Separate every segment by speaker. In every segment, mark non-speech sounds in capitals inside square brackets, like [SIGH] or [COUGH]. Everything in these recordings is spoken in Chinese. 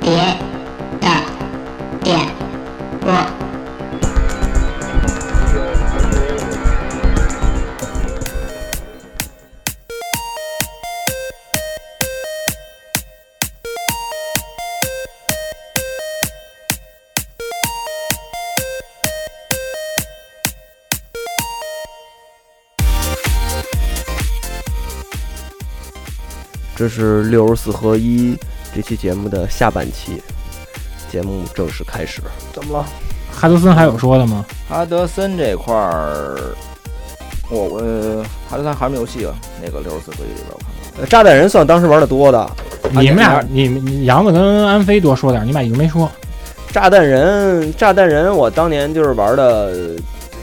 Speaker 1: 别的点播。
Speaker 2: 这是六十四合一这期节目的下半期，节目正式开始。
Speaker 3: 怎么了？
Speaker 4: 哈德森还有说的吗？
Speaker 3: 哈德森这块儿，我我呃哈德森还没游戏啊，那个六十四合一里边我看过。
Speaker 2: 呃炸弹人算当时玩的多的，
Speaker 4: 啊你们俩，你你杨子跟安飞多说点，你们俩一直没说。
Speaker 2: 炸弹人，炸弹人，我当年就是玩的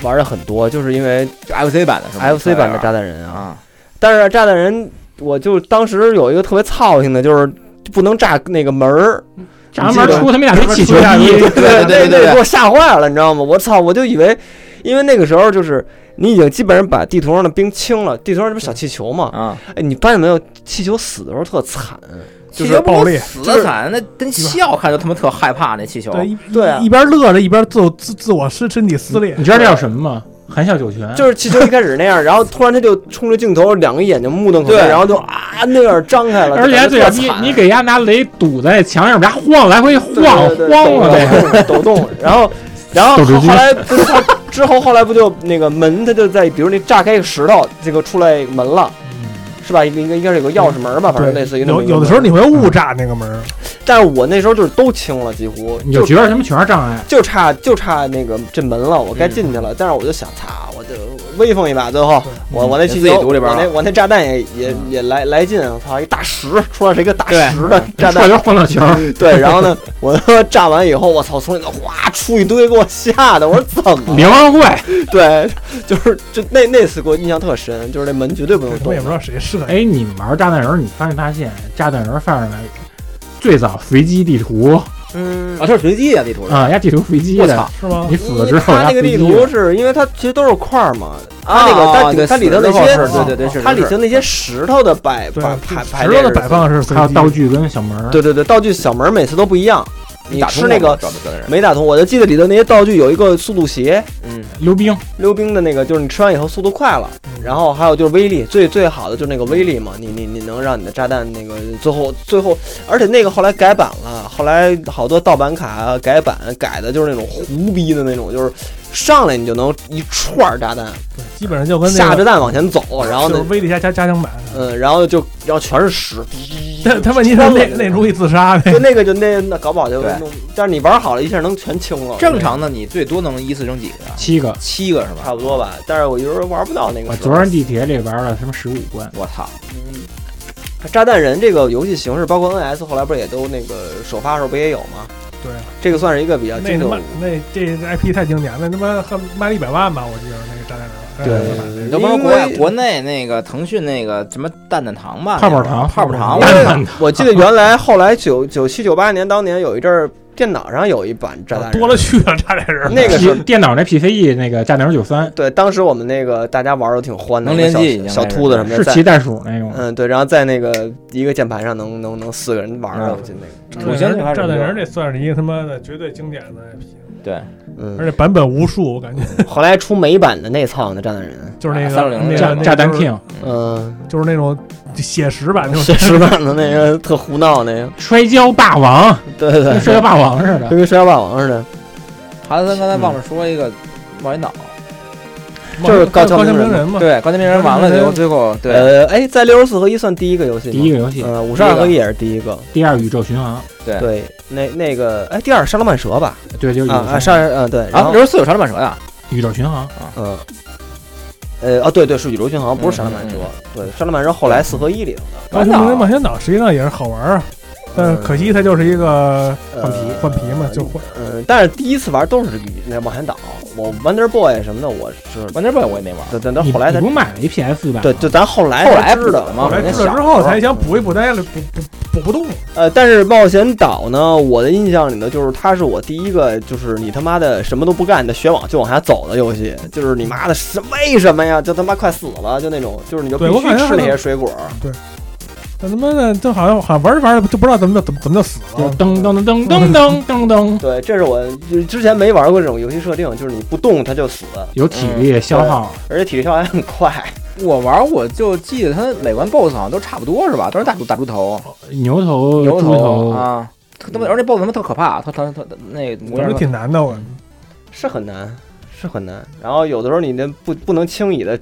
Speaker 2: 玩的很多，就是因为
Speaker 3: 这 FC 版的是吗
Speaker 2: FC 版的炸弹人啊。
Speaker 3: 啊，
Speaker 2: 但是炸弹人，我就当时有一个特别操心的，就是不能炸那个门
Speaker 3: [LAUGHS]
Speaker 2: 儿，
Speaker 4: 炸完门出他们俩那气球
Speaker 3: 炸
Speaker 4: 衣， [LAUGHS]
Speaker 3: 对对对
Speaker 2: 那个
Speaker 3: 对
Speaker 2: 给我吓坏了，你知道吗？我操，我就以为，因为那个时候就是你已经基本上把地图上的兵清了，地图上这不是小气球嘛？
Speaker 3: 啊，
Speaker 2: 哎，你发现没有，气球死的时候特惨，
Speaker 3: 气
Speaker 4: 啊
Speaker 5: 就是
Speaker 3: 球
Speaker 5: 暴力
Speaker 3: 死的惨，那那笑看着他妈特害怕那气球。
Speaker 5: 对，一
Speaker 2: 对啊嗯
Speaker 5: 一边乐着一边自我自自我身身体撕裂
Speaker 4: 你，知道这叫什么吗？含笑九泉，
Speaker 2: 就是气球一开始那样，然后突然他就冲着镜头，两个眼睛目瞪口呆，
Speaker 3: 对
Speaker 2: 然后就啊那样张开了，
Speaker 4: 而且
Speaker 2: 就
Speaker 4: 还
Speaker 2: 感
Speaker 4: 最
Speaker 2: 觉特
Speaker 4: 你
Speaker 2: 惨
Speaker 4: 你给丫拿雷堵在墙上，然后晃来回
Speaker 2: 对
Speaker 4: 晃
Speaker 2: 对对
Speaker 4: 晃了呗。
Speaker 2: 抖动抖
Speaker 4: [LAUGHS]
Speaker 2: 动，然后然后
Speaker 4: 斗智
Speaker 2: 后
Speaker 4: 斗
Speaker 2: 后来不是他之后后来不就那个门，他就在比如那炸开一个石头，这个出来门了。
Speaker 4: 嗯
Speaker 2: 是吧？应该应该是有个钥匙门吧，反正
Speaker 5: 对
Speaker 2: 类似于那么
Speaker 5: 有
Speaker 2: 一个嗯
Speaker 5: 有的时候你会误炸那个门儿，
Speaker 2: 门，但是我那时候就是都清了，几乎
Speaker 4: 你
Speaker 2: 就
Speaker 4: 就觉得他们全是障 [LAUGHS] 碍。
Speaker 2: 就差就差那个这门了，我该
Speaker 5: 嗯
Speaker 2: 进去了。但是我就想，擦，我就威风一把，最后我
Speaker 5: 嗯
Speaker 2: 我那气
Speaker 3: 自己
Speaker 2: 球，
Speaker 3: 堵里边
Speaker 2: 我
Speaker 3: 了
Speaker 2: 那我那炸弹也也也来来劲，我操，一大石 [LAUGHS] 出来是一个大石的炸
Speaker 4: 出来
Speaker 2: 弹
Speaker 4: 就，
Speaker 5: [LAUGHS]
Speaker 4: 是晃荡球，
Speaker 2: 对，然后呢，我他妈炸完以后，我操，从里头哗出一堆，给我吓的，我说怎么了？
Speaker 4: [LAUGHS] 联欢会。
Speaker 2: 对， [LAUGHS] 就是就那那次给我印象特深，就是那门绝对不能
Speaker 5: 我
Speaker 2: 动
Speaker 5: 也不知道谁设计。
Speaker 4: 哎，你们玩炸弹人儿，你发没发现炸弹人儿犯上来最早随机地图
Speaker 2: 嗯
Speaker 3: 啊，，这是随机啊，地图上。
Speaker 4: 啊，压地图随机
Speaker 2: 我
Speaker 4: 的
Speaker 2: 操，
Speaker 5: 是吗？
Speaker 4: 你死了
Speaker 2: 因
Speaker 4: 之
Speaker 2: 为
Speaker 4: 后
Speaker 2: 它
Speaker 4: 压
Speaker 2: 嗯那个
Speaker 4: 随
Speaker 2: 地
Speaker 4: 机
Speaker 2: 图
Speaker 4: 的。
Speaker 2: 是因为它其实都是块儿嘛，它
Speaker 3: 啊
Speaker 2: 那个它
Speaker 3: 对
Speaker 2: 顶它里头那
Speaker 3: 死了
Speaker 2: 些
Speaker 3: 之后是对对对，是
Speaker 2: 它里
Speaker 3: 是
Speaker 2: 头那些石头的摆
Speaker 5: 对
Speaker 2: 摆，排排
Speaker 5: 石
Speaker 2: 列
Speaker 5: 头的
Speaker 2: 是
Speaker 5: 摆放是随
Speaker 4: 还有
Speaker 5: 机
Speaker 4: 道
Speaker 5: 的，
Speaker 4: 具跟小门儿，
Speaker 2: 对对对，道具小门每次都不一样。你
Speaker 3: 打
Speaker 2: 吃
Speaker 3: 通
Speaker 2: 那
Speaker 3: 了
Speaker 2: 个
Speaker 3: 找的责任人，
Speaker 2: 没打通，我就记得里头那些道具有一个速度鞋，
Speaker 3: 嗯，
Speaker 4: 溜冰，
Speaker 2: 溜冰的那个，就是你吃完以后速度快了。
Speaker 5: 嗯
Speaker 2: 然后还有就是威力，最最好的就是那个威力嘛，你你你能让你的炸弹那个最后最后，而且那个后来改版了，后来好多盗版卡改版改的就是那种胡逼的那种，就是上来你就能一串炸弹，
Speaker 5: 对基本上就跟
Speaker 2: 下
Speaker 5: 那
Speaker 2: 着
Speaker 5: 个
Speaker 2: 弹往前走，然后
Speaker 5: 就是
Speaker 2: 呢，
Speaker 5: 威力加加加强版。
Speaker 2: 嗯，然后就然后全是屎，
Speaker 5: 但 [LAUGHS] 他问题是那那容易自杀呗
Speaker 2: 就。那个就那那搞不好就
Speaker 3: 对
Speaker 2: 弄，但是你玩好了一下能全清了，
Speaker 3: 正常的你最多能一次扔几个？
Speaker 4: 七个。
Speaker 3: 七个是吧？
Speaker 2: 差不多吧。但是我有时候玩不到那个时候。
Speaker 4: 我昨儿地铁里玩了他妈十五关，
Speaker 3: 我操！
Speaker 2: 嗯炸弹人这个游戏形式，包括 NS 后来不是也都那个首发时候不也有吗？
Speaker 5: 对啊，
Speaker 2: 这个算是一个
Speaker 5: [LAUGHS]
Speaker 2: 比较
Speaker 5: 那
Speaker 2: 经
Speaker 5: 他
Speaker 2: 典
Speaker 5: 妈。那这个 IP 太经典，那他妈还卖了一百万吧？我记得那个炸弹人。
Speaker 4: 对
Speaker 5: 炸弹人
Speaker 3: 你都甭说国
Speaker 2: 因
Speaker 3: 外
Speaker 2: 为
Speaker 3: 国内那个腾讯那个什么蛋蛋堂吧，
Speaker 4: 泡泡糖，
Speaker 3: 泡泡糖，
Speaker 2: 因
Speaker 3: 我
Speaker 2: 为
Speaker 4: 蛋蛋糖，
Speaker 2: 我记
Speaker 5: [LAUGHS]
Speaker 2: 得原来后来九九七九八年当年有一阵儿电脑上有一版炸弹人，嗯
Speaker 5: 哎多了去了，炸弹人。
Speaker 2: 那个是
Speaker 4: P- [LAUGHS] 电脑那 PCE 那个炸弹人九三
Speaker 2: 对，当时我们那个大家玩的挺欢的，
Speaker 3: 能联
Speaker 2: 小
Speaker 3: 机已经
Speaker 2: 小
Speaker 3: 那是
Speaker 2: 秃子什么的
Speaker 4: 是
Speaker 2: 在
Speaker 4: 骑袋鼠那种，
Speaker 2: 嗯对，然后在那个一个键盘上能能能四个人玩了，我
Speaker 3: 嗯
Speaker 2: 记得那个
Speaker 3: 土星这还是
Speaker 5: 炸弹人这算是一个他妈的绝对经典的 IP，
Speaker 3: 对，
Speaker 2: 嗯，
Speaker 5: 而且版本无数，我感觉
Speaker 2: 后来出美版的那操的炸弹人，
Speaker 5: 就是那个
Speaker 3: 360
Speaker 5: 那个
Speaker 4: 炸
Speaker 5: 那个
Speaker 4: 炸弹
Speaker 5: 就是
Speaker 4: King
Speaker 5: [LAUGHS]
Speaker 2: 嗯，
Speaker 5: 就是那种写实版那
Speaker 2: [LAUGHS]
Speaker 5: 种
Speaker 2: 写实版的那个特胡闹那个，
Speaker 4: 摔跤霸王，
Speaker 2: 对对
Speaker 4: 跟摔
Speaker 2: 对，
Speaker 4: 跤霸王似的
Speaker 2: 就。跟摔跤霸王似的。
Speaker 3: 韩森刚才忘了说一个冒险岛，
Speaker 2: 就是高
Speaker 5: 高
Speaker 2: 桥
Speaker 5: 高
Speaker 2: 名
Speaker 5: 名
Speaker 2: 人
Speaker 5: 人嘛。
Speaker 3: 对，钢铁人完了以后，最后对
Speaker 2: 呃，哎，在六十四合一算第一个游戏吗？
Speaker 4: 第一个游戏，
Speaker 2: 呃，五十二合一也是第一个。
Speaker 4: 第二宇宙巡航，
Speaker 3: 对
Speaker 2: 对，那那个哎，第二是沙罗曼蛇吧？
Speaker 4: 对，就是宇
Speaker 2: 啊啊，
Speaker 4: 宙
Speaker 2: 沙
Speaker 4: 巡
Speaker 2: 呃对，然
Speaker 3: 啊，
Speaker 2: 后
Speaker 3: 六十四有长城版蛇呀，
Speaker 4: 宇宙巡航，
Speaker 2: 嗯。呃哦，对对，是宇宙巡航，不是
Speaker 3: 嗯
Speaker 2: 沙罗曼
Speaker 3: 嗯
Speaker 2: 蛇。对，沙罗曼蛇后来四合一里头的，啊嗯
Speaker 3: 完
Speaker 5: 高桥名人
Speaker 3: 了
Speaker 5: 冒险岛实际上也是好玩啊，但是可惜它就是一个
Speaker 2: 呃
Speaker 5: 换皮换皮嘛，就换
Speaker 2: 嗯，但是第一次玩都是宇那冒险岛，我 Wonder Boy 什么的，我是
Speaker 3: 完那本我也没玩，
Speaker 2: 等等到
Speaker 4: 你
Speaker 2: 后来
Speaker 4: 你
Speaker 2: 才
Speaker 4: 不买了一 PS 版吗？
Speaker 2: 对，就咱后来
Speaker 3: 后
Speaker 2: 才
Speaker 3: 来
Speaker 2: 知道
Speaker 3: 补的嘛
Speaker 2: 我
Speaker 5: 后来
Speaker 2: 那
Speaker 5: 知道
Speaker 2: 小
Speaker 5: 之
Speaker 2: 时
Speaker 5: 后
Speaker 2: 候
Speaker 5: 才想补一补呆了，补补补不动。
Speaker 2: 呃，但是冒险岛呢，我的印象里呢，就是它是我第一个，就是你他妈的什么都不干，你的血往就往下走的游戏，就是你妈的什为什么呀？就他妈快死了，就那种，就是你就必
Speaker 5: 对我
Speaker 2: 须
Speaker 5: 感觉
Speaker 2: 吃
Speaker 5: 好
Speaker 2: 那
Speaker 5: 像
Speaker 2: 些水果。
Speaker 5: 但他妈的，这好像好像玩着玩着就不知道怎么就怎么怎么就死
Speaker 4: 就
Speaker 5: 了。
Speaker 4: 噔噔噔噔噔噔噔，
Speaker 2: 对，这是我就是之前没玩过这种游戏设定，就是你不动它就死，
Speaker 4: 有体力消耗，
Speaker 2: 而且体力消耗还很快。
Speaker 3: 我玩我就记得他每关 BOSS 好像都差不多是吧？都是大猪大猪头、
Speaker 4: 牛头、
Speaker 3: 牛
Speaker 4: 猪
Speaker 3: 头
Speaker 4: 头，
Speaker 3: 啊。特他妈，而且 BOSS 他妈特可怕，他他他他那
Speaker 5: 我觉得挺难的，我
Speaker 2: 是很难，是很难。然后有的时候你那不不能轻易的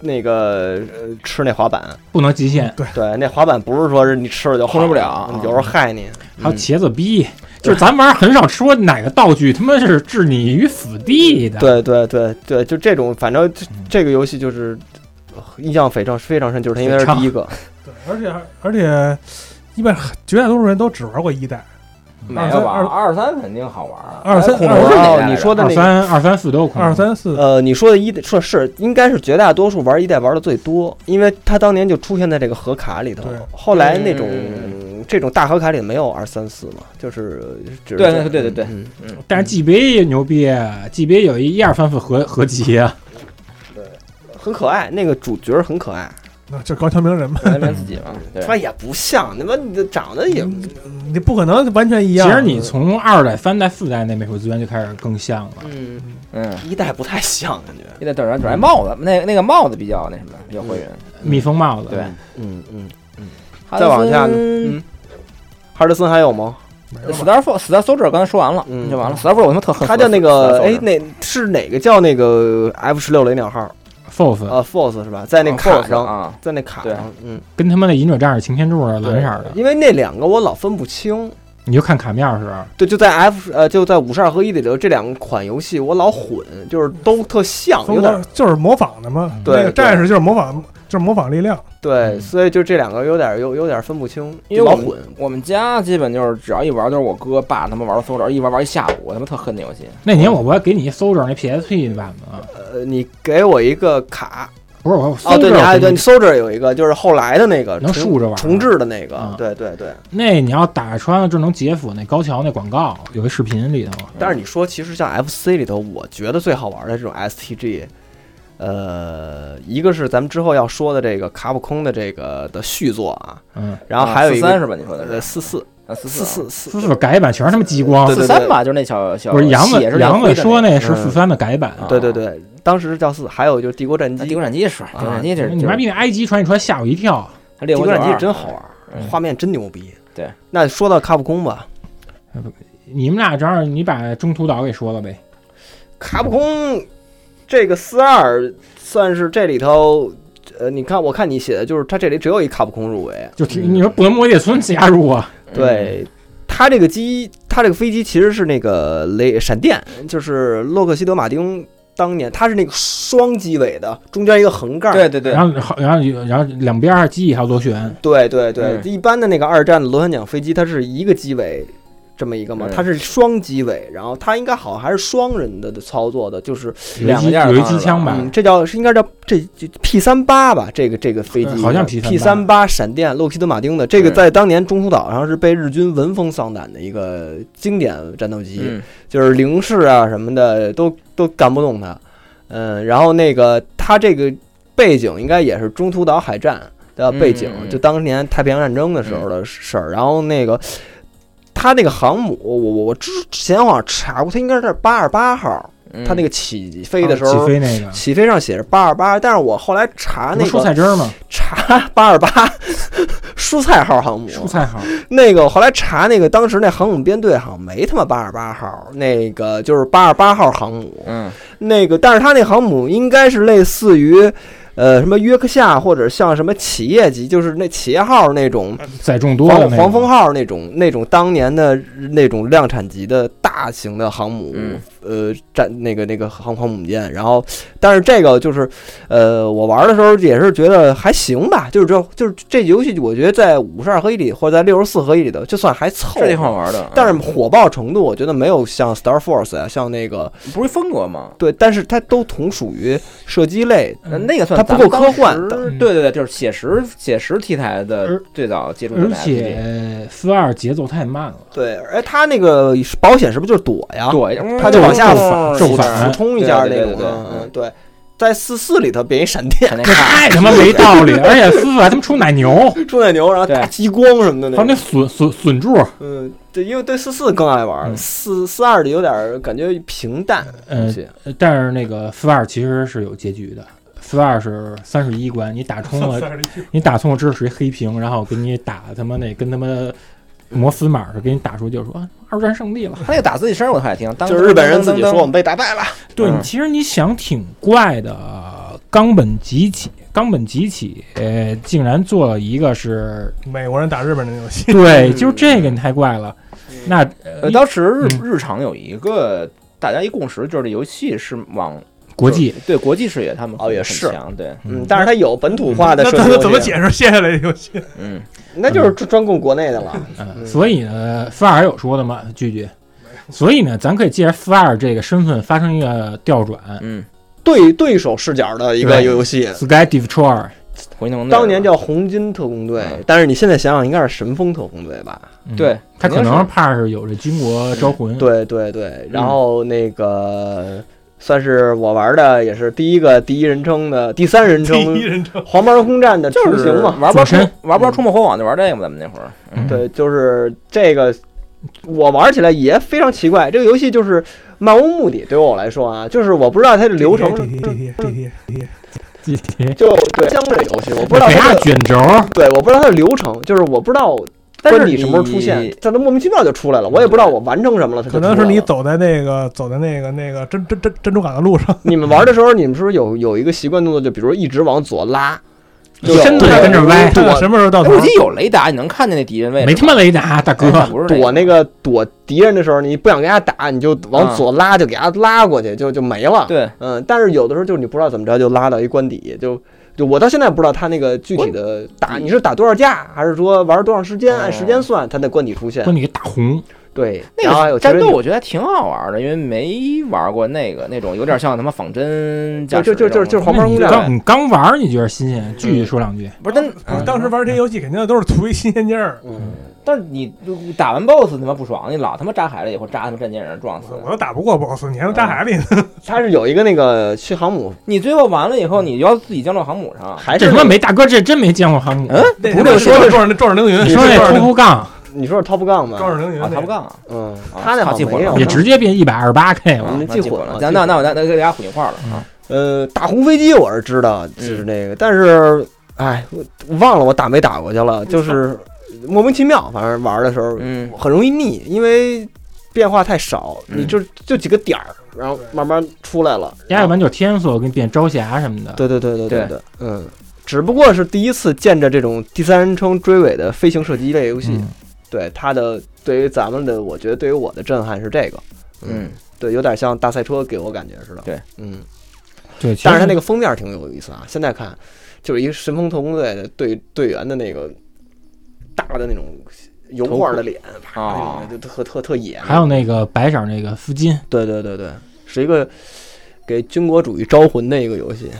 Speaker 2: 那个、呃、吃那滑板，
Speaker 4: 不能极限，
Speaker 2: 对，那滑板不是说是你吃了就好
Speaker 3: 控制不了
Speaker 2: 嗯有时候害你。
Speaker 4: 还
Speaker 3: 嗯
Speaker 4: 有茄子逼。就是咱玩儿很少说哪个道具他妈是置你于死地的，
Speaker 2: 对对对对，就这种，反正这
Speaker 4: 嗯
Speaker 2: 这个游戏就是呃印象非常非常深，就是它因为它
Speaker 4: 非
Speaker 2: 是
Speaker 4: 常
Speaker 2: 第一
Speaker 4: [LAUGHS]
Speaker 2: 个，嗯
Speaker 5: 对，而且而且一般绝大多数人都只玩过一代，
Speaker 3: 没有吧？二三肯定好玩啊，
Speaker 5: 二三
Speaker 3: 哎恐
Speaker 5: 二
Speaker 3: 龙
Speaker 5: 三
Speaker 3: 是哪
Speaker 2: 哦
Speaker 3: 代
Speaker 2: 你
Speaker 3: 的
Speaker 2: 说的
Speaker 4: 二
Speaker 2: 那个。
Speaker 4: 三二三四都有可能。
Speaker 5: 二三四
Speaker 2: 呃，你说的一代说是应该是绝大多数玩一代玩的最多，因为它当年就出现在这个盒卡里头
Speaker 5: 对。
Speaker 2: 后来那种、
Speaker 3: 嗯
Speaker 2: 这种大盒卡里没有二三四嘛，就是只是
Speaker 3: 对
Speaker 2: 这样
Speaker 3: 对对对
Speaker 2: 嗯
Speaker 4: 但是 GB 也牛逼，GB 有一一二三四合合集啊，
Speaker 2: 很可爱，那个主角很可爱，
Speaker 5: 那这高桥名人嘛， [LAUGHS]
Speaker 3: 三连自己嘛，对
Speaker 2: 说也不像，那么你这长得也
Speaker 4: 嗯
Speaker 5: 你不可能完全一
Speaker 4: 其
Speaker 5: 样。
Speaker 4: 实你从二代、三代、四代那美术资源就开始更像了。
Speaker 2: 嗯，
Speaker 3: 嗯，
Speaker 2: 一代不太像感觉，
Speaker 3: 你得等着等着帽子，那那个帽子比较那什么，比较会员。
Speaker 4: 蜜蜂帽子，
Speaker 3: 嗯对，嗯
Speaker 2: 嗯嗯。
Speaker 3: 哈
Speaker 2: 再
Speaker 3: 德
Speaker 2: 往下呢
Speaker 3: 森
Speaker 2: 哈德森还有吗？
Speaker 5: 没有吧
Speaker 3: Star Fox Star Soldier 刚才说完了，
Speaker 2: 嗯
Speaker 3: 就完了。Star Soldier 我他妈特恨死
Speaker 2: 他
Speaker 3: Star Soldier，
Speaker 2: 叫那个哎，那是哪个叫那个 F 十六雷鸟号
Speaker 4: ，FOF
Speaker 2: 啊？Force 是吧？在
Speaker 4: 哦
Speaker 2: 那卡上，
Speaker 3: 啊，
Speaker 2: 在那卡
Speaker 3: 对
Speaker 2: 上，嗯，
Speaker 4: 跟他妈的银者战士擎天柱是蓝色的，
Speaker 2: 因为那两个我老分不清。
Speaker 4: 你就看卡面儿时，
Speaker 2: 对，就在 F 呃，就在五十二合一里头，这两款游戏我老混，就是都特像，有
Speaker 5: 中
Speaker 2: 点
Speaker 5: 国就是模仿的嘛，
Speaker 2: 对
Speaker 5: 那个
Speaker 2: 对
Speaker 5: 战士就是模仿，就是模仿力量。
Speaker 2: 对，
Speaker 4: 嗯
Speaker 2: 所以就这两个有点有有点分不清，
Speaker 3: 因为
Speaker 2: 老
Speaker 3: 我
Speaker 2: 混
Speaker 3: 们。我们家基本就是只要一玩就是我哥爸他们玩 Soldier，一玩玩一下午，我他妈特恨那游戏。
Speaker 4: 那年我不还给你搜着那 PSP 的版本吗？
Speaker 2: 呃，你给我一个卡，
Speaker 4: 不是我搜
Speaker 2: 哦，对，你还对，
Speaker 4: 着
Speaker 2: 你，搜这儿有一个，就是后来的那个
Speaker 4: 能
Speaker 2: 重
Speaker 4: 竖着玩
Speaker 2: 重置的那个
Speaker 4: 嗯，
Speaker 2: 对对对。
Speaker 4: 那你要打穿了就能解锁那高桥那广告，有一视频里头，
Speaker 2: 但是你说，其实像 FC 里头，我觉得最好玩的这种 STG，呃，一个是咱们之后要说的这个卡普空的这个呃的续作啊，
Speaker 4: 嗯，
Speaker 2: 然后还有一
Speaker 3: 三
Speaker 2: 个
Speaker 3: 是吧？你说的
Speaker 2: 呃
Speaker 3: 是
Speaker 2: 四四
Speaker 3: 啊
Speaker 2: 四
Speaker 3: 四四
Speaker 2: 四四
Speaker 4: 四四改版全是他妈激光
Speaker 2: 对，对
Speaker 3: 四三吧，就是那小小
Speaker 4: 不是杨子
Speaker 3: 血是那
Speaker 4: 杨
Speaker 3: 灰
Speaker 4: 子
Speaker 3: 的
Speaker 4: 说
Speaker 3: 那
Speaker 4: 那是
Speaker 2: 嗯
Speaker 4: 四三的改版，
Speaker 3: 啊
Speaker 2: 对对对，当时是叫四，还有就是帝国战
Speaker 3: 那
Speaker 2: 机，
Speaker 3: 帝啊国战机是，帝国战机就是
Speaker 4: 啊你妈逼那埃及传一传吓我一跳，
Speaker 3: 他
Speaker 2: 帝
Speaker 3: 猎
Speaker 2: 国
Speaker 3: 魔
Speaker 2: 战机
Speaker 3: 92
Speaker 2: 真好玩，
Speaker 3: 嗯
Speaker 2: 画面真牛逼。
Speaker 3: 对，
Speaker 2: 那说到卡普空吧，
Speaker 4: 你们俩正好你把中途岛给说了呗，
Speaker 3: 嗯
Speaker 2: 卡普空这个四二算是这里头，呃，你看我看你写的就是它这里只有一卡普空入围，
Speaker 4: 就挺
Speaker 3: 嗯
Speaker 4: 你说不能魔界村加入啊，
Speaker 2: 对，它这个机，它这个飞机其实是那个雷闪电，就是洛克希德马丁当年，它是那个双机尾的，中间一个横杠。
Speaker 3: 对对对
Speaker 4: 然，后好然后有然后两边儿机翼还有螺旋，
Speaker 2: 对对对
Speaker 3: 嗯
Speaker 2: 一般的那个二战的螺旋桨飞机，它是一个机尾这么一个嘛，
Speaker 3: 嗯
Speaker 2: 它是双机尾，然后它应该好像还是双人的的操作的，就是
Speaker 4: 有一
Speaker 3: 两个
Speaker 4: 机
Speaker 3: 件儿
Speaker 4: 有一
Speaker 3: 放
Speaker 4: 机
Speaker 3: 着
Speaker 4: 枪吧，
Speaker 2: 嗯，这叫是应该叫这 P 三八吧，这个这个飞机
Speaker 4: 好像
Speaker 2: 嗯 P
Speaker 4: P38
Speaker 2: 三八闪电洛克希德马丁的，这个
Speaker 3: 嗯
Speaker 2: 在当年中途岛上是被日军闻风丧胆的一个经典战斗机。
Speaker 3: 嗯，
Speaker 2: 就是零式啊什么的都都干不动它。嗯，然后那个它这个背景应该也是中途岛海战的背景，
Speaker 3: 嗯嗯嗯嗯
Speaker 2: 就当年太平洋战争的时候的事儿。然后那个它那个航母，我我我之前好像查过，它应该是八二八号，
Speaker 3: 嗯
Speaker 2: 它那个起飞的时
Speaker 4: 哦啊起
Speaker 2: 候。
Speaker 4: 飞那个，
Speaker 2: 起飞上写着八二八，但是我后来查
Speaker 4: 不
Speaker 2: 那
Speaker 4: 是蔬
Speaker 2: 个
Speaker 4: 菜汁儿吗？
Speaker 2: 查八二八 [LAUGHS] 蔬菜号航母，
Speaker 4: 蔬菜好，
Speaker 2: 那个我后来查那个当时那航母编队好像没他妈八二八号，那个就是八二八号航母，
Speaker 3: 嗯
Speaker 2: 那个但是它那航母应该是类似于。呃，什么约克夏或者像什么企业级，就是那企业号那种
Speaker 4: 载众多的
Speaker 2: 黄
Speaker 4: 那个
Speaker 2: 黄蜂号那种那种当年的那种量产级的大型的航母，
Speaker 3: 嗯
Speaker 2: 呃，战那个那个航航母舰。然后，但是这个就是，呃，我玩的时候也是觉得还行吧，就是这就是这游戏，我觉得在五十二合一里或者在六十四合一里头，就算还凑
Speaker 3: 这挺啊好
Speaker 2: 合。
Speaker 3: 玩的，
Speaker 2: 但是火爆程度，我觉得没有像 Star Force 啊，像那个
Speaker 3: 是不是风格吗？
Speaker 2: 对，但是它都同属于射击类，
Speaker 3: 那那个算
Speaker 2: 它不
Speaker 3: 咱们
Speaker 2: 够
Speaker 3: 当
Speaker 2: 科幻
Speaker 3: 时
Speaker 4: 嗯
Speaker 3: 对对对，就是写实写实题材的
Speaker 4: 而
Speaker 3: 最早接触的
Speaker 4: 而
Speaker 3: RPG
Speaker 4: 且四二节奏太慢了，
Speaker 2: 对，哎，它那个保险是不是就是躲呀？
Speaker 3: 对，嗯
Speaker 2: 它就往下
Speaker 3: 反
Speaker 4: 正
Speaker 2: 俯
Speaker 4: 反
Speaker 2: 冲一下那种
Speaker 3: 对对对对
Speaker 2: 的，嗯，对。在四四里头变一闪电，
Speaker 3: 闪电
Speaker 4: 这
Speaker 3: 卡，
Speaker 4: 太他妈没
Speaker 2: [LAUGHS]
Speaker 4: 道理，而且四还他妈出奶牛，
Speaker 2: 猪奶牛，然后
Speaker 3: 对
Speaker 2: 打激光什么的
Speaker 4: 还
Speaker 2: 那
Speaker 4: 有那
Speaker 2: 种。
Speaker 4: 笋笋笋柱，
Speaker 2: 嗯，对，因为对四四更爱玩，
Speaker 4: 嗯
Speaker 2: 四四二里有点儿感觉平淡。
Speaker 4: 嗯，
Speaker 2: 些。
Speaker 4: 但是那个四二其实是有结局的，四二是三十一关，你打
Speaker 5: [LAUGHS]
Speaker 4: 通了，你打通了之后是一黑屏，然后给你打他妈那跟他妈摩斯码似的，给你打出就是说啊二战胜利了。
Speaker 3: [LAUGHS] 他那个打自己身上我都爱听，当
Speaker 2: 就是日本人自己说我们被打败了，
Speaker 4: 对，
Speaker 3: 嗯
Speaker 4: 其实你想挺怪的，呃冈本吉起，冈本吉起，呃，竟然做了一个是，，
Speaker 5: 美国人打日本人的游戏
Speaker 4: 对，就这个你太怪了。那
Speaker 3: 呃，当时日
Speaker 4: 嗯
Speaker 3: 日常有一个大家一共识，就是这游戏是往
Speaker 4: 国际
Speaker 3: 对国际视野他们
Speaker 2: 哦也
Speaker 3: 很
Speaker 2: 是
Speaker 3: 强，对，
Speaker 2: 嗯，但是他有本土化的
Speaker 5: 嗯那
Speaker 2: 设计
Speaker 5: 咱
Speaker 2: 东西，
Speaker 5: 们怎么解释接下来的游戏？
Speaker 3: 嗯，
Speaker 2: 那就是专专供国内的了。
Speaker 4: 嗯，所以呢，四二有说的吗？句句。所以呢，咱可以借着四二这个身份发生一个调转。
Speaker 3: 嗯，
Speaker 2: 对对手视角的一个
Speaker 4: 对
Speaker 2: 游戏，
Speaker 4: Sky Destroyer，
Speaker 3: 回农那儿
Speaker 2: 当年叫红金特工队
Speaker 3: 嗯，
Speaker 2: 但是你现在想想应该是神风特工队吧？
Speaker 4: 嗯
Speaker 3: 对，
Speaker 4: 他可
Speaker 3: 肯定
Speaker 4: 能
Speaker 3: 是
Speaker 4: 怕是有这军国招魂。，
Speaker 2: 对对对，然后那个算是我玩的也是第一个第一人称的第三人
Speaker 5: 第一
Speaker 2: 称
Speaker 5: 人称，
Speaker 2: 黄毛空战的雏
Speaker 3: 就是
Speaker 2: 形嘛。
Speaker 3: 玩不着
Speaker 4: 主持人
Speaker 2: 嗯
Speaker 3: 玩不着冲破火网就玩这个嘛，咱们那会儿，嗯，
Speaker 4: [LAUGHS]
Speaker 2: 对，就是这个，我玩起来也非常奇怪。这个游戏就是漫无目的，对我来说啊，就是我不知道它的 [LAUGHS] 流程是，
Speaker 4: 这这
Speaker 2: 就对江这游戏，我不知道
Speaker 4: 给
Speaker 2: 它
Speaker 4: 他
Speaker 2: 的，
Speaker 4: 卷轴，
Speaker 2: 对，我不知道它的流程，就是我不知道
Speaker 3: 但是
Speaker 2: 关你什么时候出现
Speaker 3: 你，
Speaker 2: 它都莫名其妙就出来了，我也不知道我完成什么了，它就
Speaker 5: 可能
Speaker 2: 出
Speaker 5: 是
Speaker 2: 来
Speaker 5: 你
Speaker 2: 了
Speaker 5: 走在那个走在那个那个珍珍珍珍珠港
Speaker 2: [LAUGHS]
Speaker 5: 的路上，
Speaker 2: 你们玩的时候，你们是不是有有一个习惯动作，就比如一直往左拉，就
Speaker 4: 真的
Speaker 2: 躲
Speaker 4: 跟着歪
Speaker 5: 看看什么时候到
Speaker 3: 哎
Speaker 5: 头
Speaker 3: 我。记得有雷达，你能看见那敌人位置，
Speaker 4: 没他妈雷达，大
Speaker 3: 哎
Speaker 4: 哥，
Speaker 3: 不是
Speaker 2: 躲
Speaker 3: 那
Speaker 2: 那个躲敌人的时候，你不想给他打，你就往左拉，就给他拉过去，就就没了。
Speaker 3: 对，
Speaker 2: 嗯，但是有的时候就是你不知道怎么着就拉到一关底，就就我到现在不知道他那个具体的打你是打多少架，还是说玩多长时间，
Speaker 3: 哦
Speaker 2: 按时间算，他那关底出现
Speaker 4: 说。你个大红，
Speaker 2: 对，然后还
Speaker 3: 那
Speaker 2: 有
Speaker 3: 个
Speaker 2: 其实
Speaker 3: 战斗
Speaker 2: 你
Speaker 3: 我觉得还挺好玩的，因为没玩过那个那种有点像他妈仿真驾
Speaker 2: 就
Speaker 3: 驶
Speaker 2: 就就就
Speaker 3: 这
Speaker 2: 就
Speaker 3: 种
Speaker 2: 是黄
Speaker 4: 那
Speaker 2: 牌
Speaker 4: 你
Speaker 2: 攻
Speaker 3: 战
Speaker 4: 刚你刚玩儿你觉得新鲜，句
Speaker 2: 嗯
Speaker 4: 句说两句。
Speaker 2: 哎
Speaker 3: 不是，但
Speaker 5: 我当时玩这些游戏肯定都是图一新鲜劲儿，
Speaker 2: 嗯，
Speaker 3: 但你打完 BOSS 他妈不爽，你老他妈扎海了以后扎他妈战舰人撞死，
Speaker 5: 我都打不过 BOSS，你还能扎海里呢？
Speaker 2: 他是有一个那个去航母，
Speaker 3: 你最后完了以后你要自己降到航母上，
Speaker 2: 还是
Speaker 4: 这
Speaker 2: 那
Speaker 4: 他妈
Speaker 2: 个
Speaker 4: 没大哥，这真没见过航母。
Speaker 3: 嗯，
Speaker 5: 那 [LAUGHS]
Speaker 2: 不是
Speaker 5: 说
Speaker 2: 说的
Speaker 5: 壮士壮士凌云，
Speaker 4: 你说那
Speaker 5: 壮士
Speaker 4: 突突杠
Speaker 2: 你说是 Top Gun
Speaker 5: [LAUGHS] 壮
Speaker 2: 吗？
Speaker 5: 士凌云
Speaker 3: 啊，他
Speaker 5: 那个
Speaker 3: 不干啊。
Speaker 2: 嗯，
Speaker 3: 啊
Speaker 2: 他那好
Speaker 3: 记
Speaker 2: 像
Speaker 3: 混
Speaker 2: 没
Speaker 3: 了
Speaker 2: 有，
Speaker 4: 也直接变一百二十八 K 了。
Speaker 2: 嗯
Speaker 3: 那
Speaker 2: 记
Speaker 3: 混
Speaker 2: 混了
Speaker 3: 那
Speaker 2: 记
Speaker 3: 那
Speaker 2: 混
Speaker 3: 那
Speaker 2: 了
Speaker 3: 我那那给大家混一块儿了啊！
Speaker 2: 呃，打红飞机我是知道，
Speaker 3: 嗯
Speaker 2: 就是那个，但是，哎，我我忘了我打没打过去了，就是莫名其妙，反正玩的时候
Speaker 3: 嗯，
Speaker 2: 很容易腻，因为变化太少，
Speaker 3: 嗯
Speaker 2: 你就就几个点儿，然后慢慢出来了。啊
Speaker 4: 压要不然就是天锁给你变朝霞什么的。
Speaker 2: 对对对对
Speaker 3: 对
Speaker 2: 对，嗯，只不过是第一次见着这种第三人称追尾的飞行射击类游戏，
Speaker 4: 嗯，
Speaker 2: 对它的对于咱们的，我觉得对于我的震撼是这个，
Speaker 3: 嗯，
Speaker 2: 对，有点像大赛车给我感觉似的。
Speaker 3: 对，
Speaker 2: 嗯。
Speaker 4: 对，其
Speaker 2: 但是它
Speaker 4: 实
Speaker 2: 那个封面挺有意思啊，现在看就是一个神风特工队的队队员的那个大的那种油画的脸，啪，
Speaker 3: 啊
Speaker 2: 那种就特特特野。
Speaker 4: 还有那个白色那个丝巾，
Speaker 2: 对对对对，是一个给军国主义招魂的一个游戏，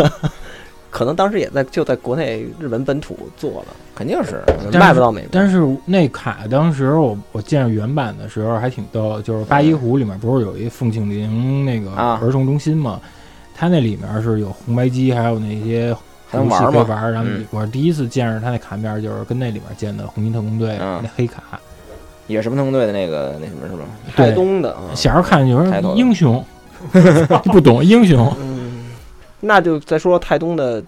Speaker 4: 嗯
Speaker 2: [LAUGHS] 可能当时也在就在国内日本本土做了，
Speaker 3: 肯定是
Speaker 2: 可能
Speaker 4: 但
Speaker 2: 卖
Speaker 4: 是
Speaker 2: 不到美国。
Speaker 4: 但是那卡当时我我见着原版的时候还挺逗的，就是八一湖里面不是有一凤庆龄那个
Speaker 3: 啊
Speaker 4: 儿童中心嘛？它那里面是有红白机，还有那些
Speaker 3: 还
Speaker 4: 游
Speaker 3: 能
Speaker 4: 戏
Speaker 3: 玩
Speaker 4: 可以
Speaker 3: 吗？
Speaker 4: 玩儿。然后
Speaker 3: 嗯
Speaker 4: 我第一次见着它那卡面，就是跟那里面见的红金特工队
Speaker 3: 嗯
Speaker 4: 那黑卡。
Speaker 3: 也是什么特工队的那个那什么是吧？
Speaker 2: 台
Speaker 4: 对
Speaker 2: 东的啊，
Speaker 4: 小时候看就
Speaker 3: 抬头了
Speaker 4: 是英雄， [LAUGHS] 不懂英
Speaker 3: [LAUGHS]
Speaker 4: 雄。
Speaker 2: 嗯，那就再说台东的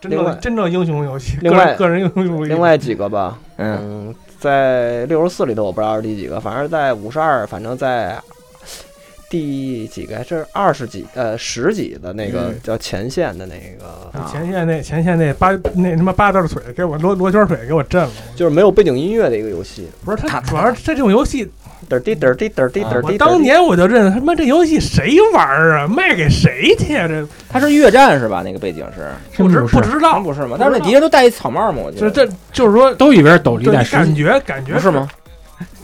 Speaker 5: 真
Speaker 2: 另外
Speaker 5: 正真正英雄游戏，
Speaker 2: 另
Speaker 5: 个人
Speaker 2: 外
Speaker 5: 个人英雄游戏。
Speaker 2: 另外几个吧，
Speaker 3: 嗯，
Speaker 2: 嗯，在六十四里头我不知道是第几个，反正在五十二，反正在第几个是二十几呃十几的那个
Speaker 3: 嗯
Speaker 2: 叫前线的那个，
Speaker 3: 啊
Speaker 5: 前线那前线那八那他妈八字腿给我罗罗圈腿给我震了，
Speaker 2: 就是没有背景音乐的一个游戏，
Speaker 5: 不是
Speaker 3: 他
Speaker 5: 他主要是这种游戏，
Speaker 2: 嘚儿滴嘚儿滴嘚儿滴嘚儿滴嘚儿
Speaker 5: 我
Speaker 2: 滴。
Speaker 5: 当年我就认他妈这游戏谁玩儿啊，卖给谁去啊？这
Speaker 3: 他是越战是吧？那个背景是，
Speaker 5: 不知
Speaker 4: 真不是
Speaker 5: 不知
Speaker 3: 当然
Speaker 5: 道，
Speaker 3: 不是嘛？但是那敌人都戴一草帽嘛，我记
Speaker 5: 就
Speaker 3: 得
Speaker 5: 是这就是说，
Speaker 4: 都以为是斗笠
Speaker 5: 就
Speaker 4: 带
Speaker 5: 是
Speaker 4: 实际
Speaker 5: 感觉感觉
Speaker 3: 不是？吗？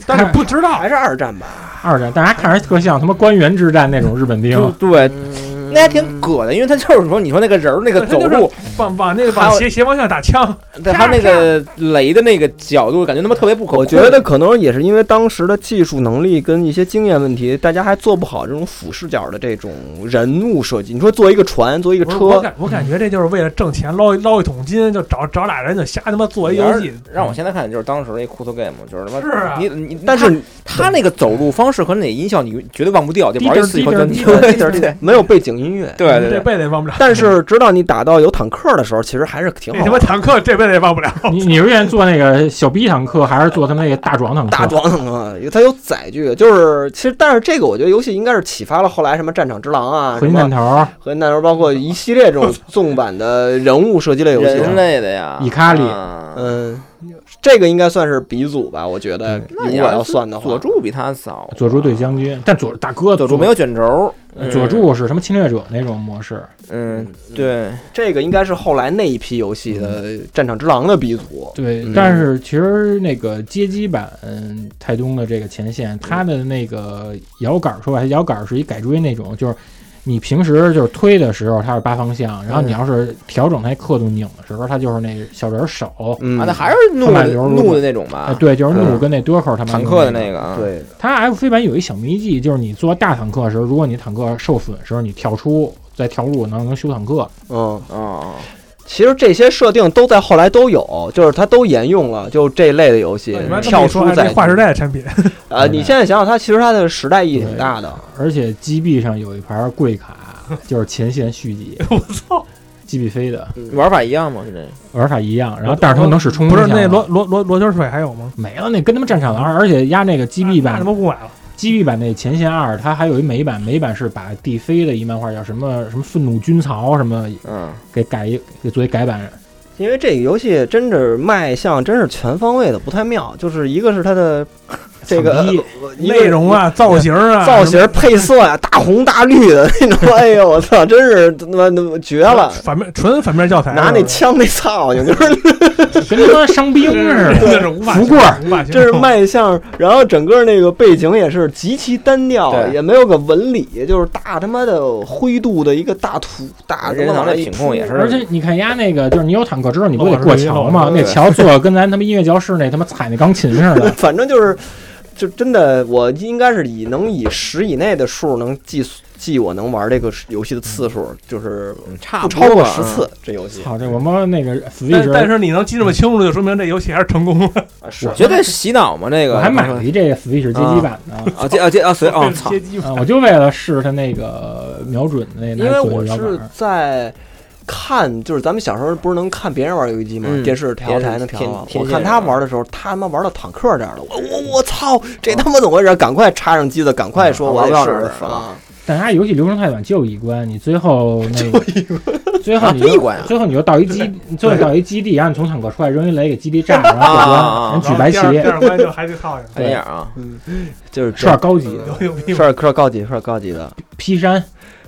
Speaker 5: 但是不知道
Speaker 2: 还是二战吧，
Speaker 3: [LAUGHS]
Speaker 4: 二战，大家看着特像他妈官员之战那种日本兵。
Speaker 3: 对，
Speaker 2: 嗯
Speaker 3: 那还挺葛的，因为他就是说，你说那个人儿那个
Speaker 5: 他
Speaker 3: 走
Speaker 5: 就是
Speaker 3: 路，
Speaker 5: 往往那个
Speaker 3: 还
Speaker 5: 往
Speaker 3: 有
Speaker 5: 斜斜方向打枪，
Speaker 3: 对他那个雷的那个角度，感觉他妈特别不可控。
Speaker 2: 我觉得可能也是因为当时的技术能力跟一些经验问题，大家还做不好这种俯视角的这种人物设计。你说做一个船，做一个
Speaker 5: 不是我
Speaker 2: 车，
Speaker 5: 感我感觉这就是为了挣钱捞一捞一桶金，就找找俩人就瞎他妈做一
Speaker 3: 你要
Speaker 5: 游
Speaker 3: 是
Speaker 5: 戏。
Speaker 3: 让我现在看，就是当时那库特 game，就是他妈
Speaker 5: 是啊
Speaker 3: 你你，
Speaker 2: 但是
Speaker 3: 他他那个走路方式和那音效，你绝对忘不掉，就玩一次以后就
Speaker 4: 滴
Speaker 3: 对
Speaker 4: 答
Speaker 3: 对
Speaker 4: 滴答滴答
Speaker 3: 对对
Speaker 2: 没有背景音乐。
Speaker 3: 对
Speaker 5: 这
Speaker 3: 对，
Speaker 5: 辈子也忘不了。
Speaker 2: 但是直到你打到有坦克的时候，其实还是挺
Speaker 5: 那
Speaker 2: 好
Speaker 5: 他
Speaker 2: 玩
Speaker 5: 妈
Speaker 2: 的。
Speaker 5: 坦克 [LAUGHS] 这辈子也忘不了。
Speaker 4: 你你是愿意坐那个小逼坦克，还是坐他们那个大壮坦克？
Speaker 2: 大壮啊，它有载具，就是其实，但是这个我觉得游戏应该是启发了后来什么战场之狼啊，
Speaker 4: 回
Speaker 2: 什
Speaker 4: 音弹
Speaker 2: 么
Speaker 4: 头儿、
Speaker 2: 和那时候包括一系列这种纵版的人物射击类游戏
Speaker 3: 人。类的呀，
Speaker 4: 伊卡里
Speaker 3: 啊
Speaker 2: 嗯，这个应该算是鼻祖吧，我觉得如
Speaker 3: 那
Speaker 2: 果
Speaker 3: 你
Speaker 2: 要算的话，
Speaker 3: 佐助比他早，
Speaker 4: 佐助对将军，但佐大哥
Speaker 3: 佐助没有卷轴，嗯
Speaker 4: 佐助是什么侵略者那种模式？
Speaker 3: 嗯对，
Speaker 2: 这个应该是后来那一批游戏的《战场之狼》的鼻祖。
Speaker 4: 对，
Speaker 2: 嗯
Speaker 4: 但是其实那个街机版嗯太东的这个前线，它的那个摇杆儿说白了，摇杆儿是一改锥那种，就是你平时就是推的时候它是八方向，然后
Speaker 3: 嗯
Speaker 4: 你要是调整它刻度拧的时候，它就是那小人手，
Speaker 2: 嗯，
Speaker 3: 啊，那还是怒
Speaker 4: 看
Speaker 3: 的
Speaker 4: 板球
Speaker 3: 怒的那种吧
Speaker 4: 啊，，对，就是怒
Speaker 3: 嗯
Speaker 4: 跟那多口他们
Speaker 3: 坦克的
Speaker 4: 那
Speaker 3: 那个啊，
Speaker 2: 对，
Speaker 4: 它 F 飞版有一小秘技，就是你做大坦克的时候，如果你坦克受损的时候，你跳出再跳入能能修坦克。
Speaker 2: 嗯，
Speaker 3: 哦，
Speaker 2: 其实这些设定都在后来都有，就是它都沿用了，就这类的游戏
Speaker 5: 你妈这么
Speaker 2: 跳
Speaker 5: 一说，
Speaker 2: 出
Speaker 5: 还
Speaker 2: 在
Speaker 5: 是划时代的产品， [LAUGHS]
Speaker 2: 呃，你现在想想，它其实它的时代意义挺大的。
Speaker 4: 而且 GB 上有一盘贵卡，就是前线续集。我
Speaker 5: 操
Speaker 4: ！GB 飞的
Speaker 3: 玩法一样吗？是这
Speaker 4: 玩法一样，然后但是他们能使冲
Speaker 5: 不
Speaker 2: 啊
Speaker 4: 锋
Speaker 5: 是
Speaker 4: 枪
Speaker 5: 那罗罗罗罗圈水还有吗？
Speaker 4: 没有那跟他们战场狼，而且压那个 GB
Speaker 5: 那他
Speaker 4: 版
Speaker 5: 妈不买了。
Speaker 4: GB 版那前线二，它还有一美版，美版是把 D 飞的一漫画叫什么什么愤怒军曹什么
Speaker 3: 嗯，
Speaker 4: 给改一给作为改版，
Speaker 2: 因为这个游戏真是卖相真是全方位的，不太妙。就是一个是它
Speaker 3: [LAUGHS]
Speaker 2: 的这个
Speaker 4: 统一
Speaker 3: 呃
Speaker 5: 内容，啊，造型啊，
Speaker 2: 造型配色呀、大红大绿的那种， [LAUGHS] 哎呦我操，真是他妈他妈绝
Speaker 5: 什么
Speaker 2: 了！
Speaker 5: 反面纯反面教材，啊
Speaker 2: 拿那枪那
Speaker 3: [LAUGHS]
Speaker 2: 操性，就是 [LAUGHS]
Speaker 4: 跟他妈伤兵
Speaker 5: 真
Speaker 4: 似的。
Speaker 5: 是 [LAUGHS] 真的是无法
Speaker 4: 福
Speaker 5: 形
Speaker 4: 贵儿
Speaker 5: 容，无法形
Speaker 2: 这是 [LAUGHS]
Speaker 5: 容
Speaker 2: 卖相，然后整个那个背景也是极其单调，
Speaker 3: 对
Speaker 2: 也没有个纹理，就是大他妈的灰度的一个大土大
Speaker 3: 人脑
Speaker 2: 脑，
Speaker 3: 袋品控也是，
Speaker 4: 而且你看人家那个，就是你有坦克之后，你不
Speaker 5: 老
Speaker 4: 得
Speaker 5: 是
Speaker 4: 过
Speaker 5: 一
Speaker 4: 桥
Speaker 5: 老
Speaker 4: 吗？
Speaker 5: 是
Speaker 4: 那桥做的跟咱他妈音乐教室那他妈踩那钢琴似的
Speaker 2: [LAUGHS] 反正就是，就真的，我应该是以能以十以内的数能记记我能玩这个游戏的次数，就是
Speaker 3: 嗯差
Speaker 2: 不
Speaker 3: 不
Speaker 2: 超
Speaker 3: 多
Speaker 2: 过
Speaker 3: 吧
Speaker 2: 十次。这游戏
Speaker 4: 操！这我妈那个死一
Speaker 5: 但但
Speaker 4: 直，
Speaker 5: 是你能记这么清楚，就说明这游戏还是成功了。
Speaker 2: 啊
Speaker 3: 嗯绝对洗脑嘛，这个
Speaker 4: 我还买了一这个 Switch 街机版呢。
Speaker 3: 啊，这啊这啊，随
Speaker 5: [LAUGHS]
Speaker 3: 哦操
Speaker 5: 街，机
Speaker 4: [LAUGHS] 啊，我就为了试它那个瞄准的那
Speaker 2: 因
Speaker 4: 那
Speaker 2: 为
Speaker 4: 左
Speaker 2: 我
Speaker 4: 右摇
Speaker 2: 是
Speaker 4: 杆儿，
Speaker 2: 在。看，就是咱们小时候不是能看别人玩游戏机吗？
Speaker 3: 嗯
Speaker 2: 电视调台能调
Speaker 3: 天
Speaker 2: 啊。
Speaker 3: 天
Speaker 2: 我看
Speaker 3: 天线
Speaker 2: 他玩的时候，他他妈玩到坦克这样了，我我我操，这他妈怎么回事？赶快插上机子，赶快说，
Speaker 3: 嗯
Speaker 2: 我
Speaker 3: 玩不
Speaker 2: 要
Speaker 3: 到
Speaker 2: 试
Speaker 3: 这儿
Speaker 2: 试啊！
Speaker 4: 但它游戏流程太短，就一关，你最后那个最后你
Speaker 3: 啊就一
Speaker 4: 就
Speaker 3: 关啊
Speaker 4: 最后你就到一基，最后到一基地，然后你从坦克出来扔一雷给基地炸，然后过
Speaker 3: 啊啊啊
Speaker 4: 关，人举白旗，
Speaker 5: 第二关就还得套上，
Speaker 3: 这样啊，
Speaker 2: 就是
Speaker 4: 是点高级的，
Speaker 5: 有有病
Speaker 2: 事！儿，事儿高级，事儿高级的。
Speaker 4: 劈山，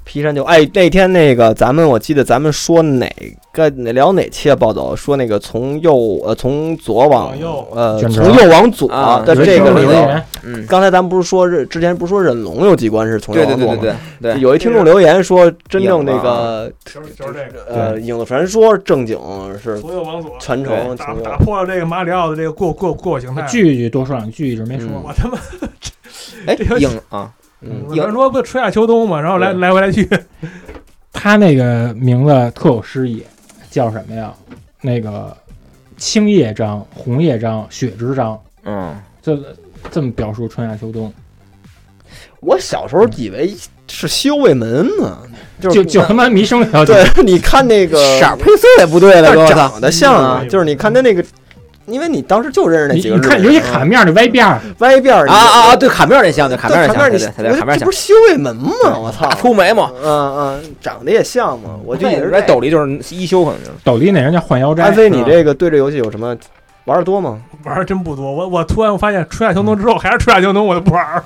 Speaker 2: 劈山就哎，那天那个咱们我记得咱们说哪个聊哪期啊？暴走说那个从右呃从左往
Speaker 5: 往哦右
Speaker 2: 呃
Speaker 4: 卷轴
Speaker 2: 从右往左
Speaker 3: 啊
Speaker 2: 的
Speaker 3: 对
Speaker 2: 这个
Speaker 4: 留
Speaker 2: 里头，
Speaker 4: 言，
Speaker 3: 嗯，
Speaker 2: 刚才咱们不是说是之前不是说忍龙有几关是从右
Speaker 3: 对对
Speaker 2: 往
Speaker 3: 对
Speaker 2: 左
Speaker 3: 对
Speaker 2: 吗？
Speaker 3: 对对，
Speaker 2: 有一听众留言说，真正那
Speaker 3: 影
Speaker 2: 个
Speaker 5: 就是就是这个，
Speaker 2: 呃《影子传说》正经是
Speaker 5: 从右往左，
Speaker 2: 全程
Speaker 5: 打
Speaker 2: 从右
Speaker 5: 打破了这个马里奥的这个过过过形态。
Speaker 4: 句句多说两句，一直没说。
Speaker 2: 嗯
Speaker 5: 我他妈，
Speaker 3: 哎
Speaker 5: 这游，戏
Speaker 3: 影啊，
Speaker 2: 嗯
Speaker 5: 有人说不春夏秋冬嘛，然后来
Speaker 3: 对
Speaker 5: 来回来去，
Speaker 4: 他那个名字特有诗意，叫什么呀？那个青叶章、红叶章、雪之章，
Speaker 3: 嗯，
Speaker 4: 这这么表述春夏秋冬，
Speaker 2: 我小时候以为是修卫门呢，就是
Speaker 4: 就啊就他妈迷生了解。
Speaker 2: 对，你看那个
Speaker 3: 色儿配色也不对了，
Speaker 2: 但
Speaker 3: 都
Speaker 2: 是
Speaker 3: 操
Speaker 2: 长得像啊，
Speaker 5: 嗯
Speaker 2: 就是你看他那个，因为你当时就认识那
Speaker 4: 你
Speaker 2: 几个
Speaker 4: 你
Speaker 2: 日本
Speaker 4: 看，
Speaker 2: 人，啊嗯
Speaker 4: 尤其卡面儿那歪边儿，
Speaker 2: 歪边儿
Speaker 3: 啊啊啊，对，卡面儿那像，对，卡面儿那
Speaker 2: 对
Speaker 3: 像，
Speaker 2: 面
Speaker 3: 对
Speaker 2: 你，
Speaker 3: 对对，卡面儿
Speaker 2: 这
Speaker 3: 像
Speaker 2: 不，是修卫门吗？我操
Speaker 3: 大，粗眉毛，
Speaker 2: 嗯嗯，长得也像嘛，我就
Speaker 3: 那
Speaker 2: 以为是
Speaker 3: 来斗。笠就是一休，可能就是
Speaker 4: 斗笠那人叫换腰
Speaker 2: 安
Speaker 4: 斋，
Speaker 2: 飞，你这个对这游戏有什么玩的多吗？
Speaker 5: 玩儿真不多。我我突然发现春夏秋冬之后还是春夏秋冬，我就不玩儿。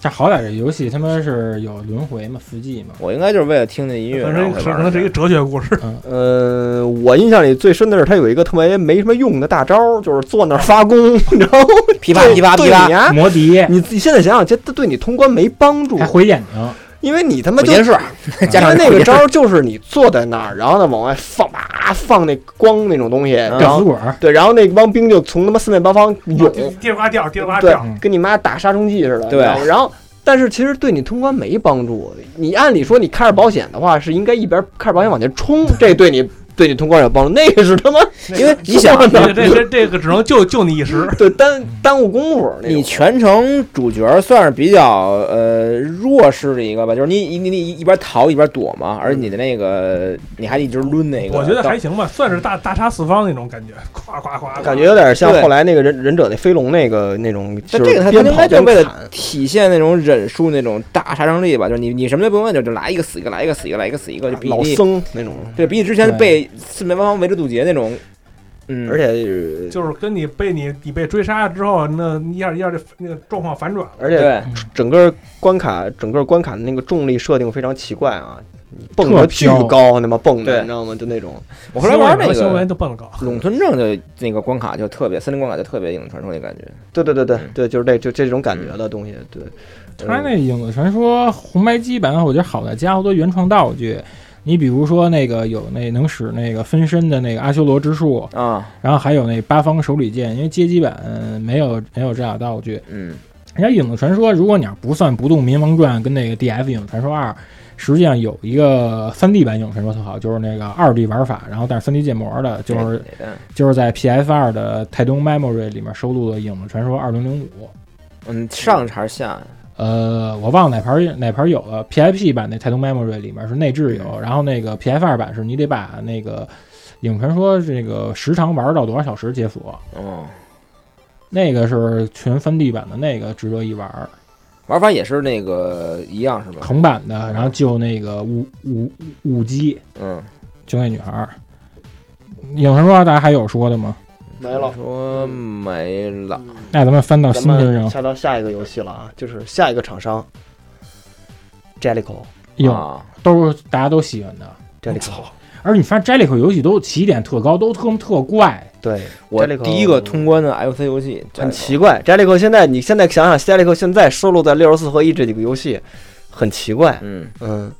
Speaker 4: 这好歹这游戏他妈是有轮回嘛，四季嘛。
Speaker 3: 我应该就是为了听那音乐，
Speaker 5: 本
Speaker 3: 然后
Speaker 5: 身
Speaker 3: 才
Speaker 5: 可
Speaker 3: 玩
Speaker 5: 能是一个
Speaker 3: 的。 [LAUGHS]
Speaker 5: 哲学故事，
Speaker 2: 呃，我印象里最深的是他有一个特别没什么用的大招儿，就是坐那儿发功，然后
Speaker 3: 噼啪噼啪噼
Speaker 2: 对你
Speaker 3: 啪，
Speaker 2: 啊，
Speaker 4: 摩迪哎
Speaker 2: 你自己现在想想，这对你通关没帮助
Speaker 4: 还，毁眼睛，
Speaker 2: 因为啊你他妈
Speaker 3: 滚
Speaker 2: 就
Speaker 3: 电视，啊
Speaker 5: [LAUGHS]
Speaker 3: 家
Speaker 2: 因为那
Speaker 3: 长滚
Speaker 2: 个
Speaker 3: 电视
Speaker 2: 招儿就是你坐在那儿，然后呢往外放，叭放那光那种东西，然
Speaker 4: 吊
Speaker 2: 后
Speaker 4: 死管儿，
Speaker 2: 对，然后那帮兵就从他妈四面八方
Speaker 5: [LAUGHS]
Speaker 2: 涌，
Speaker 5: 滴啦掉，滴啦
Speaker 2: 对嗯
Speaker 5: 掉，
Speaker 2: 跟你妈打杀虫剂似的。
Speaker 3: 对
Speaker 2: 你知道吗然后但是其实对你通关没帮助。你按理说你开着保险的话，是应该一边开着保险往前冲，这对你对你通关有帮助。那个是他 [LAUGHS] 妈
Speaker 3: 因为你想，
Speaker 5: 这这这这个只能救救你一时。
Speaker 2: 对耽耽误功夫。那种
Speaker 3: 你全程主角算是比较呃弱势的一个吧，就是你你你一边逃一边躲嘛，而你的那个你还一直抡那个，
Speaker 5: 我觉得还行吧，算是大大杀四方那种感觉，夸夸夸，
Speaker 2: 嗯感觉有点像
Speaker 3: 对
Speaker 2: 后来那个忍忍者那飞龙那个那种，
Speaker 3: 但
Speaker 2: 就是
Speaker 3: 这个他他
Speaker 2: 边
Speaker 3: 应该
Speaker 2: 跑
Speaker 3: 就
Speaker 2: 边
Speaker 3: 为
Speaker 2: 砍
Speaker 3: 了体现那种忍术那种大杀伤力吧，就是你你什么都不用问，就就来一个死一个，来一个死一个，来一个死一个，就比
Speaker 2: 老
Speaker 3: 你
Speaker 2: 僧那种，
Speaker 3: 对比你之前被四面八方围着堵截那种，嗯，
Speaker 2: 而且
Speaker 5: 就是跟你被你你被追杀之后，那一下一下这那个状况反转了。
Speaker 2: 而且
Speaker 3: 对
Speaker 2: 整个关卡整个关卡的那个重力设定非常奇怪啊，蹦
Speaker 4: 特
Speaker 2: 的巨
Speaker 4: 飘
Speaker 2: 高，那么蹦的，
Speaker 3: 对
Speaker 2: 你知道吗？就那种
Speaker 3: 我后来玩那
Speaker 5: 新
Speaker 3: 个
Speaker 5: 闻都蹦得高，
Speaker 2: 嗯
Speaker 3: 龙吞症的那个关卡就特别，森林关卡就特别影传说那感觉，
Speaker 2: 对对对对
Speaker 3: 嗯
Speaker 2: 对，就是那就这种感觉的东西，对。嗯
Speaker 4: 它那《影子传说》红白机版，我觉得好在加好多原创道具。你比如说那个有那能使那个分身的那个阿修罗之术，
Speaker 3: 啊，
Speaker 4: 然后还有那八方手里剑，因为街机版没有没有这俩道具。
Speaker 3: 嗯，
Speaker 4: 人家《影子传说》，如果你要不算《不动明王传》跟那个 DF《影子传说二》，实际上有一个三 D 版《影子传说》特好，就是那个二 D 玩法，然后但是三 D 建模的，就是
Speaker 3: 嗯
Speaker 4: 就是在 PS 二的《太东 Memory》里面收录的《影子传说二零零五》。
Speaker 3: 嗯上还是下，
Speaker 4: 呃，我忘了哪盘儿哪盘儿有了。PFP 版那《太东 Memory》里面是内置有，然后那个 PF 二版是你得把那个《影传说》这个时长玩到多少小时解锁，
Speaker 3: 嗯，
Speaker 4: 那个是全三 D 版的，那个值得一玩儿。
Speaker 3: 玩法也是那个一样是吧？
Speaker 4: 横版的，然后就那个舞舞舞姬，
Speaker 3: 嗯，
Speaker 4: 就那女孩儿。《影传说》大家还有说的吗？
Speaker 2: 没
Speaker 3: 说没了，
Speaker 4: 那咱们翻到
Speaker 2: 嗯咱
Speaker 4: 哦新的
Speaker 2: 们
Speaker 4: 上，
Speaker 2: 下到下一个游戏了啊，就是下一个厂商，Jellico，
Speaker 4: 有
Speaker 3: 啊，
Speaker 4: 都是大家都喜欢的。
Speaker 2: Jellico，
Speaker 4: 而且你发现 Jellico 游戏都起点特高，都特特怪，
Speaker 2: 对，
Speaker 3: 我
Speaker 2: Jellicoe
Speaker 3: 第一个通关的 FC 游戏，
Speaker 2: 很奇怪。Jellico 现在你现在想想，Jellico 现在收录在六十四合一这几个游戏，很奇怪。
Speaker 3: 嗯，
Speaker 2: 嗯，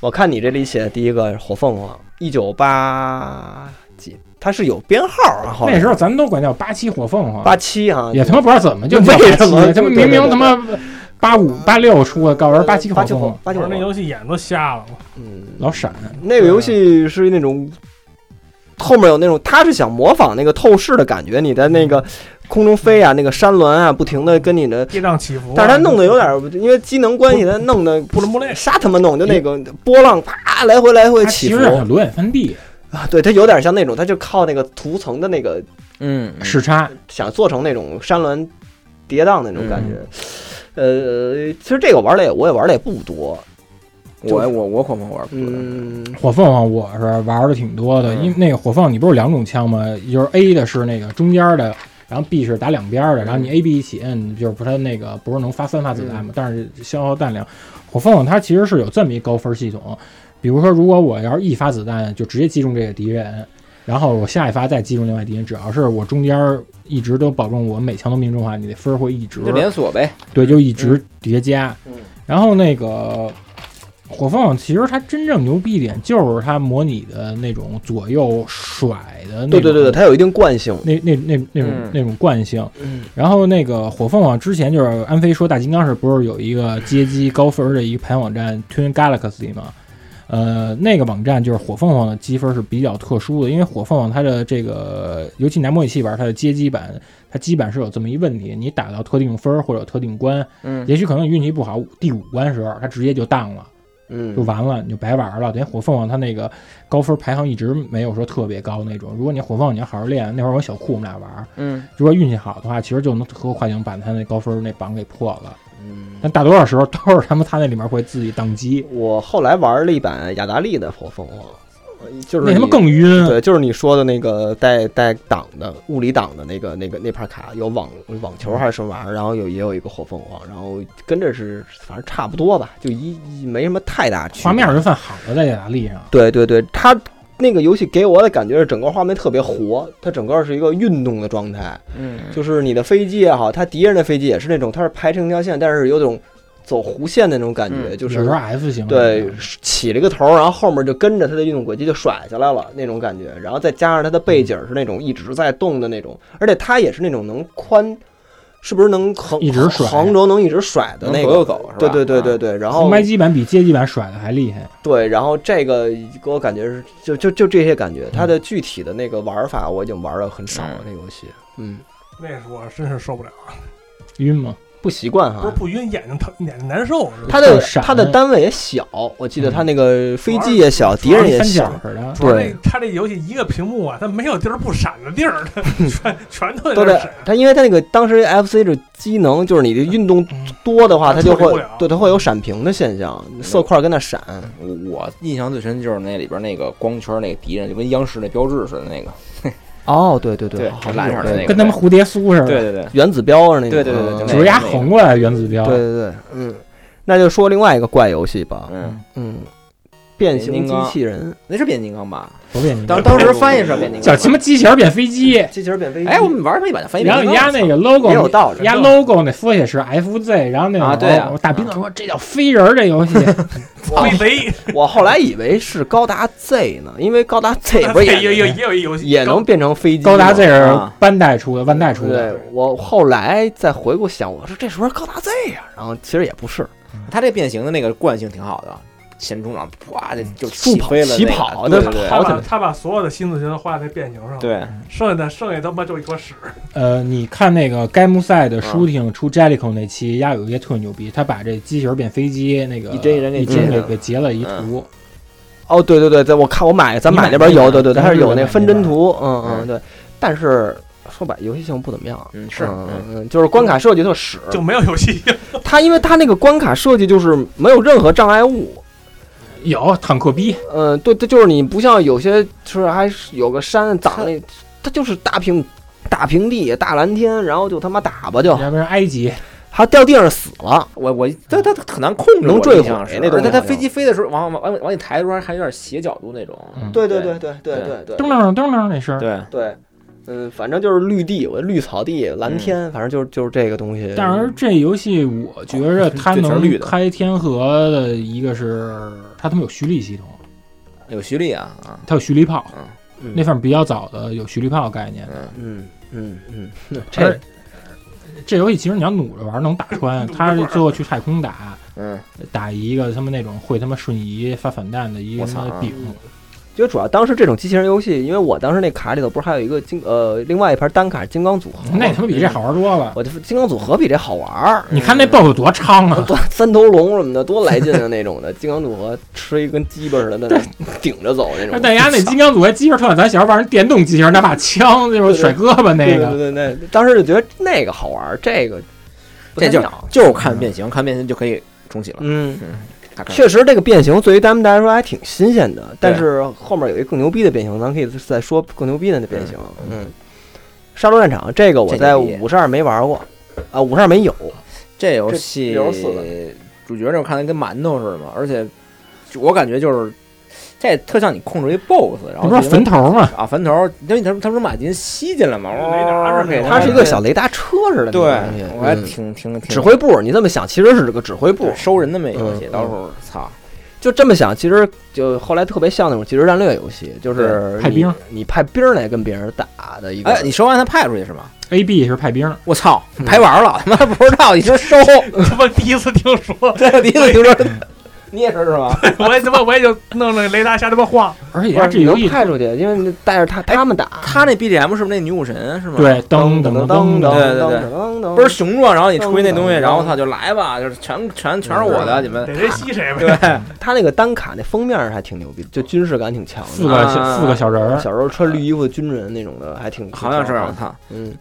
Speaker 2: 我看你这里写的第一个火凤凰，一九八几，它是有编号啊，后来
Speaker 4: 那时候咱们都管叫八七火凤凰，
Speaker 2: 八七啊，
Speaker 4: 也他妈不知道怎么就
Speaker 2: 为
Speaker 4: 叫八
Speaker 2: 什么
Speaker 4: 七，他
Speaker 2: 就
Speaker 4: 妈
Speaker 2: 对
Speaker 4: 明
Speaker 2: 对
Speaker 4: 明
Speaker 2: 对
Speaker 4: 他妈八五八六出的，告诉人八七
Speaker 2: 八
Speaker 4: 火
Speaker 2: 七
Speaker 4: 凤凰，
Speaker 2: 八
Speaker 5: 我
Speaker 2: 九
Speaker 5: 说那游戏眼都瞎了，
Speaker 2: 嗯，
Speaker 4: 老闪，
Speaker 2: 那个游戏是那种后面有那种，他是想模仿那个透视的感觉，你在那个空中飞啊，那个山峦啊，不停的跟你的，
Speaker 5: 跌宕起伏啊。
Speaker 2: 但是他弄的有点儿，因为机能关系，他弄哎的
Speaker 5: 不伦不类。
Speaker 2: 哎瞎他妈弄，就那个波浪啪来回来回
Speaker 4: 它
Speaker 2: 起
Speaker 4: 其
Speaker 2: 伏
Speaker 4: 实，很裸眼翻地
Speaker 2: 啊对，它有点像那种，它就靠那个图层的那个
Speaker 3: 嗯，
Speaker 4: 视差，
Speaker 2: 想做成那种山峦跌宕那种感觉。呃，其实这个玩的也我也玩的也不多，
Speaker 3: 嗯我我我恐怕玩不了，
Speaker 2: 嗯，
Speaker 4: 火凤凰我是玩的挺多的，
Speaker 3: 嗯
Speaker 4: 因为那个火凤凰你不是有两种枪吗？就是 A 的是那个中间的，然后 B 是打两边的，然后
Speaker 3: 嗯
Speaker 4: 你 A B 一起摁，就是不是它那个不是能发三发子弹吗？但是消耗弹量。火凤凰它其实是有这么一高分系统，比如说如果我要是一发子弹就直接击中这个敌人，然后我下一发再击中另外敌人，只要是我中间一直都保证我每枪都命中的话，你的分儿会一直
Speaker 3: 就连锁呗，
Speaker 4: 对，就一直叠加。
Speaker 2: 嗯
Speaker 4: 然后那个火凤凰其实它真正牛逼一点，就是它模拟的那种左右甩的那种，
Speaker 2: 对对对对，它有一定惯性，
Speaker 4: 那那那那种、
Speaker 3: 嗯
Speaker 4: 那种惯性。
Speaker 2: 嗯
Speaker 4: 然后那个火凤凰之前就是安飞说大金刚是不是有一个街机高分儿的一个排行网站 Twin Galaxy 嘛？呃，那个网站就是火凤凰的积分是比较特殊的，因为火凤凰它的这个，尤其拿模拟器玩它的街机版，它基本是有这么一问题，你打到特定分儿或者特定关，
Speaker 3: 嗯，
Speaker 4: 也许可能你运气不好，第五关时候它直接就荡了，
Speaker 2: 嗯
Speaker 4: 就，完了，你就白玩了。等于火凤凰它那个高分排行一直没有说特别高那种。如果你火凤凰你要好好练，那会儿我小酷我们俩玩，
Speaker 3: 嗯
Speaker 4: 如果运气好的话，其实就能和快艇把它那高分那榜给破了。
Speaker 3: 嗯，
Speaker 4: 但大多数时候都是他们他那里面会自己宕机，
Speaker 2: 我后来玩了一版雅达利的火凤凰，就是
Speaker 4: 那他妈
Speaker 2: 你
Speaker 4: 更晕。
Speaker 2: 对，就是你说的那个带带档的物理档的那个那个那盘卡，有网网球还是什么玩意儿，然后有也有一个火凤凰，然后跟这是反正差不多吧，就一一没什么太大区别。
Speaker 4: 画面就算好了，在雅达利上，
Speaker 2: 对对对，它那个游戏给我的感觉是整个画面特别活，它整个是一个运动的状态，
Speaker 3: 嗯，
Speaker 2: 就是你的飞机也好，它敌人的飞机也是那种，它是排成一条线，但是有种走弧线的那种感觉，
Speaker 3: 嗯
Speaker 2: 就
Speaker 4: 有
Speaker 2: 是
Speaker 4: 时候 F 型的
Speaker 2: 对起了一个头，然后后面就跟着它的运动轨迹就甩下来了那种感觉，然后再加上它的背景是那种一直在动的那种，而且它也是那种能宽，是不是能横
Speaker 4: 一直甩
Speaker 2: 横轴能一直甩的那
Speaker 3: 能左右
Speaker 2: 个？
Speaker 3: 走是吧？
Speaker 2: 对对对对
Speaker 3: 啊，
Speaker 2: 对，然后
Speaker 4: 红白机版比街机版甩的还厉害，
Speaker 2: 对，然后这个给我感觉是就就就这些感觉，它的具体的那个玩法我已经玩的很少了，那游戏嗯
Speaker 5: 那是我真是受不了，
Speaker 4: 晕吗？
Speaker 2: 不习惯
Speaker 5: 不是
Speaker 2: 哈。
Speaker 5: 不晕，眼睛疼，眼睛难受。是吧
Speaker 2: 它的
Speaker 4: 闪
Speaker 2: 它的单位也小，我记得它那个飞机也小，敌
Speaker 5: 别
Speaker 2: 人也
Speaker 4: 三
Speaker 2: 小
Speaker 4: 角，似的，
Speaker 5: 主要这
Speaker 2: 对
Speaker 5: 他这游戏一个屏幕啊，他没有地儿不闪的地儿，
Speaker 2: [LAUGHS]
Speaker 5: 它全全都
Speaker 2: 都
Speaker 5: 在那儿
Speaker 2: 得
Speaker 5: 闪。
Speaker 2: 它，因为它那个当时 FC 这机能就是你的运动
Speaker 4: 嗯
Speaker 2: 多的话，它
Speaker 5: 它
Speaker 2: 就
Speaker 5: 处理不
Speaker 2: 会
Speaker 5: 了
Speaker 2: 对它会有闪屏的现象，色块跟那闪。
Speaker 3: 我我印象最深就是那里边那个光圈那个敌人，就跟央视那标志似的那个，
Speaker 2: 哦，对对
Speaker 3: 对
Speaker 2: 好
Speaker 3: 蓝色的那个
Speaker 4: 跟他们蝴蝶酥似
Speaker 3: 对
Speaker 4: 的，
Speaker 3: 对对，
Speaker 2: 原子标啊那种，
Speaker 3: 对对对对
Speaker 2: 嗯
Speaker 3: 就
Speaker 4: 只是压横过来原子标，
Speaker 2: 对对对，嗯，那就说另外一个怪游戏吧，
Speaker 3: 嗯，
Speaker 2: 嗯，变形
Speaker 3: 变形金
Speaker 2: 机
Speaker 3: 刚
Speaker 2: 器人，
Speaker 3: 那是变形金刚吧？
Speaker 4: 不变你
Speaker 3: 当当时翻译是变形金
Speaker 4: 叫
Speaker 3: 刚，
Speaker 4: 什么机器人变飞机，
Speaker 2: 机器人变飞
Speaker 3: 哎，我们玩儿那版的翻译变
Speaker 4: 然后
Speaker 3: 形
Speaker 4: 你
Speaker 3: 金刚，
Speaker 4: 压那个 logo
Speaker 2: 也有道理。
Speaker 4: 压 logo 那缩写是 FZ，然后那
Speaker 3: 啊
Speaker 4: 个
Speaker 3: 对啊
Speaker 4: 我大斌总说这叫飞人儿这游
Speaker 3: [LAUGHS]
Speaker 4: 戏，
Speaker 2: 啊
Speaker 5: 飞贼，
Speaker 2: 我后来以为是高达 Z 呢，因为高达 [LAUGHS] Z
Speaker 5: [LAUGHS]
Speaker 2: 不是
Speaker 5: 也也也
Speaker 2: 也
Speaker 5: 也有一游戏
Speaker 2: 也能变成飞机吗？
Speaker 4: 高达 Z 是
Speaker 3: 啊
Speaker 4: 班代出的，万代出的
Speaker 2: 对，我后来再回顾想，我说这是不是高达 Z 呀、然后其实也不是，
Speaker 3: 它这变形的那个惯性挺好的，前中掌哇就就
Speaker 2: 速
Speaker 3: 起
Speaker 2: 跑
Speaker 3: 飞了那个，
Speaker 2: 起跑
Speaker 3: 对
Speaker 2: 的
Speaker 3: 对对
Speaker 5: 他
Speaker 2: 跑起
Speaker 5: 把
Speaker 2: 来
Speaker 5: 他把所有的心思全都花在变形上，，
Speaker 3: 对，
Speaker 5: 剩下的剩下他妈就一坨屎。
Speaker 4: 呃，你看那个盖姆赛的
Speaker 3: 啊
Speaker 4: shooting 出 Jellico 那期，丫有一个特牛逼，他把这机器人变飞机那个
Speaker 3: 一帧一帧给
Speaker 4: 一帧
Speaker 3: 截嗯
Speaker 4: 给
Speaker 3: 了
Speaker 4: 给截了一图，
Speaker 2: 哦，对对对，在我看我买，咱买那边有，
Speaker 4: 你买那
Speaker 2: 对
Speaker 4: 个
Speaker 2: 对，对它是有那个分帧图，嗯
Speaker 3: 嗯
Speaker 2: 嗯对，但是说白，游戏性不怎么样。
Speaker 3: 嗯是，
Speaker 2: 嗯
Speaker 3: 嗯
Speaker 2: 嗯，就是关卡设计特屎，
Speaker 5: 就没有游戏， [LAUGHS]
Speaker 2: 它因为它那个关卡设计就是没有任何障碍物，
Speaker 4: 有坦克逼，
Speaker 2: 嗯，对，对，就是你不像有些是还是有个山挡那，它就是大平大平地大蓝天，然后就他妈打吧
Speaker 3: 哦
Speaker 2: 就，
Speaker 4: 要不然埃及
Speaker 2: 还掉地上死了，
Speaker 3: 我我它它它很难控制，
Speaker 2: 能坠毁那
Speaker 3: 那
Speaker 2: 东西好
Speaker 3: 它它
Speaker 2: 像
Speaker 3: 飞机飞的时候往往往往你抬的时候还有点斜角度那种，
Speaker 4: 嗯
Speaker 2: 对
Speaker 3: 对
Speaker 2: 对对对对对
Speaker 4: 噔噔噔噔那声儿。
Speaker 3: 对，
Speaker 2: 对，嗯，反正就是绿地，我绿草地、蓝天，反正就是就是这个东西。
Speaker 4: 但是这游戏我觉着它
Speaker 3: 哦这全是绿
Speaker 4: 能
Speaker 3: 的
Speaker 4: 开天河的一个是它他妈有蓄力系统，
Speaker 3: 有蓄力啊啊，
Speaker 4: 它有蓄力炮，
Speaker 2: 嗯
Speaker 4: 那份比较早的有蓄力炮概念。
Speaker 3: 嗯，
Speaker 2: 嗯嗯嗯，
Speaker 4: 这这游戏其实你要努着玩儿能打
Speaker 2: [LAUGHS]
Speaker 4: 穿，它是最后去太空打，
Speaker 3: 嗯，
Speaker 4: 打一个他们那种会他妈瞬移发反弹的一个
Speaker 3: 我
Speaker 4: 什
Speaker 3: 操
Speaker 4: 么饼，
Speaker 2: 嗯就主要当时这种机器人游戏，因为我当时那卡里头不是还有一个金呃另外一盘单卡金刚组合吗，
Speaker 4: 那他妈比这好玩多了。
Speaker 2: 我就金刚组合比这好玩儿。
Speaker 4: 你看那 BOSS 多猖
Speaker 3: [LAUGHS]
Speaker 4: 啊！
Speaker 2: 多三头龙什么的，多来劲啊！那种的金刚组合，吃一跟鸡巴似的，在那顶着走那种。
Speaker 4: 但家那金刚组还鸡巴特，咱小时候玩儿那电动机器人，拿把枪就是甩胳膊那
Speaker 2: [LAUGHS] 对
Speaker 4: 个，
Speaker 2: 对对对，对当时就觉得那个好玩儿，这个不太
Speaker 3: 这就
Speaker 2: 妙
Speaker 3: 就是看变形，看变形就可以重启了，
Speaker 2: 嗯，
Speaker 3: 咔咔
Speaker 2: 确实，这个变形对于咱们来说还挺新鲜的，但是后面有一个更牛逼的变形，咱可以再说更牛逼的那变形。嗯，杀戮战场这个我在
Speaker 3: 这牛逼
Speaker 2: 五十二没玩过，啊，五十二没有。
Speaker 3: 这游
Speaker 2: 这
Speaker 3: 戏
Speaker 2: 流死了
Speaker 3: 主角这看来跟馒头似的嘛，而且就我感觉就是这也特像你控制一 BOSS，然
Speaker 4: 那
Speaker 3: 后
Speaker 4: 不是坟头吗？
Speaker 3: 啊坟头，因为他他不是把金吸进来嘛，
Speaker 5: 雷达似的
Speaker 3: 给
Speaker 5: 那
Speaker 3: 它
Speaker 5: 种
Speaker 2: 它是一个小雷达车似的那
Speaker 3: 对
Speaker 2: 种东西，，
Speaker 3: 我还
Speaker 2: 嗯
Speaker 3: 挺挺挺
Speaker 2: 指挥部。你这么想，其实是这个指挥部
Speaker 3: 对，收人那么一游戏，
Speaker 2: 嗯
Speaker 3: 到时候操，
Speaker 2: 就这么想，其实就后来特别像那种即时战略游戏，就是
Speaker 4: 对派
Speaker 2: 你
Speaker 4: 兵，
Speaker 2: 你派兵儿来跟别人打的一个。
Speaker 3: 哎，你收完他派出去是吗？
Speaker 4: A B 是派兵，
Speaker 3: 我操
Speaker 2: 嗯，
Speaker 3: 排玩了，他妈不知道，你说收，
Speaker 5: 他妈第一次听说，
Speaker 3: 这第一次听说，你也是是吗？
Speaker 5: 我也他妈我也就弄那雷达瞎他妈晃，
Speaker 4: 而且
Speaker 2: 不是
Speaker 4: 它这
Speaker 2: 你
Speaker 4: 游
Speaker 2: 能
Speaker 4: 戏
Speaker 2: 派出去，因为你带着他他们打。
Speaker 3: [LAUGHS] 他那 BGM 是不是那女武神是吗？，
Speaker 4: 对噔噔噔噔噔，
Speaker 3: 对对
Speaker 2: 对
Speaker 3: 不是雄壮，然后你吹那东西，
Speaker 2: 嗯
Speaker 3: 然后他就来吧，就是全全全是我的，你们
Speaker 5: 逮谁吸谁呗。
Speaker 3: 对，
Speaker 2: 他那个单卡那封面儿还挺牛逼的，就军事感挺强
Speaker 4: 四
Speaker 2: 的。
Speaker 4: 个
Speaker 3: 啊
Speaker 4: 小四个小人儿，
Speaker 2: 小时候穿绿衣服的军人那种的，还挺
Speaker 3: 好像是我
Speaker 2: 啊。
Speaker 3: 操，
Speaker 2: 嗯，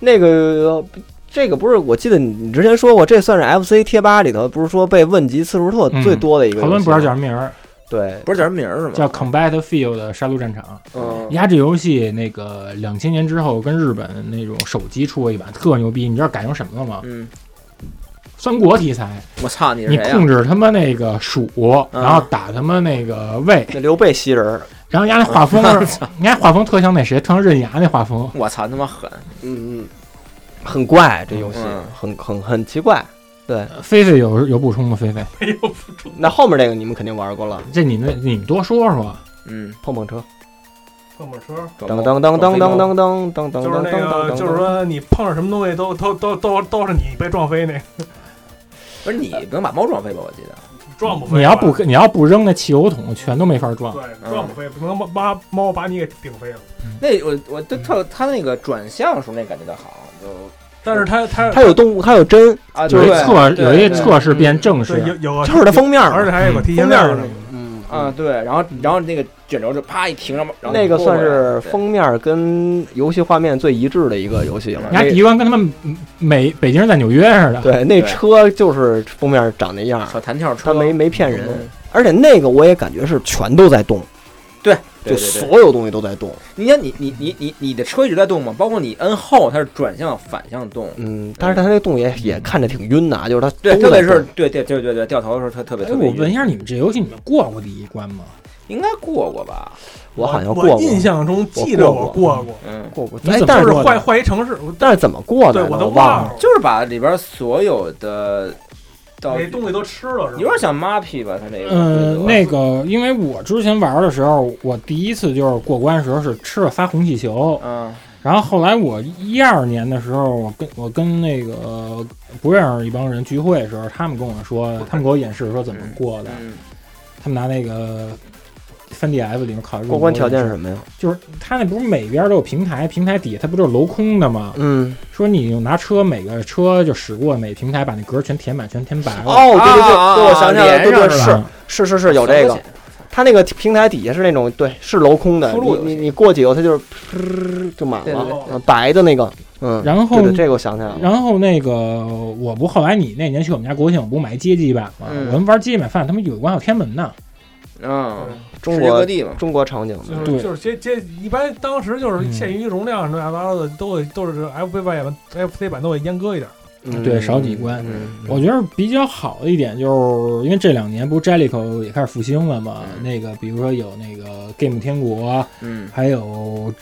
Speaker 2: 那个这个不是，我记得你你之前说过，这算是 FC 贴吧里头不是说被问及次数特
Speaker 4: 嗯
Speaker 2: 最多的一个游戏吗，
Speaker 4: 好多人不知道叫什么名儿，
Speaker 2: 对，
Speaker 3: 不是叫什么名儿是吗？
Speaker 4: 叫 Combat Field 的杀戮战场。
Speaker 2: 嗯，
Speaker 4: 压这游戏那个两千年之后跟日本那种手机出过一版，特牛逼。你知道改成什么了吗？
Speaker 3: 嗯，
Speaker 4: 三国题材，
Speaker 3: 我操，你是
Speaker 4: 你
Speaker 3: 谁啊嗯呀
Speaker 4: 控？制他妈那个蜀，然后打他妈那个魏，
Speaker 2: 那刘备吸人儿，
Speaker 4: 然后人家那画风，
Speaker 3: 嗯
Speaker 4: 人家画风特像那谁，特像刃牙那画风。
Speaker 3: 我操，他妈狠！
Speaker 2: 嗯嗯，很怪这游戏
Speaker 3: 嗯，
Speaker 2: 很很很奇怪。对，
Speaker 4: 菲菲有有补充吗？菲菲，
Speaker 5: 哎
Speaker 6: 没有不中。
Speaker 2: 那后面这个你们肯定玩过了，
Speaker 4: 这你们你们多说说。
Speaker 3: 嗯，
Speaker 2: 碰碰车，
Speaker 5: 碰碰车，
Speaker 2: 当当当当当当当当当
Speaker 5: 就是
Speaker 2: 当
Speaker 5: 那
Speaker 2: 当
Speaker 5: 个，
Speaker 2: 当，
Speaker 5: 就是说你碰上什么东西都都都都都是你被撞飞那个，
Speaker 3: 不是你不能把猫撞飞吧？我记得
Speaker 5: 撞不飞吧。
Speaker 4: 你要不你要不扔那汽油桶，全都没法
Speaker 3: 啊
Speaker 4: 撞。
Speaker 5: 对，撞不飞，不能把把猫把你给顶飞了。
Speaker 3: 那我我对特他那个转向的时候那感觉倒好，就
Speaker 5: 但是它它
Speaker 2: 它有动物，它有针，
Speaker 3: 啊
Speaker 4: 有
Speaker 2: 对
Speaker 4: 一侧
Speaker 3: 对
Speaker 4: 有一
Speaker 3: 对
Speaker 4: 侧是变
Speaker 2: 嗯
Speaker 4: 正
Speaker 5: 对有
Speaker 4: 式，
Speaker 5: 有个
Speaker 2: 就是它封面嘛，
Speaker 5: 而且还有个
Speaker 2: 封
Speaker 5: 提前
Speaker 2: 面
Speaker 5: 量
Speaker 2: 儿
Speaker 5: 呢
Speaker 2: 那个，嗯
Speaker 3: 啊，对，然后然后那个卷轴就啪一停，然后然后
Speaker 2: 那个
Speaker 3: 拨过
Speaker 2: 算
Speaker 3: 来
Speaker 2: 是
Speaker 3: 对
Speaker 2: 封面儿跟游戏画面最一致的一个游戏了。
Speaker 5: 嗯
Speaker 4: 你看
Speaker 2: 那
Speaker 4: 迪湾跟他们美北京人在纽约似的。
Speaker 2: 对，那
Speaker 3: 对
Speaker 2: 车就是封面儿长那样儿，
Speaker 3: 小弹跳车，
Speaker 2: 它没没骗人。
Speaker 3: 嗯
Speaker 2: 而且那个我也感觉是全都在动，
Speaker 3: 对，对
Speaker 2: 就
Speaker 3: 对对
Speaker 2: 所有东西都在动。
Speaker 3: 你看你你你你你的车一直在动吗？包括你摁后，它是转向反向动。
Speaker 2: 嗯，但是它那个动也也看着挺晕的啊，就是它
Speaker 3: 对，
Speaker 2: 都
Speaker 3: 特
Speaker 2: 在
Speaker 3: 别是
Speaker 2: 动
Speaker 3: 对对对对对，掉头的时候特特别
Speaker 4: 哎，
Speaker 3: 特别
Speaker 4: 我
Speaker 3: 晕。
Speaker 4: 问一下，你们这游戏你们过过第一关吗？
Speaker 3: 应该过过吧？
Speaker 2: 我好像
Speaker 5: 我
Speaker 2: 过过，
Speaker 5: 印象中记得
Speaker 2: 我
Speaker 5: 我过过，
Speaker 3: 嗯，
Speaker 2: 过过
Speaker 4: 你，
Speaker 2: 哎
Speaker 4: 怎，么
Speaker 2: 但
Speaker 5: 就是是
Speaker 4: 过的
Speaker 5: 换换一城市，我
Speaker 2: 但是怎么过的
Speaker 5: 对
Speaker 2: 呢？
Speaker 5: 我都
Speaker 2: 忘
Speaker 5: 了，
Speaker 3: 就是把里边所有的道
Speaker 5: 哪
Speaker 3: 具，
Speaker 5: 东西都吃了是
Speaker 3: 有
Speaker 5: 吧？
Speaker 3: 点像 MAP 吧？它这个
Speaker 4: 呃，
Speaker 3: 规则
Speaker 4: 那个，因为我之前玩的时候，我第一次就是过关的时候是吃了仨红气球，
Speaker 3: 嗯
Speaker 4: 然后后来我一二年的时候，我跟我跟那个不认识一帮人聚会的时候，他们跟我说，他们给我演示说怎么过的，
Speaker 3: 嗯
Speaker 4: 他们拿那个。3 DS 里面考
Speaker 2: 过关条件是什么呀？
Speaker 4: 就是它那不是每边都有平台，平台底下它不就是镂空的吗？
Speaker 2: 嗯，
Speaker 4: 说你就拿车每个车就驶过每平台，把那格全填满，全填白了。
Speaker 2: 哦，对对对，
Speaker 3: 啊
Speaker 2: 对我想起来了，
Speaker 3: 连
Speaker 2: 对对
Speaker 3: 上
Speaker 2: 是是
Speaker 3: 是
Speaker 2: 是是有这个，它那个平台底下是那种对，是镂空的，
Speaker 3: 出入游戏
Speaker 2: 你你你过几游它就是噗就满
Speaker 3: 对对
Speaker 2: 了，
Speaker 3: 对
Speaker 2: 嗯白的那个，嗯，
Speaker 4: 然后
Speaker 2: 对对，这个我想起
Speaker 3: 啊
Speaker 2: 来了，
Speaker 4: 然后那个，我不后来你那年去我们家国庆，我不买街机版吗？
Speaker 3: 嗯
Speaker 4: 我们玩街机版，发现他们有关有天门呢。
Speaker 3: 嗯，
Speaker 2: 中
Speaker 3: 世界
Speaker 2: 国
Speaker 3: 各地嘛，
Speaker 2: 中国场景的，
Speaker 5: 就是就是这这一般当时就是限于容量什么乱七八糟的，都得都是 FC 版 FC 版都得阉割一点。
Speaker 2: 嗯
Speaker 4: 对，少几关。
Speaker 3: 嗯
Speaker 4: 我觉得比较好的一点就是，因为这两年不是 Jellico 也开始复兴了嘛，
Speaker 3: 嗯
Speaker 4: 那个比如说有那个 Game 天国，
Speaker 3: 嗯
Speaker 4: 还有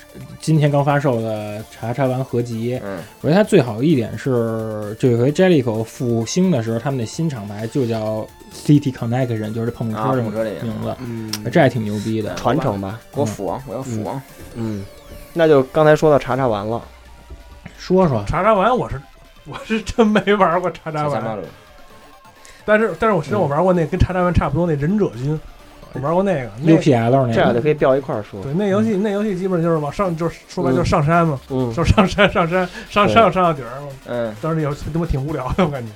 Speaker 4: 今天刚发售的查查完合集，
Speaker 3: 嗯
Speaker 4: 我觉得它最好一点是，这回 Jellico 复兴的时候，他们的新厂牌就叫 City Connection，就是碰
Speaker 3: 啊，
Speaker 4: 碰车
Speaker 3: 火
Speaker 4: 这个
Speaker 3: 车这个
Speaker 4: 名字，
Speaker 2: 嗯，
Speaker 4: 这还挺牛逼的。
Speaker 2: 传承吧，
Speaker 3: 给我斧王，啊我要斧王，
Speaker 2: 嗯，那就刚才说到查查完了，
Speaker 3: 嗯
Speaker 4: 说说，
Speaker 5: 查查完我是 [LAUGHS] 我是真没玩过查查
Speaker 3: 小三八
Speaker 5: 完，
Speaker 3: 路，
Speaker 5: 但是但是我知道我玩过那跟查查完差不多那忍者军，
Speaker 3: 哎
Speaker 5: 我玩过那个那
Speaker 4: UPL 那
Speaker 2: 这俩
Speaker 4: 个
Speaker 2: 就可以调一块儿说，
Speaker 5: 对那游戏那游戏基本就是往上就是说白就是上山嘛，
Speaker 2: 嗯，
Speaker 5: 就是上山上山上山上到底儿。
Speaker 3: 嗯，
Speaker 5: 当时有他妈挺无聊的，我感觉。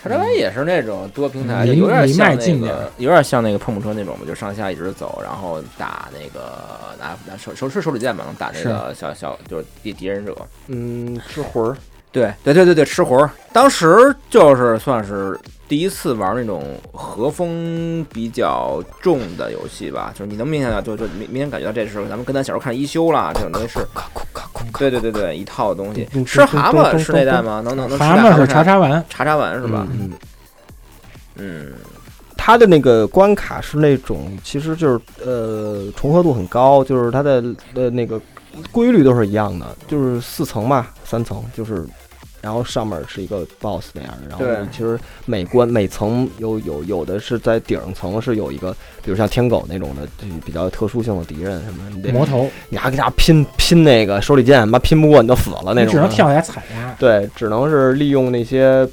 Speaker 3: 查查湾也是那种多平台，
Speaker 4: 嗯
Speaker 3: 就
Speaker 4: 离
Speaker 3: 有点
Speaker 4: 离
Speaker 3: 像
Speaker 4: 麦
Speaker 3: 那
Speaker 4: 近点儿
Speaker 3: 个，有点像那个碰碰车那种嘛，就上下一直走，然后打那个拿拿手手是手里剑嘛，能打那个小小就是敌敌人者。
Speaker 2: 嗯，吃魂儿，
Speaker 3: 对对对对对，吃魂儿，当时就是算是第一次玩那种和风比较重的游戏吧，就是你能明显的就就明明显感觉到这是咱们跟咱小时候看一休啦这种东西是，对对对对，一套的东西。
Speaker 2: 嗯
Speaker 3: 吃蛤蟆是那代吗？能能能吃
Speaker 4: 蛤
Speaker 3: 大
Speaker 4: 蟆是查
Speaker 3: 查
Speaker 4: 查完，
Speaker 3: 查查丸是吧？
Speaker 2: 嗯，嗯
Speaker 3: 嗯
Speaker 2: 它的那个关卡是那种，其实就是呃重合度很高，就是它的呃那个规律都是一样的，就是四层嘛，三层就是，然后上面是一个 boss 那样的，然
Speaker 3: 对
Speaker 2: 后其实每关每层有有有的是在顶层是有一个，比如像天狗那种的这比较特殊性的敌人什么，你
Speaker 4: 魔
Speaker 2: 得
Speaker 4: 头，
Speaker 2: 你还给他拼拼那个手里剑，妈拼不过你都死了那
Speaker 4: 你
Speaker 2: 种，啊
Speaker 4: 只能跳下来踩呀。
Speaker 2: 对，只能是利用那些，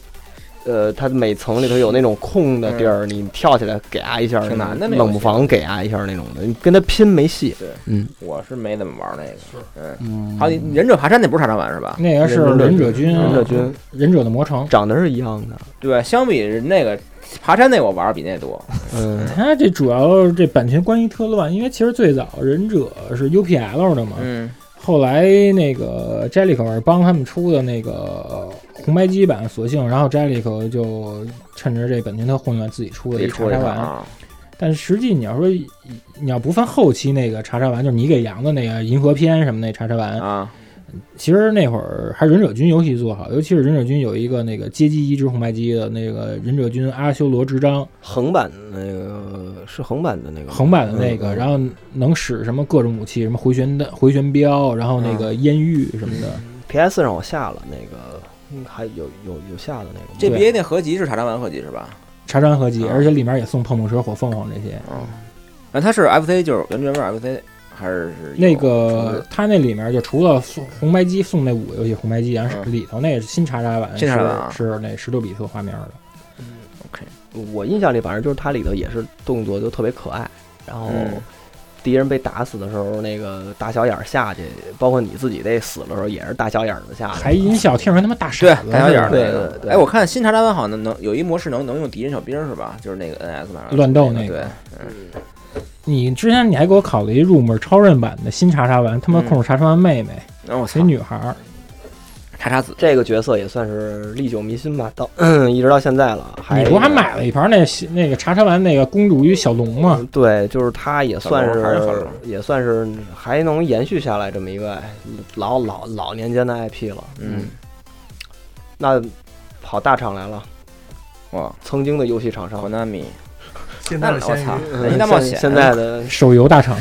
Speaker 2: 呃，它每层里头有那种空的地儿，你跳起来给它一下，
Speaker 3: 挺难的那游戏
Speaker 2: 冷不防给它一下那种的，你跟它拼没戏。
Speaker 3: 对，
Speaker 2: 嗯
Speaker 3: 我是没怎么玩那个，嗯。
Speaker 2: 嗯
Speaker 3: 还有你忍者爬山那不是查查丸是吧？
Speaker 4: 那个是
Speaker 2: 忍
Speaker 4: 忍
Speaker 2: 者啊
Speaker 4: 者军，
Speaker 2: 忍者军
Speaker 4: 忍者的魔城。
Speaker 2: 长得是一样的，
Speaker 3: 对，相比那个爬山那我玩儿比那多。
Speaker 2: 嗯，
Speaker 4: 它这主要这版权关系特乱，因为其实最早忍者是 UPL 的嘛，
Speaker 3: 嗯
Speaker 4: 后来那个 Jellico 是帮他们出的那个红白机版，索性然后 Jellico 就趁着这版权特混乱，自己出了一
Speaker 3: 得
Speaker 4: 查
Speaker 3: 出来
Speaker 4: 查
Speaker 3: 看
Speaker 4: 完。
Speaker 3: 啊，
Speaker 4: 但实际你要说你要不算后期那个查查完，就是你给羊的那个银河篇什么那查查完，
Speaker 3: 啊，
Speaker 4: 其实那会儿还忍者军游戏做好，尤其是忍者军有一个那个街机移植红白机的那个忍者军阿修罗之章
Speaker 2: 横版的那个嗯是横版的那个
Speaker 4: 横版的那
Speaker 3: 嗯
Speaker 4: 个，然后能使什么各种武
Speaker 3: 嗯
Speaker 4: 器，
Speaker 2: 嗯
Speaker 4: 什么回旋的回旋镖，然后那个烟狱什么的。
Speaker 2: PS 让我下了那个嗯还有有有下的那个吗？
Speaker 3: 这
Speaker 4: 对
Speaker 3: BA 那合集是查查完合集是吧？
Speaker 4: 茶山合集，
Speaker 3: 啊
Speaker 4: 而且里面也送碰碰车、火凤凰这些。
Speaker 3: 嗯，那它是 FC 就是原汁原味 FC 还是是有
Speaker 4: 那
Speaker 3: 重置
Speaker 4: 个它那里面就除了送红白机送那五个游戏红白机，然后
Speaker 3: 嗯
Speaker 4: 里头那新查查版
Speaker 3: 新
Speaker 4: 是
Speaker 3: 查查版啊
Speaker 4: 是那十六比特画面的，
Speaker 2: 我印象里反正就是它里头也是动作就特别可爱，然后
Speaker 3: 嗯
Speaker 2: 敌人被打死的时候，那个大小眼儿下去，包括你自己那死的时候也是大小眼儿的下去，
Speaker 4: 还音效听着他妈大傻
Speaker 3: 啊对
Speaker 4: 子似的。
Speaker 3: 大小眼儿
Speaker 2: 对
Speaker 3: 那个
Speaker 2: 对对
Speaker 3: 哎，我看新查查湾好像能能有一模式能能用敌人小兵是吧？就是那个 NS 版上
Speaker 4: 乱斗那
Speaker 3: 对嗯
Speaker 4: 个，你之前你还给我考了一入门超任版的新查查版，他妈
Speaker 3: 嗯
Speaker 4: 控制查查完妹妹，
Speaker 3: 然后我操
Speaker 4: 谁，女孩儿，
Speaker 3: 查查子，
Speaker 2: 这个角色也算是历久弥新吧，到 [CLEARS THROAT] 一直到现在了。还
Speaker 4: 你不还买了一盘那那个查查完那个公主与小龙吗？
Speaker 2: 嗯对，就是他也算
Speaker 3: 小龙还是小
Speaker 2: 是
Speaker 3: 龙
Speaker 2: 也算是还能延续下来这么一个老老老年间的 IP 了。
Speaker 3: 嗯，，
Speaker 2: 那跑大厂来了，
Speaker 3: 哇，
Speaker 2: 曾经的游戏厂商
Speaker 4: 嗯
Speaker 3: 好，纳米，
Speaker 5: 现
Speaker 3: 那
Speaker 5: 在
Speaker 3: 我
Speaker 5: 是咸
Speaker 3: 操
Speaker 5: 鱼，，
Speaker 3: 人家大冒
Speaker 2: 现
Speaker 3: 险
Speaker 2: 现在的
Speaker 3: 嗯
Speaker 4: 手游大厂，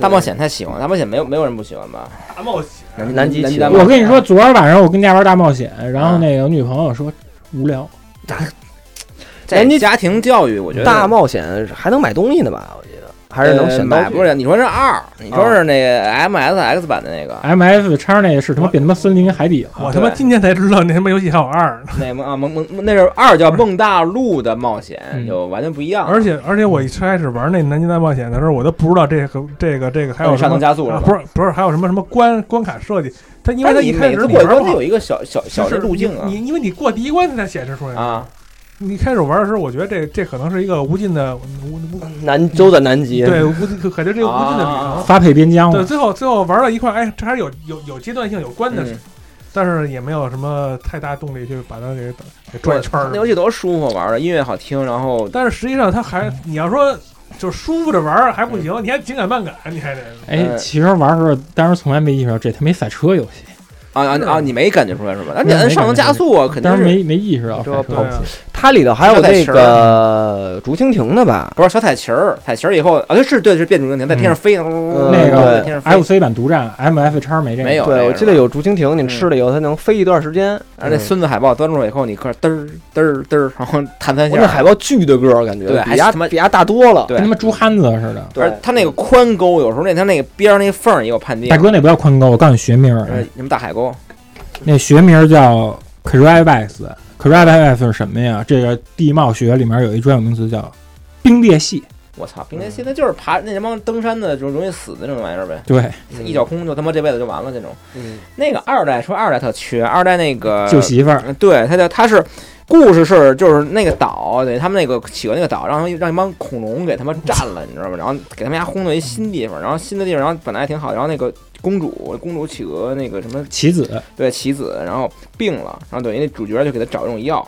Speaker 3: 大冒险太喜欢，大冒险没有没有人不喜欢吧？
Speaker 5: 大冒险，
Speaker 3: 南
Speaker 2: 南极
Speaker 3: 极
Speaker 2: 奇
Speaker 3: 大
Speaker 2: 大冒
Speaker 3: 冒险
Speaker 4: 我跟你说，，昨儿晚上我跟家玩大冒险，然
Speaker 3: 嗯
Speaker 4: 后那个我女朋友说无聊，
Speaker 3: 在
Speaker 2: 南极
Speaker 3: 家庭教育，我觉得
Speaker 2: 大冒险还能买东西呢吧？我觉得还是能
Speaker 3: 呃
Speaker 2: 选道
Speaker 3: 买，
Speaker 2: 具
Speaker 3: 不是？你说是二，你说是那个 MSX 版的那个，
Speaker 4: M S 叉那是他妈变他妈森林海底了。
Speaker 5: 我他妈
Speaker 3: 对
Speaker 5: 今天才知道那他妈游戏还有二呢，
Speaker 3: 那梦啊梦梦，那是二叫梦大陆的冒险，
Speaker 4: 嗯
Speaker 3: 就完全不一样。
Speaker 5: 而且而且我一开始玩那南极大冒险的时候，我都不知道这个这个这个还有什
Speaker 3: 上
Speaker 5: 么
Speaker 3: 层加速
Speaker 5: 啊
Speaker 3: 了，
Speaker 5: 不是不是还有什么什么关关卡设计，它因为
Speaker 3: 但
Speaker 5: 它
Speaker 3: 你
Speaker 5: 一开
Speaker 3: 每
Speaker 5: 始
Speaker 3: 次
Speaker 5: 你
Speaker 3: 过
Speaker 5: 玩
Speaker 3: 关
Speaker 5: 不
Speaker 3: 它
Speaker 5: 好
Speaker 3: 有。一个小小小
Speaker 5: 就
Speaker 3: 的
Speaker 5: 是
Speaker 3: 路径啊
Speaker 5: 你你因为你过第一关它才显示出来。
Speaker 3: 啊，
Speaker 5: 你开始玩的时候，我觉得这这可能是一个无尽的无无
Speaker 2: 南都在南极，
Speaker 5: 对无尽，感觉这个无尽的旅
Speaker 3: 啊
Speaker 5: 程。
Speaker 4: 发配边疆
Speaker 5: 对，
Speaker 4: 了，
Speaker 5: 最后最后玩到一块，哎，这还是有有有阶段性、有关的事，
Speaker 3: 嗯
Speaker 5: 但是也没有什么太大动力去把它给给转一圈
Speaker 3: 那游
Speaker 5: 儿。
Speaker 3: 戏多舒服玩的，啊音乐好听，然后
Speaker 5: 但是实际上，它还你要说就舒服着玩儿还不行，你还紧赶慢赶，你还得
Speaker 4: 哎，其实玩的时候，当时从来没意识到这他没赛车游戏，
Speaker 3: 啊啊啊，你没感觉出来是吧？那你
Speaker 4: 嗯
Speaker 3: 按上层加速啊，肯定
Speaker 4: 当时
Speaker 3: 是
Speaker 4: 没没意识到赛车
Speaker 5: 对啊
Speaker 4: 游戏。
Speaker 2: 它里头还有
Speaker 3: 它在
Speaker 2: 那
Speaker 3: 池
Speaker 2: 个竹蜻蜓的吧？
Speaker 3: 不是小彩旗儿，彩旗儿以后啊，对是对是变种蜻蜓在天上飞，
Speaker 2: 嗯
Speaker 3: 在
Speaker 4: 那个
Speaker 3: 天上飞
Speaker 4: F C 版独占，M F 叉没这个。
Speaker 3: 没有这
Speaker 2: 对，
Speaker 3: 个
Speaker 2: 我记得有竹蜻蜓，你
Speaker 3: 嗯
Speaker 2: 吃了以后它能飞一段时间。嗯
Speaker 3: 然后那孙子海报端出来以后，你看嘚儿嘚儿嘚儿，然后弹三
Speaker 2: 我那
Speaker 3: 下，
Speaker 2: 海报巨的个儿，感觉
Speaker 3: 对还
Speaker 2: 比牙
Speaker 3: 他妈
Speaker 2: 比牙大多了。
Speaker 3: 对
Speaker 4: 跟他妈猪憨子似的。
Speaker 3: 而它那个宽沟，有时候那它那个边儿那个缝儿也有判定
Speaker 4: 大，哥，那不叫宽沟，我告诉你学名儿，
Speaker 3: 呃什么大海沟，
Speaker 4: 那学名儿叫 c r i b e s c r i b e s 是什么呀？这个地貌学里面有一专有名词叫冰裂系。
Speaker 3: 我操，
Speaker 2: 嗯
Speaker 3: 冰天现在就是爬那什么登山的就容易死的那种玩意儿呗，
Speaker 4: 对，
Speaker 2: 嗯
Speaker 3: 一脚空就他妈这辈子就完了那种。
Speaker 2: 嗯
Speaker 3: 那个二代说二代特缺，二代那个
Speaker 4: 救媳妇儿，
Speaker 3: 嗯，对，他叫他是故事是就是那个岛，对他们那个企鹅那个岛，让他们让一帮恐龙给他们占了，你知道吗？然后给他们家轰到一新地方，然后新的地方，然后本来还挺好，然后那个公主公主企鹅那个什么
Speaker 4: 棋子
Speaker 3: 对棋子，然后病了，然后等于那主角就给他找一种药。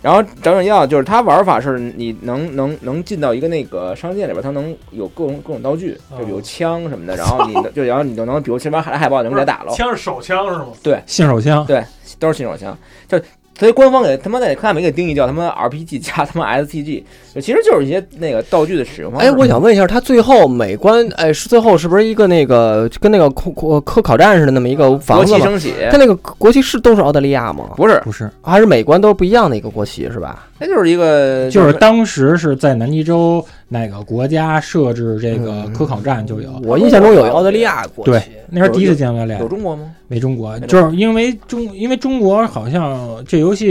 Speaker 3: 然后找一种药，就是他玩法是你能能能进到一个那个商店里边，他能有各种各种道具，就比如枪什么的，然后你就然后你就能，比如前面海海豹能给他打喽，
Speaker 5: 枪是手枪是吗？
Speaker 4: 信手枪，
Speaker 3: 对，都是新手枪，就所以官方给他妈在看没给定义叫他妈 RPG 加他妈 SCG，就其实就是一些那个道具的使用方式。
Speaker 2: 哎，我想问一下，它最后每关，哎，是最后是不是一个那个跟那个空空科考站似的那么一个
Speaker 3: 国
Speaker 2: 房子
Speaker 3: 旗
Speaker 2: 吗？
Speaker 3: 升起，
Speaker 2: 它那个国旗是都是澳大利亚吗？
Speaker 3: 不是，
Speaker 4: 不是，
Speaker 2: 还是每关都是不一样的一个国旗是吧？
Speaker 3: 那就是一个
Speaker 4: 就是当时是在南极洲哪个国家设置这个
Speaker 2: 嗯
Speaker 4: 科考站就有。
Speaker 2: 我印象中有澳大利亚国旗。
Speaker 4: 对，那是第一次见到俩
Speaker 3: 有中国吗？
Speaker 4: 没中国，
Speaker 3: 没中
Speaker 4: 就是因为中，因为中国好像这游戏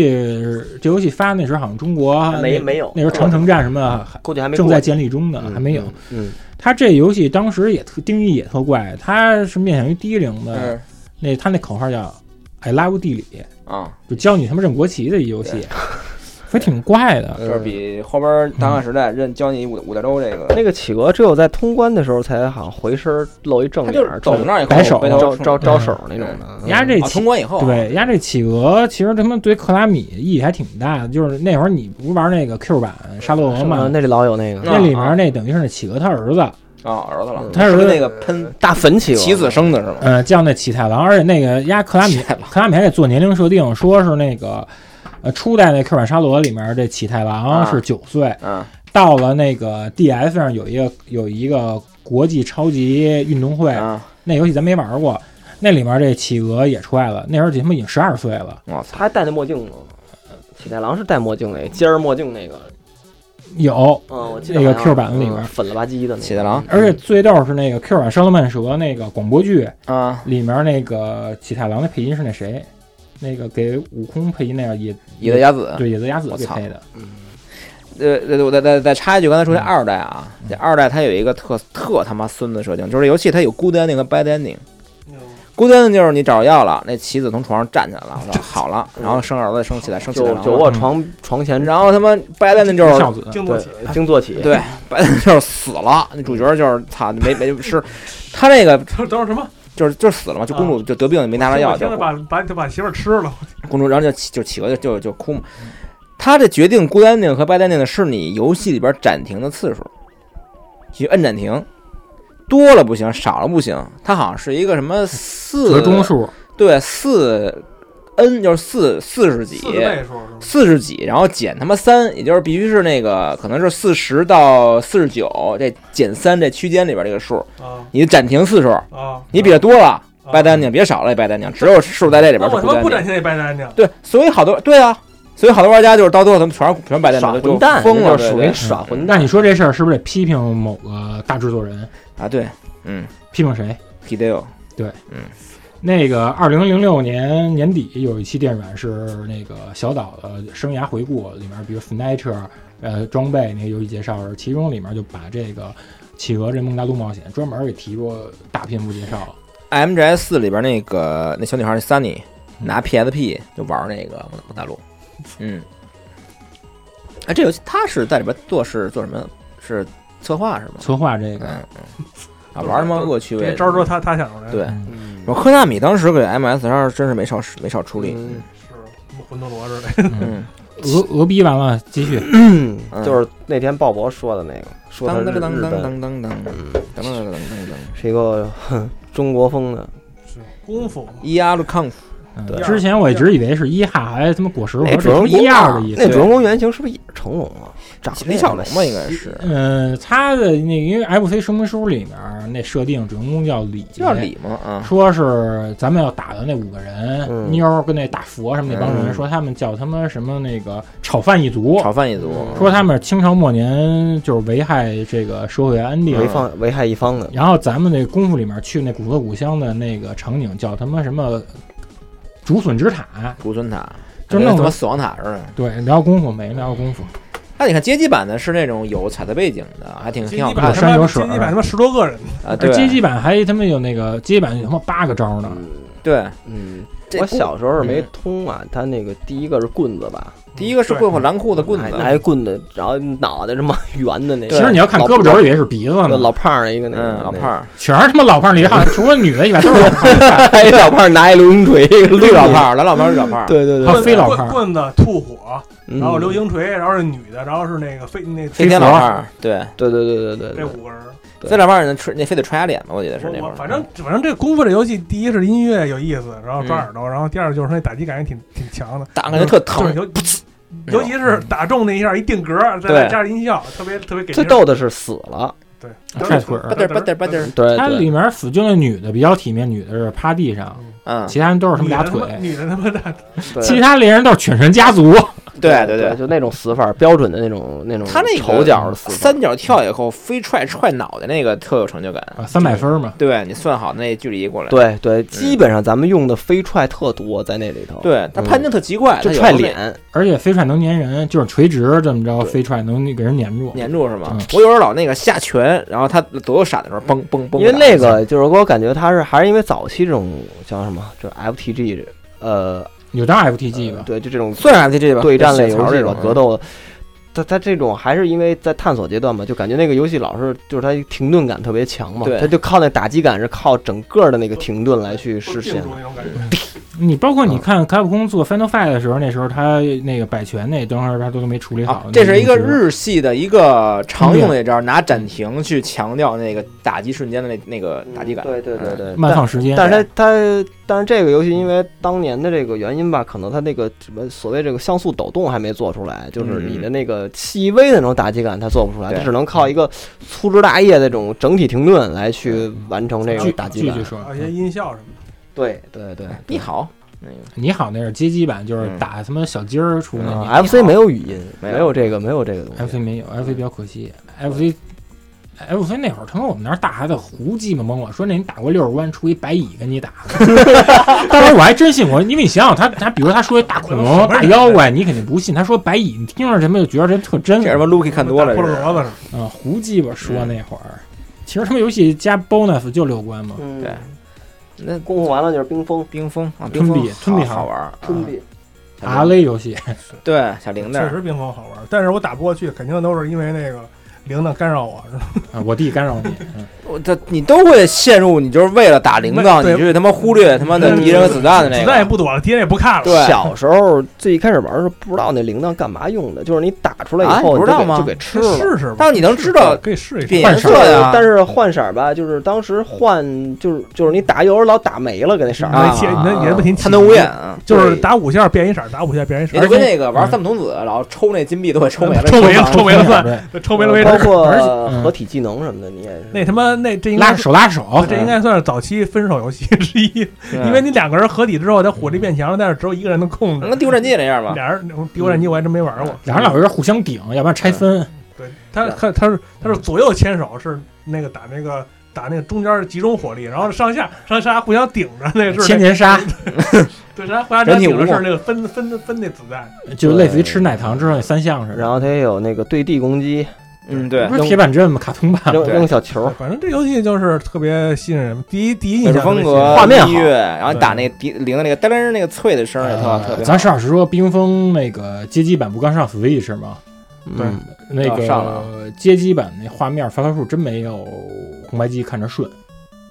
Speaker 4: 这游戏发那时候好像中国
Speaker 2: 没
Speaker 4: 啊那
Speaker 2: 没有嗯
Speaker 4: 那时候长城站什么还
Speaker 2: 估计还没
Speaker 4: 正在
Speaker 2: 过
Speaker 4: 建立中呢，
Speaker 2: 嗯
Speaker 4: 还没有。
Speaker 2: 嗯，
Speaker 4: 它这游戏当时也特定义也特怪，它是面向于低龄的，
Speaker 3: 嗯
Speaker 4: 那它那口号叫 “I love 地理”，
Speaker 3: 啊，
Speaker 4: 就教你他妈认国旗的一游戏，还挺怪的。
Speaker 3: 就是比后边单个时代认教你五五大洲这个，
Speaker 2: 那个企鹅只有在通关的时候才好像回身露一正
Speaker 3: 他
Speaker 2: 脸
Speaker 3: 就是
Speaker 2: 儿，
Speaker 3: 走那儿以后
Speaker 4: 摆手
Speaker 3: 回头
Speaker 2: 招
Speaker 3: 冲
Speaker 2: 招招手那
Speaker 3: 嗯
Speaker 2: 种的。
Speaker 4: 人家这
Speaker 3: 啊，
Speaker 4: 企
Speaker 3: 通关以后啊
Speaker 4: 对，压这企鹅其实他妈对克拉米意义还挺大的，就是那会儿你不是玩那个 Q 版沙漏
Speaker 2: 什
Speaker 4: 王
Speaker 2: 么
Speaker 4: 吗？
Speaker 2: 嗯那里老有那个
Speaker 4: 那里面那等于是那企鹅他儿子，
Speaker 3: 啊，儿子了，
Speaker 2: 嗯
Speaker 4: 他
Speaker 3: 是
Speaker 4: 是
Speaker 3: 不是那个喷
Speaker 2: 大粉企鹅，
Speaker 3: 棋子生的是吗？
Speaker 4: 呃，叫那启太郎，而且那个压克拉米
Speaker 3: 启太郎
Speaker 4: 克拉米还得做年龄设定，说是那个呃初代那 Q 版沙罗里面这启太郎
Speaker 3: 啊
Speaker 4: 是九岁，
Speaker 3: 嗯，
Speaker 4: 到了那个 DS 上有一个有一个国际超级运动会，
Speaker 3: 啊，
Speaker 4: 那游戏咱没玩过。那里面这企鹅也出来了，那时候他妈已经十二岁了，
Speaker 3: 我操，
Speaker 2: 他还戴那墨镜呢。启太郎是戴墨镜那个尖儿墨镜那个，
Speaker 4: 有。
Speaker 2: 嗯，我记得
Speaker 4: 那个
Speaker 2: 好像
Speaker 4: Q 版里边
Speaker 2: 嗯粉了吧唧的那个
Speaker 3: 启太郎
Speaker 4: 而且最逗是
Speaker 3: 嗯
Speaker 4: 那个《Q 版沙罗曼蛇》那个广播剧
Speaker 3: 啊，
Speaker 4: 里面那个启太郎的配音是那谁，那个给悟空配音那个也
Speaker 3: 野德雅子，
Speaker 4: 对野泽雅子
Speaker 3: 我
Speaker 4: 给
Speaker 3: 操
Speaker 4: 配的，
Speaker 3: 呃，呃我再再再插一句，刚才说这二代啊，这二代它有一个特特他妈孙子设定，就是这游戏它有 good ending 和 bad ending。good
Speaker 4: 嗯
Speaker 3: ending 就是你找着药了，那棋子从床上站起来了，我说好了，然后生儿子生起来生起来
Speaker 2: 就
Speaker 3: 了，
Speaker 2: 就
Speaker 4: 嗯
Speaker 2: 卧床床前，
Speaker 3: 然后他妈 bad ending 就
Speaker 4: 孝
Speaker 3: 是
Speaker 4: 子
Speaker 5: 嗯经得
Speaker 2: 对
Speaker 5: 起，
Speaker 2: 经坐起，
Speaker 3: 对 bad ending 就是死了，那主角就是操没没是，他那个
Speaker 5: 都都是什么？
Speaker 3: 就是就是死了嘛，就公主就得病没拿着药
Speaker 5: 我
Speaker 3: 就
Speaker 5: 听着把把把媳妇儿吃了，
Speaker 3: 公主，然后就起就企鹅就就就哭嘛。他这决定 good ending 和 bad ending 的是你游戏里边暂停的次数，去摁暂停，多了不行，少了不行。它好像是一个什么四
Speaker 4: 折中数，
Speaker 3: 对四 n 就是四四十几
Speaker 5: 四个倍数是吗？
Speaker 3: 四十几，然后减他妈三，也就是必须是那个可能是四十到四十九这减三这区间里边这个数，
Speaker 5: 啊
Speaker 3: 你暂停次数，
Speaker 5: 啊！
Speaker 3: 你比这多了。
Speaker 5: 啊
Speaker 3: bad ending 别少了，bad ending 只有数在这里边
Speaker 5: 那
Speaker 3: 是
Speaker 5: 我
Speaker 3: good
Speaker 5: 他妈
Speaker 3: ending
Speaker 5: 不展现那白单去，
Speaker 3: 对，所以好多对啊，所以好多玩家就是到最后他们全是全白蛋
Speaker 2: 耍
Speaker 3: 了，就
Speaker 2: 混蛋，
Speaker 3: 疯
Speaker 2: 那
Speaker 3: 了，
Speaker 2: 就嗯
Speaker 3: 对
Speaker 2: 属
Speaker 3: 对
Speaker 2: 于耍
Speaker 3: 嗯
Speaker 2: 混
Speaker 4: 那
Speaker 2: 蛋。
Speaker 4: 你说这事儿是不是得批评某个大制作人？
Speaker 3: 啊，对，嗯
Speaker 4: 批评谁？
Speaker 3: ，Hideo
Speaker 4: 那个二零零六年年底有一期电软是那个小岛的生涯回顾，里面比如 Snatcher 呃装备那个游戏介绍，其中里面就把这个企鹅这孟大陆冒险专门给提过大篇幅介绍。
Speaker 3: MGS 四里边那个那小女孩那 Sunny 拿
Speaker 4: 嗯
Speaker 3: PSP 就玩那个《大陆》，嗯，哎，这游戏他是在里边做是做什么？是策划是吗？
Speaker 4: 策划这
Speaker 3: 嗯
Speaker 2: 哎
Speaker 4: 个，
Speaker 3: 嗯，啊，玩他妈恶趣味
Speaker 5: 这，招儿都是他他想出来的。
Speaker 3: 对。
Speaker 4: 嗯
Speaker 2: 嗯
Speaker 3: 我科纳米当时给 MS 上真是没少没少出力，
Speaker 2: 嗯
Speaker 5: 是跟魂斗罗似的。
Speaker 4: 嗯，
Speaker 3: 嗯，
Speaker 4: 俄俄逼完了，继续
Speaker 3: 嗯
Speaker 2: 就是那天鲍勃说的那个，说他
Speaker 3: 当
Speaker 2: 日
Speaker 3: 当当
Speaker 2: 日
Speaker 3: 当
Speaker 2: 本
Speaker 3: 当当当当当当当当，
Speaker 2: 是一个哼中国风的，
Speaker 5: 是功夫嘛，
Speaker 3: 伊阿鲁康
Speaker 4: 嗯
Speaker 2: 对
Speaker 4: 之前我一直以为是一哈，还他妈果实，我
Speaker 2: 那
Speaker 4: 说
Speaker 2: 主人
Speaker 4: 这他妈
Speaker 2: 公
Speaker 4: 一样的
Speaker 2: 啊
Speaker 4: 意思
Speaker 2: 那。主人公原型是不是也是成龙啊？长得
Speaker 3: 李小龙吧，应该
Speaker 2: 是。
Speaker 3: 是，
Speaker 4: 嗯，他的那个因为 FC 说明书里面那设定主人公叫李，
Speaker 3: 叫李嘛啊，
Speaker 4: 说是咱们要打的那五个人，
Speaker 2: 嗯
Speaker 4: 妞儿跟那大佛什么那帮人，
Speaker 2: 嗯
Speaker 4: 说他们叫他们什么那个炒饭一族，
Speaker 3: 炒饭一族，
Speaker 2: 嗯
Speaker 3: 啊
Speaker 4: 说他们是清朝末年就是危害这个社会安定。
Speaker 2: 为方为害一方的，
Speaker 4: 然后咱们那功夫里面去那古色古香的那个场景叫他妈什么竹笋之塔，
Speaker 2: 哎
Speaker 3: 竹笋塔，
Speaker 4: 就
Speaker 3: 跟
Speaker 4: 弄
Speaker 3: 他妈
Speaker 4: 得
Speaker 3: 死亡塔似的。
Speaker 4: 对聊功夫没聊功夫，
Speaker 3: 那你看街机版的是那种有彩色背景的，还挺嗯挺好
Speaker 5: 你
Speaker 3: 看
Speaker 5: 把
Speaker 4: 金
Speaker 3: 的
Speaker 4: 鸡
Speaker 5: 他
Speaker 4: 有
Speaker 5: 妈
Speaker 4: 水
Speaker 5: 金鸡把他妈十多个人，
Speaker 3: 啊。
Speaker 4: 而街
Speaker 3: 对
Speaker 4: 机版还他妈有那个街机版有他妈八个招呢，
Speaker 3: 对，
Speaker 2: 嗯，
Speaker 3: 这
Speaker 2: 我
Speaker 3: 故
Speaker 2: 小时候没
Speaker 3: 嗯
Speaker 2: 通啊，他那个第一个是棍子吧，
Speaker 3: 第一个是
Speaker 5: 对
Speaker 3: 会会蓝裤子棍
Speaker 2: 还
Speaker 3: 子，
Speaker 2: 还棍子，然后脑袋这么圆的那个。
Speaker 4: 其实你要看胳膊肘儿以为是鼻子
Speaker 2: 老
Speaker 4: 呢
Speaker 2: 老，胖的一个那个
Speaker 3: 嗯，
Speaker 2: [LAUGHS]
Speaker 3: 老，胖儿，
Speaker 4: 全是他妈老胖儿里汉，除了女的以外都是老胖儿。
Speaker 2: 那个还有哎老胖拿一流星锤，一个
Speaker 3: 绿
Speaker 2: 绿
Speaker 3: 老
Speaker 2: 老
Speaker 3: 胖
Speaker 2: 胖，
Speaker 3: 儿，蓝老胖儿，绿老胖儿，
Speaker 2: 对对
Speaker 4: 啊
Speaker 2: 对，
Speaker 5: 棍
Speaker 4: 飞
Speaker 5: 子
Speaker 4: 老
Speaker 5: 棍
Speaker 4: 炮儿
Speaker 5: 棍子、吐火，
Speaker 2: 嗯
Speaker 5: 然后流，星锤，然后是女的，然后是那个飞那
Speaker 3: 飞天老胖儿，对，
Speaker 2: 对对对对对
Speaker 5: 这
Speaker 2: 对，
Speaker 5: 五个人。
Speaker 2: 对
Speaker 3: 飞老胖儿那吹那非得踹他脸吧，我记得是那会
Speaker 5: 我我
Speaker 3: 儿。
Speaker 5: 反正反正这功夫这游戏，第一是音乐有意思，然后
Speaker 3: 嗯
Speaker 5: 抓耳朵，然后第二就是那打击感觉挺挺强的，
Speaker 3: 打感觉特
Speaker 4: 哎
Speaker 5: 就是
Speaker 3: 疼，
Speaker 5: 尤尤其是
Speaker 4: 嗯
Speaker 5: 打中那一下一定格，
Speaker 3: 对
Speaker 5: 再加上音效，特别特别给
Speaker 2: 最
Speaker 5: 劲。
Speaker 2: 逗的是死了，
Speaker 5: 对，
Speaker 4: 啊踹腿儿
Speaker 3: 吧唧吧唧吧唧，
Speaker 2: 对
Speaker 4: 它
Speaker 2: 呃对
Speaker 4: 里面死就那女的比较体面，女的是趴地上，
Speaker 3: 嗯，
Speaker 4: 其他人都是他们
Speaker 5: 女
Speaker 4: 俩
Speaker 5: 的他
Speaker 4: 腿
Speaker 5: 妈，女的他
Speaker 3: [LAUGHS]
Speaker 5: 妈的
Speaker 2: 对
Speaker 4: 其他猎人都是犬神家族，
Speaker 3: 对对
Speaker 2: 对，
Speaker 3: 对。
Speaker 2: 就那种死法，标准的那种那种
Speaker 3: 他那个
Speaker 2: 丑角的死法，
Speaker 3: 三角跳以后飞踹踹脑袋那个特有成就感，
Speaker 4: 啊，三百分嘛。
Speaker 3: 对你算好那距离过来，
Speaker 2: 对对，基本上咱们用的飞踹特多在那里头，，
Speaker 3: 对，他
Speaker 2: 嗯
Speaker 3: 判定特奇怪，
Speaker 2: 就
Speaker 3: 他有
Speaker 2: 踹
Speaker 3: 时候
Speaker 2: 脸，
Speaker 4: 而且飞踹能粘人，就是垂直这么着
Speaker 2: 对
Speaker 4: 飞踹能给人粘住。
Speaker 3: 粘住是吗
Speaker 4: 嗯？
Speaker 3: 我有时候老那个下拳，然后他左右闪的时候，嘣嘣嘣，
Speaker 2: 因为那个就是给我感觉他是还是因为早期这种叫什么，就是 FTG 这呃，
Speaker 4: 有张 FTG
Speaker 2: 呃
Speaker 4: 吧？
Speaker 2: 对，就这种
Speaker 3: 算是 FTG 吧，
Speaker 2: 对战类
Speaker 3: 小
Speaker 2: 游
Speaker 3: 槽
Speaker 2: 戏
Speaker 3: 这
Speaker 2: 吧
Speaker 3: 种，
Speaker 2: 格。斗。他他这种还是因为在探索阶段嘛，就感觉那个游戏老是就是它停顿感特别强嘛
Speaker 3: 对，
Speaker 2: 它就靠那打击感是靠整个的那个停顿来去实
Speaker 5: 定
Speaker 2: 现
Speaker 5: 住
Speaker 2: 的。
Speaker 5: 那种感觉。
Speaker 4: 你包括你看卡普空做 Final Fight 的时候，那时候他那个百拳那当时他都没处理
Speaker 3: 啊
Speaker 4: 好。，
Speaker 3: 这是一个
Speaker 4: 那直
Speaker 3: 日系的一个常用的一招，拿暂停去强调那个打击瞬间的那那个打击感。
Speaker 2: 嗯对对对对，
Speaker 4: 慢放时间，
Speaker 2: 但是它它，但是这个游戏因为当年的这个原因吧，可能它那个什么所谓这个像素抖动还没做出来，就是
Speaker 3: 嗯
Speaker 2: 你的那个细微的那种打击感它做不出来，
Speaker 3: 对
Speaker 2: 它只能靠一个粗枝大叶的这种整体停顿来去完成这个
Speaker 4: 巨
Speaker 2: 打击
Speaker 4: 继
Speaker 2: 感
Speaker 4: 续。说，
Speaker 3: 嗯
Speaker 5: 啊还有一些音效什么的，
Speaker 2: 对对对
Speaker 3: 你好，那个
Speaker 4: 你好，那是街机版，就是
Speaker 3: 嗯
Speaker 4: 打他妈小鸡儿出的那
Speaker 2: 啊，FC 没有语音，
Speaker 3: 没
Speaker 2: 没
Speaker 3: 有
Speaker 2: 有这个没有这个东
Speaker 4: FC
Speaker 2: 西。
Speaker 4: 没有，FC 比较可惜。FC FC 那会儿，他妈我们那儿大孩子胡鸡巴蒙我说那你打过六十关，出一白蚁跟你打。 [LAUGHS] 当时我还真信我，因为你想想他他，比如他说一大恐龙、大妖怪，你肯定不信。他说白蚁，你听着什么就觉得这特真
Speaker 3: 这。什么 Lucky 看多了
Speaker 5: 菠
Speaker 3: 这
Speaker 5: 萝
Speaker 3: 是，
Speaker 5: 萝卜是
Speaker 4: 嗯，胡鸡巴说那会儿，其实他们游戏加 bonus 就六关嘛。
Speaker 2: 嗯
Speaker 3: 对那
Speaker 2: 功夫完了就是冰封、
Speaker 3: 冰封啊，
Speaker 4: 吞
Speaker 3: 冰封
Speaker 4: 币吞币
Speaker 3: 好
Speaker 4: 好
Speaker 3: 好玩儿，
Speaker 2: 吞
Speaker 3: 啊
Speaker 2: 币，
Speaker 3: 小
Speaker 4: 阿
Speaker 3: 玲
Speaker 4: 雷游戏，
Speaker 3: 对小玲那
Speaker 5: 确
Speaker 3: 儿
Speaker 5: 实冰封好玩，但是我打不过去，肯定都是因为那个铃铛干扰我，是吧？
Speaker 4: 啊我弟干扰你，嗯
Speaker 3: 我这你都会陷入，你就是为了打铃铛，
Speaker 5: 对
Speaker 3: 你去他妈忽略他妈的
Speaker 5: 嗯
Speaker 3: 敌人和子弹的那
Speaker 5: 子弹也
Speaker 3: 个，
Speaker 5: 不躲了，敌人也不看了。
Speaker 3: 对
Speaker 2: [LAUGHS] 小时候最开始玩的时候不知道那铃铛干嘛用的，就是你打出来
Speaker 3: 啊
Speaker 2: 以后你
Speaker 3: 你不知
Speaker 2: 就
Speaker 3: 道
Speaker 2: 给
Speaker 3: 吗
Speaker 2: 就给吃了。
Speaker 5: 试试吧，
Speaker 3: 但是你能知道
Speaker 5: 可以试一试
Speaker 3: 变。
Speaker 4: 换
Speaker 3: 颜
Speaker 4: 色
Speaker 3: 色呀，
Speaker 2: 但是换色儿吧，就是当时换就是就是你打有时候老打没了，给那色儿。
Speaker 5: 啊
Speaker 3: 啊，
Speaker 5: 你能也不挺
Speaker 3: 贪得无厌啊。
Speaker 5: 就是打五下变一色，打五下变一色
Speaker 3: 也，就跟那个玩三木童子，然后抽那金币都会抽没了，
Speaker 5: 抽没了
Speaker 3: 吧
Speaker 5: 抽没了算
Speaker 4: 对
Speaker 5: 抽没了为止
Speaker 2: 包。括
Speaker 5: [LAUGHS]
Speaker 4: 而且嗯
Speaker 2: 合体技能什么的，你也是。
Speaker 5: 那他妈那这应该
Speaker 4: 拉手拉手，
Speaker 5: 这应
Speaker 3: 嗯
Speaker 5: 该算是早期分手游戏之一，因为你两个人合体之后，他火力变强，但是只有一个人能控
Speaker 3: 能
Speaker 5: 制
Speaker 3: 嗯跟。地球战记那样吧？
Speaker 5: 俩人《帝国战机》我还真没玩
Speaker 3: 嗯
Speaker 5: 过，
Speaker 4: 俩人老是互相顶，要不然拆分。
Speaker 5: 对他他他是他是左右牵手，是那个打那个打那个中间集中火力，然后上下
Speaker 3: 嗯
Speaker 5: 上下互相顶着，那是
Speaker 4: 千年杀
Speaker 5: 对，然后互相顶着是那个分分分那子弹，
Speaker 4: 就类似于吃奶糖之后那三项似的，
Speaker 2: 然后它也有那个对地攻击，
Speaker 3: 嗯，对
Speaker 4: 不，是铁板阵吗？卡通
Speaker 5: 啊
Speaker 4: 版
Speaker 2: 扔
Speaker 3: 对
Speaker 2: 扔小球儿，
Speaker 5: 反正这游戏就是特别吸引人。第一第一印
Speaker 3: 美术
Speaker 5: 象
Speaker 3: 风格、
Speaker 2: 画面好
Speaker 3: 音乐，然后你打那笛铃的那个噔噔那个脆的声儿也特好特
Speaker 4: 呃
Speaker 3: 别好。
Speaker 4: 咱实话实说，冰封那个街机版不刚上 Switch 吗？
Speaker 5: 对
Speaker 2: 嗯，
Speaker 4: 那
Speaker 3: 啊上
Speaker 4: 个街机版那画面发发数真没有红白机看着顺，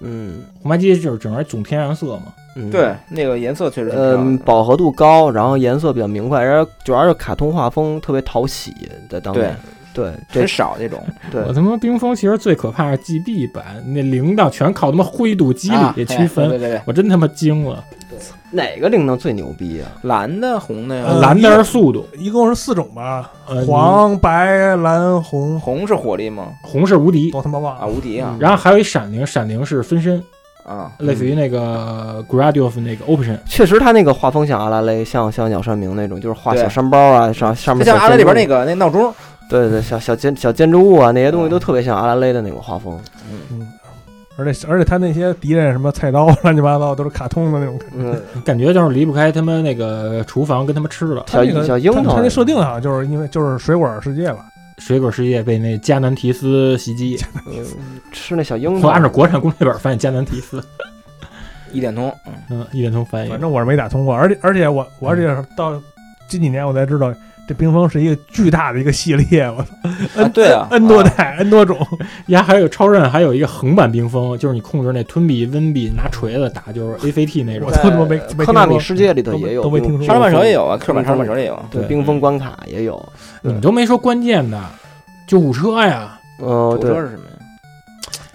Speaker 2: 嗯
Speaker 4: 红白机就是整个总天然色嘛。
Speaker 2: 嗯，
Speaker 3: 对，那个颜色确实挺漂亮
Speaker 2: 嗯，
Speaker 3: 的
Speaker 2: 饱和度高，然后颜色比较明快，然后主要是卡通画风特别讨喜，在当年，对
Speaker 3: 很
Speaker 2: 这
Speaker 3: 少这种。
Speaker 2: 对
Speaker 4: 我他妈冰封其实最可怕是 GB 版，那铃铛全靠他妈灰度肌
Speaker 3: 啊
Speaker 4: 理区
Speaker 3: 哎
Speaker 4: 分，
Speaker 3: 对对对，
Speaker 4: 我真他妈惊了。
Speaker 2: 哪个铃铛最牛逼啊？
Speaker 3: 蓝的、红的
Speaker 5: 呃
Speaker 3: 呀，
Speaker 4: 蓝的是速度，
Speaker 5: 一共是四种吧，
Speaker 4: 呃，
Speaker 5: 黄、白、蓝、红，
Speaker 3: 红是火力吗？
Speaker 4: 红是无敌，
Speaker 5: 都他妈忘
Speaker 3: 啊，
Speaker 5: 了。
Speaker 3: 无敌啊
Speaker 4: 然后还有一闪灵，闪灵是分身，
Speaker 3: 啊！
Speaker 4: 类似于那个 Gradius 那个 Option。
Speaker 2: 确实，它那个画风像阿拉蕾，像像鸟山明那种，就是画
Speaker 3: 对
Speaker 2: 小山包啊，上上
Speaker 3: 就
Speaker 2: 面
Speaker 3: 像
Speaker 2: 小
Speaker 3: 阿拉
Speaker 2: 建
Speaker 3: 里边
Speaker 2: 筑
Speaker 3: 那个那闹钟，
Speaker 2: 对对，小小建小建筑物啊，那些东西都特别像阿拉蕾的那种画风。
Speaker 5: 嗯，而且而且他那些敌人什么菜刀乱七八糟都是卡通的那种感觉。
Speaker 2: 嗯，
Speaker 4: 感觉就是离不开他们那个厨房跟他们吃的。
Speaker 5: 他那个
Speaker 2: 小小樱桃
Speaker 5: 他他那设定好像就是因为就是水果世界吧，
Speaker 4: 水果世界被那迦南提斯袭
Speaker 5: [LAUGHS]
Speaker 4: 击，
Speaker 2: 嗯吃那小樱
Speaker 4: 或按照
Speaker 2: 桃，
Speaker 4: 国产攻略本翻译迦南提斯，
Speaker 3: 一点通，
Speaker 4: 嗯，一连通
Speaker 2: 哎
Speaker 4: 翻译。
Speaker 5: 反正我是没打通过，而且而且
Speaker 2: 嗯
Speaker 5: 我我而且到近几年我才知道这冰封是一个巨大的一个系列，我操
Speaker 3: 啊，对啊
Speaker 5: ，N 多代 N 多种，
Speaker 4: 呀，还有超任，还有一个横版冰封，就是你控制那吞币、温币拿锤子打，就是
Speaker 5: [LAUGHS]
Speaker 4: ACT 那种
Speaker 5: 我。都他妈没没
Speaker 2: 科
Speaker 5: 听
Speaker 2: 纳
Speaker 5: 说
Speaker 2: 米世界里头
Speaker 5: 都没
Speaker 2: 也有
Speaker 5: 都没听
Speaker 2: 冰
Speaker 5: 说
Speaker 3: 沙拉
Speaker 5: 过
Speaker 3: 曼蛇也
Speaker 2: 封
Speaker 3: 有啊，Q 版沙拉曼蛇也有啊。
Speaker 2: 对
Speaker 4: 对
Speaker 2: 冰封关卡也有。
Speaker 4: 你
Speaker 5: 嗯
Speaker 4: 们都没说关键的，救护车呀，
Speaker 2: 哦，
Speaker 3: 火
Speaker 2: 对
Speaker 3: 车，是什么呀？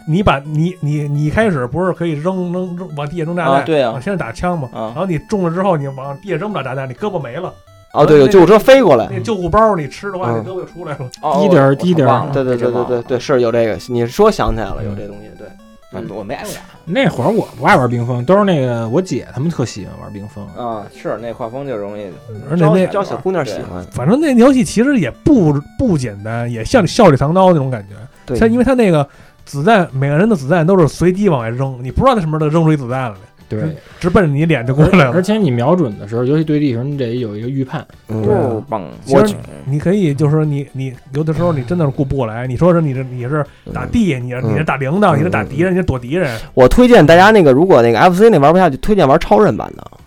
Speaker 5: 你把你你你一开始不是可以扔扔扔往地下扔炸
Speaker 3: 啊
Speaker 5: 弹，
Speaker 3: 对啊
Speaker 5: 往先是打枪嘛，
Speaker 3: 啊
Speaker 5: 然后你中了之后你往地下扔不了炸弹，你胳膊没了，
Speaker 2: 哦，对，有救护车飞过来。
Speaker 5: 那救护包你吃的话，
Speaker 2: 嗯
Speaker 5: 你胳膊就出来了。
Speaker 3: 哦
Speaker 4: 低点儿
Speaker 3: 我
Speaker 4: 低点儿
Speaker 3: 我忘了
Speaker 2: 对对对
Speaker 3: 这真
Speaker 2: 对
Speaker 3: 忘
Speaker 2: 对
Speaker 3: 了
Speaker 2: 对，是有这个。你说想起来了，有这东西。对，
Speaker 3: 嗯我没挨过打
Speaker 4: 那会儿我不爱玩冰封，都是那个我姐他们特喜欢玩冰封。
Speaker 3: 啊，是那画风就容易
Speaker 5: 而且
Speaker 2: 招
Speaker 5: 那
Speaker 2: 招小姑娘喜欢。
Speaker 5: 反正那游戏其实也不不简单，也
Speaker 2: 嗯
Speaker 5: 像笑里藏刀那种感觉。
Speaker 2: 对，
Speaker 5: 它因为它那个子弹，每个人的子弹都是随机往外扔，你不知道他什么时候扔出一子弹来，
Speaker 4: 对，
Speaker 5: 直奔着你脸就过嗯来
Speaker 4: 而
Speaker 5: 了。
Speaker 4: 且你瞄准的时候，尤其对地的时候，你得有一个预判。
Speaker 2: 嗯
Speaker 3: 不棒。
Speaker 5: 其实
Speaker 3: 去
Speaker 5: 你可以就是说你你有的时候你真的是顾不过来，你说是你这你是打地，你是你是打铃铛，
Speaker 2: 嗯
Speaker 5: 你是打敌人，你是躲敌人，
Speaker 2: 我推荐大家那个，如果那个 FC 那玩不下去，推荐玩超人版的。呃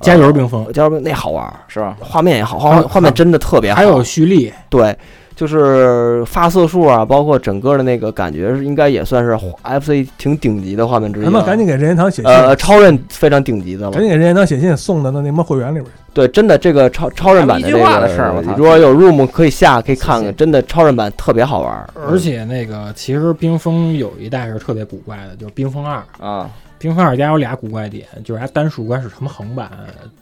Speaker 4: 加油冰封，
Speaker 2: 加油！那好玩儿，
Speaker 3: 是吧？
Speaker 2: 画面也好，画
Speaker 4: 还有
Speaker 2: 画面真的特
Speaker 5: 哎
Speaker 2: 别好。
Speaker 4: 还有蓄力，
Speaker 2: 对，就是发色数啊，包括整个的那个感觉，是应该也算是 FC 挺顶级的画面之一
Speaker 5: 咱
Speaker 2: 了。
Speaker 5: 们赶紧给任天堂写信，
Speaker 2: 啊呃，超人非常顶级的了
Speaker 5: 赶。紧给任天堂写信送到那那么会员里边去。
Speaker 2: 对，真的这个超超人版的
Speaker 3: 一
Speaker 2: 这
Speaker 3: 句
Speaker 2: 个，
Speaker 3: 话的事儿我操
Speaker 2: 如果有 room 可以下可以看
Speaker 3: 谢谢
Speaker 2: 看，真的超人版特别好玩儿。
Speaker 5: 嗯
Speaker 4: 而且那个其实冰封有一代是特别古怪的，就是冰封二。
Speaker 3: 啊，
Speaker 4: 冰封二家有俩古怪点，就是它单数关是他们横版，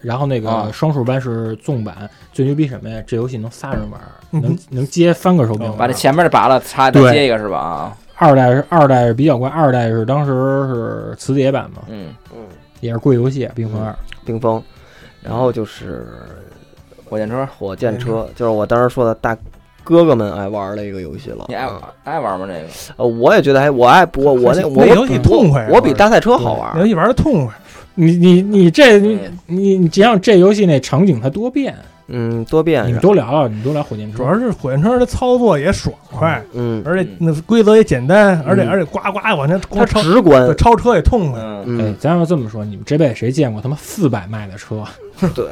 Speaker 4: 然后那
Speaker 3: 啊
Speaker 4: 个双数关是纵版。最牛逼什么呀？这游戏能仨人玩，
Speaker 5: 嗯
Speaker 4: 能能接三个手柄
Speaker 3: 哦把
Speaker 2: 嗯
Speaker 4: 玩
Speaker 3: 这。前面的拔了，插再
Speaker 4: 对
Speaker 3: 接一个是吧？啊，
Speaker 4: 二代是二代是比较怪，二代是当时是磁碟版嘛，
Speaker 3: 嗯，
Speaker 2: 嗯，
Speaker 4: 也是贵游戏《啊冰封二》。
Speaker 2: 冰封，然后就是
Speaker 3: 火箭车，
Speaker 2: 火箭
Speaker 5: 哎
Speaker 2: 车，就是我当时说的大哥哥们爱玩的一个游戏了。
Speaker 3: 你爱
Speaker 2: 嗯
Speaker 3: 爱玩吗？这个
Speaker 2: 呃，我也觉得还我爱不过我那我
Speaker 5: 那游戏痛快啊，
Speaker 2: 我我比大赛车好
Speaker 5: 游
Speaker 2: 玩。
Speaker 5: 戏玩的痛快，
Speaker 4: 你你你这你
Speaker 3: 嗯
Speaker 4: 你你只要这游戏那场景它多变，
Speaker 2: 嗯，多变
Speaker 4: 你
Speaker 2: 是
Speaker 4: 们
Speaker 2: 吧，
Speaker 4: 都聊啊聊，你们都聊火箭
Speaker 5: 主
Speaker 4: 车。哎
Speaker 5: 要是火箭车的操作也爽快，
Speaker 2: 嗯，
Speaker 5: 而且那规则也简单，而且而且呱呱往前
Speaker 2: 它
Speaker 5: 光超
Speaker 2: 直观
Speaker 5: 对，超车也痛快，
Speaker 3: 嗯，
Speaker 4: 哎
Speaker 2: 嗯，，
Speaker 4: 咱要这么说，你们这辈子谁见过他妈四百迈的车？
Speaker 2: 对，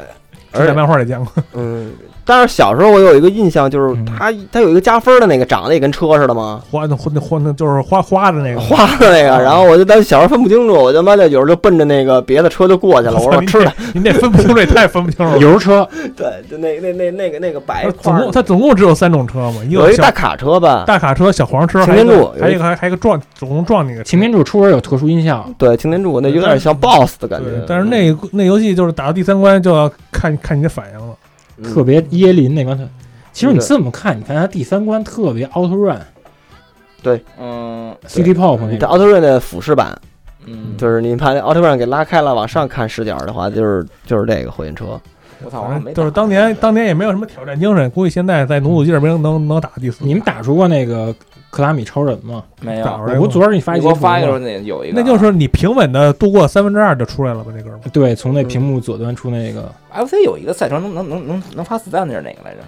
Speaker 2: 而
Speaker 5: 而且
Speaker 2: 且
Speaker 5: 漫画也见过，
Speaker 2: 嗯，但是小时候我有一个印象，就是
Speaker 4: 嗯
Speaker 2: 它它有一个加分的那个，长得也跟车似的吗？
Speaker 5: 花那花那花那就是花花的那个，
Speaker 2: 花的那
Speaker 5: 哦
Speaker 2: 个，然后我就当时小时候分不清楚，我他妈的有时候就奔着那个别的车就过
Speaker 5: [LAUGHS]
Speaker 2: 去了。我
Speaker 5: 操
Speaker 2: 说
Speaker 5: 您
Speaker 2: 吃的，
Speaker 5: 这您这分不清，这也太分不清
Speaker 4: [LAUGHS]
Speaker 5: 了。
Speaker 4: 油车，
Speaker 2: 对，就那那那那个那个白块
Speaker 5: 它哎总
Speaker 2: 儿
Speaker 5: 共它总共只有三种车嘛，一
Speaker 2: 有
Speaker 5: 个
Speaker 2: 一
Speaker 5: 小
Speaker 2: 大卡车吧，
Speaker 5: 大卡车、小黄车，
Speaker 2: 擎
Speaker 5: 还有
Speaker 2: 天
Speaker 5: 一个
Speaker 2: 柱
Speaker 5: 还有一个还还有一个撞，总共撞你个
Speaker 4: 擎天柱出门有特殊音效，
Speaker 2: 对，擎天柱那有
Speaker 5: 但
Speaker 2: 点
Speaker 5: 是
Speaker 2: 像 BOSS 的感觉
Speaker 5: 对，，但是那那游戏就是打到第三关就要看看你的反应了。
Speaker 2: 嗯
Speaker 4: 特别椰林那关特。其实你
Speaker 2: 对
Speaker 4: 这么看，你看它第三关特别 Auto Run、
Speaker 3: 嗯
Speaker 4: City Pop 那
Speaker 2: 这
Speaker 4: 种，
Speaker 2: 奥特瑞的俯视版，
Speaker 3: 嗯，
Speaker 2: 就是你把那奥特曼给拉开了，往上看视角的话，就是就是这个火箭车。
Speaker 3: 我操，我好
Speaker 5: 反
Speaker 3: 哦像没
Speaker 5: 正就是当年当年也没有什么挑战精神，估计现在在努努劲儿，没能能能打到第四。
Speaker 4: 你们打出过那个克拉米超人吗？
Speaker 3: 没
Speaker 5: 打
Speaker 3: 有，
Speaker 5: 出
Speaker 4: 我
Speaker 5: 来
Speaker 4: 不
Speaker 5: 过，
Speaker 4: 昨儿给你发
Speaker 3: 你
Speaker 4: 一
Speaker 3: 给
Speaker 4: 截
Speaker 3: 哎我
Speaker 4: 图
Speaker 3: 发一个时候
Speaker 4: 吗？
Speaker 3: 那有一个，
Speaker 5: 那就是你平稳的度过三分之二就出来了吧？那哥们儿
Speaker 4: 对，从那屏幕左端出那个，
Speaker 3: FC 有一个赛车能能能能能发子弹的是哪个来着？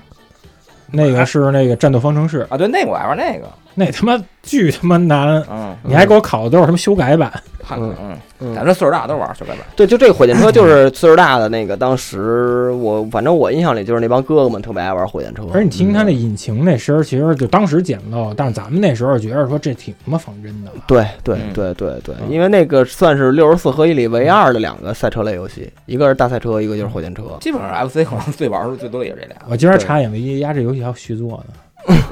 Speaker 4: 那
Speaker 3: 嗯
Speaker 4: 个是那个战斗方程式，
Speaker 3: 啊，对，那个我爱玩那个，
Speaker 4: 那他妈巨他妈难，
Speaker 3: 嗯，
Speaker 4: 你还给我考的都是什么修改版？
Speaker 3: 看看，嗯，
Speaker 2: 嗯
Speaker 3: 咱这岁数大都玩修改版，
Speaker 2: 对，就这个火箭车就是岁数大的那个，当时我反正我印象里就是那帮哥哥们特别爱玩火箭车。
Speaker 3: 嗯
Speaker 2: 嗯
Speaker 4: 而你听他那引擎那声儿，其实就当时简陋，但是咱们那时候觉得说这挺他妈仿真的了。
Speaker 2: 对对
Speaker 3: 嗯
Speaker 2: 对对对，
Speaker 4: 嗯
Speaker 2: 因为那个算是六十四合一里唯二的两个赛车类游戏，一个是大赛车，一个就是火箭车。
Speaker 3: 基本上 FC 可能最玩的最多的也是这俩，
Speaker 4: 我今儿查眼唯一压这游戏还有续作呢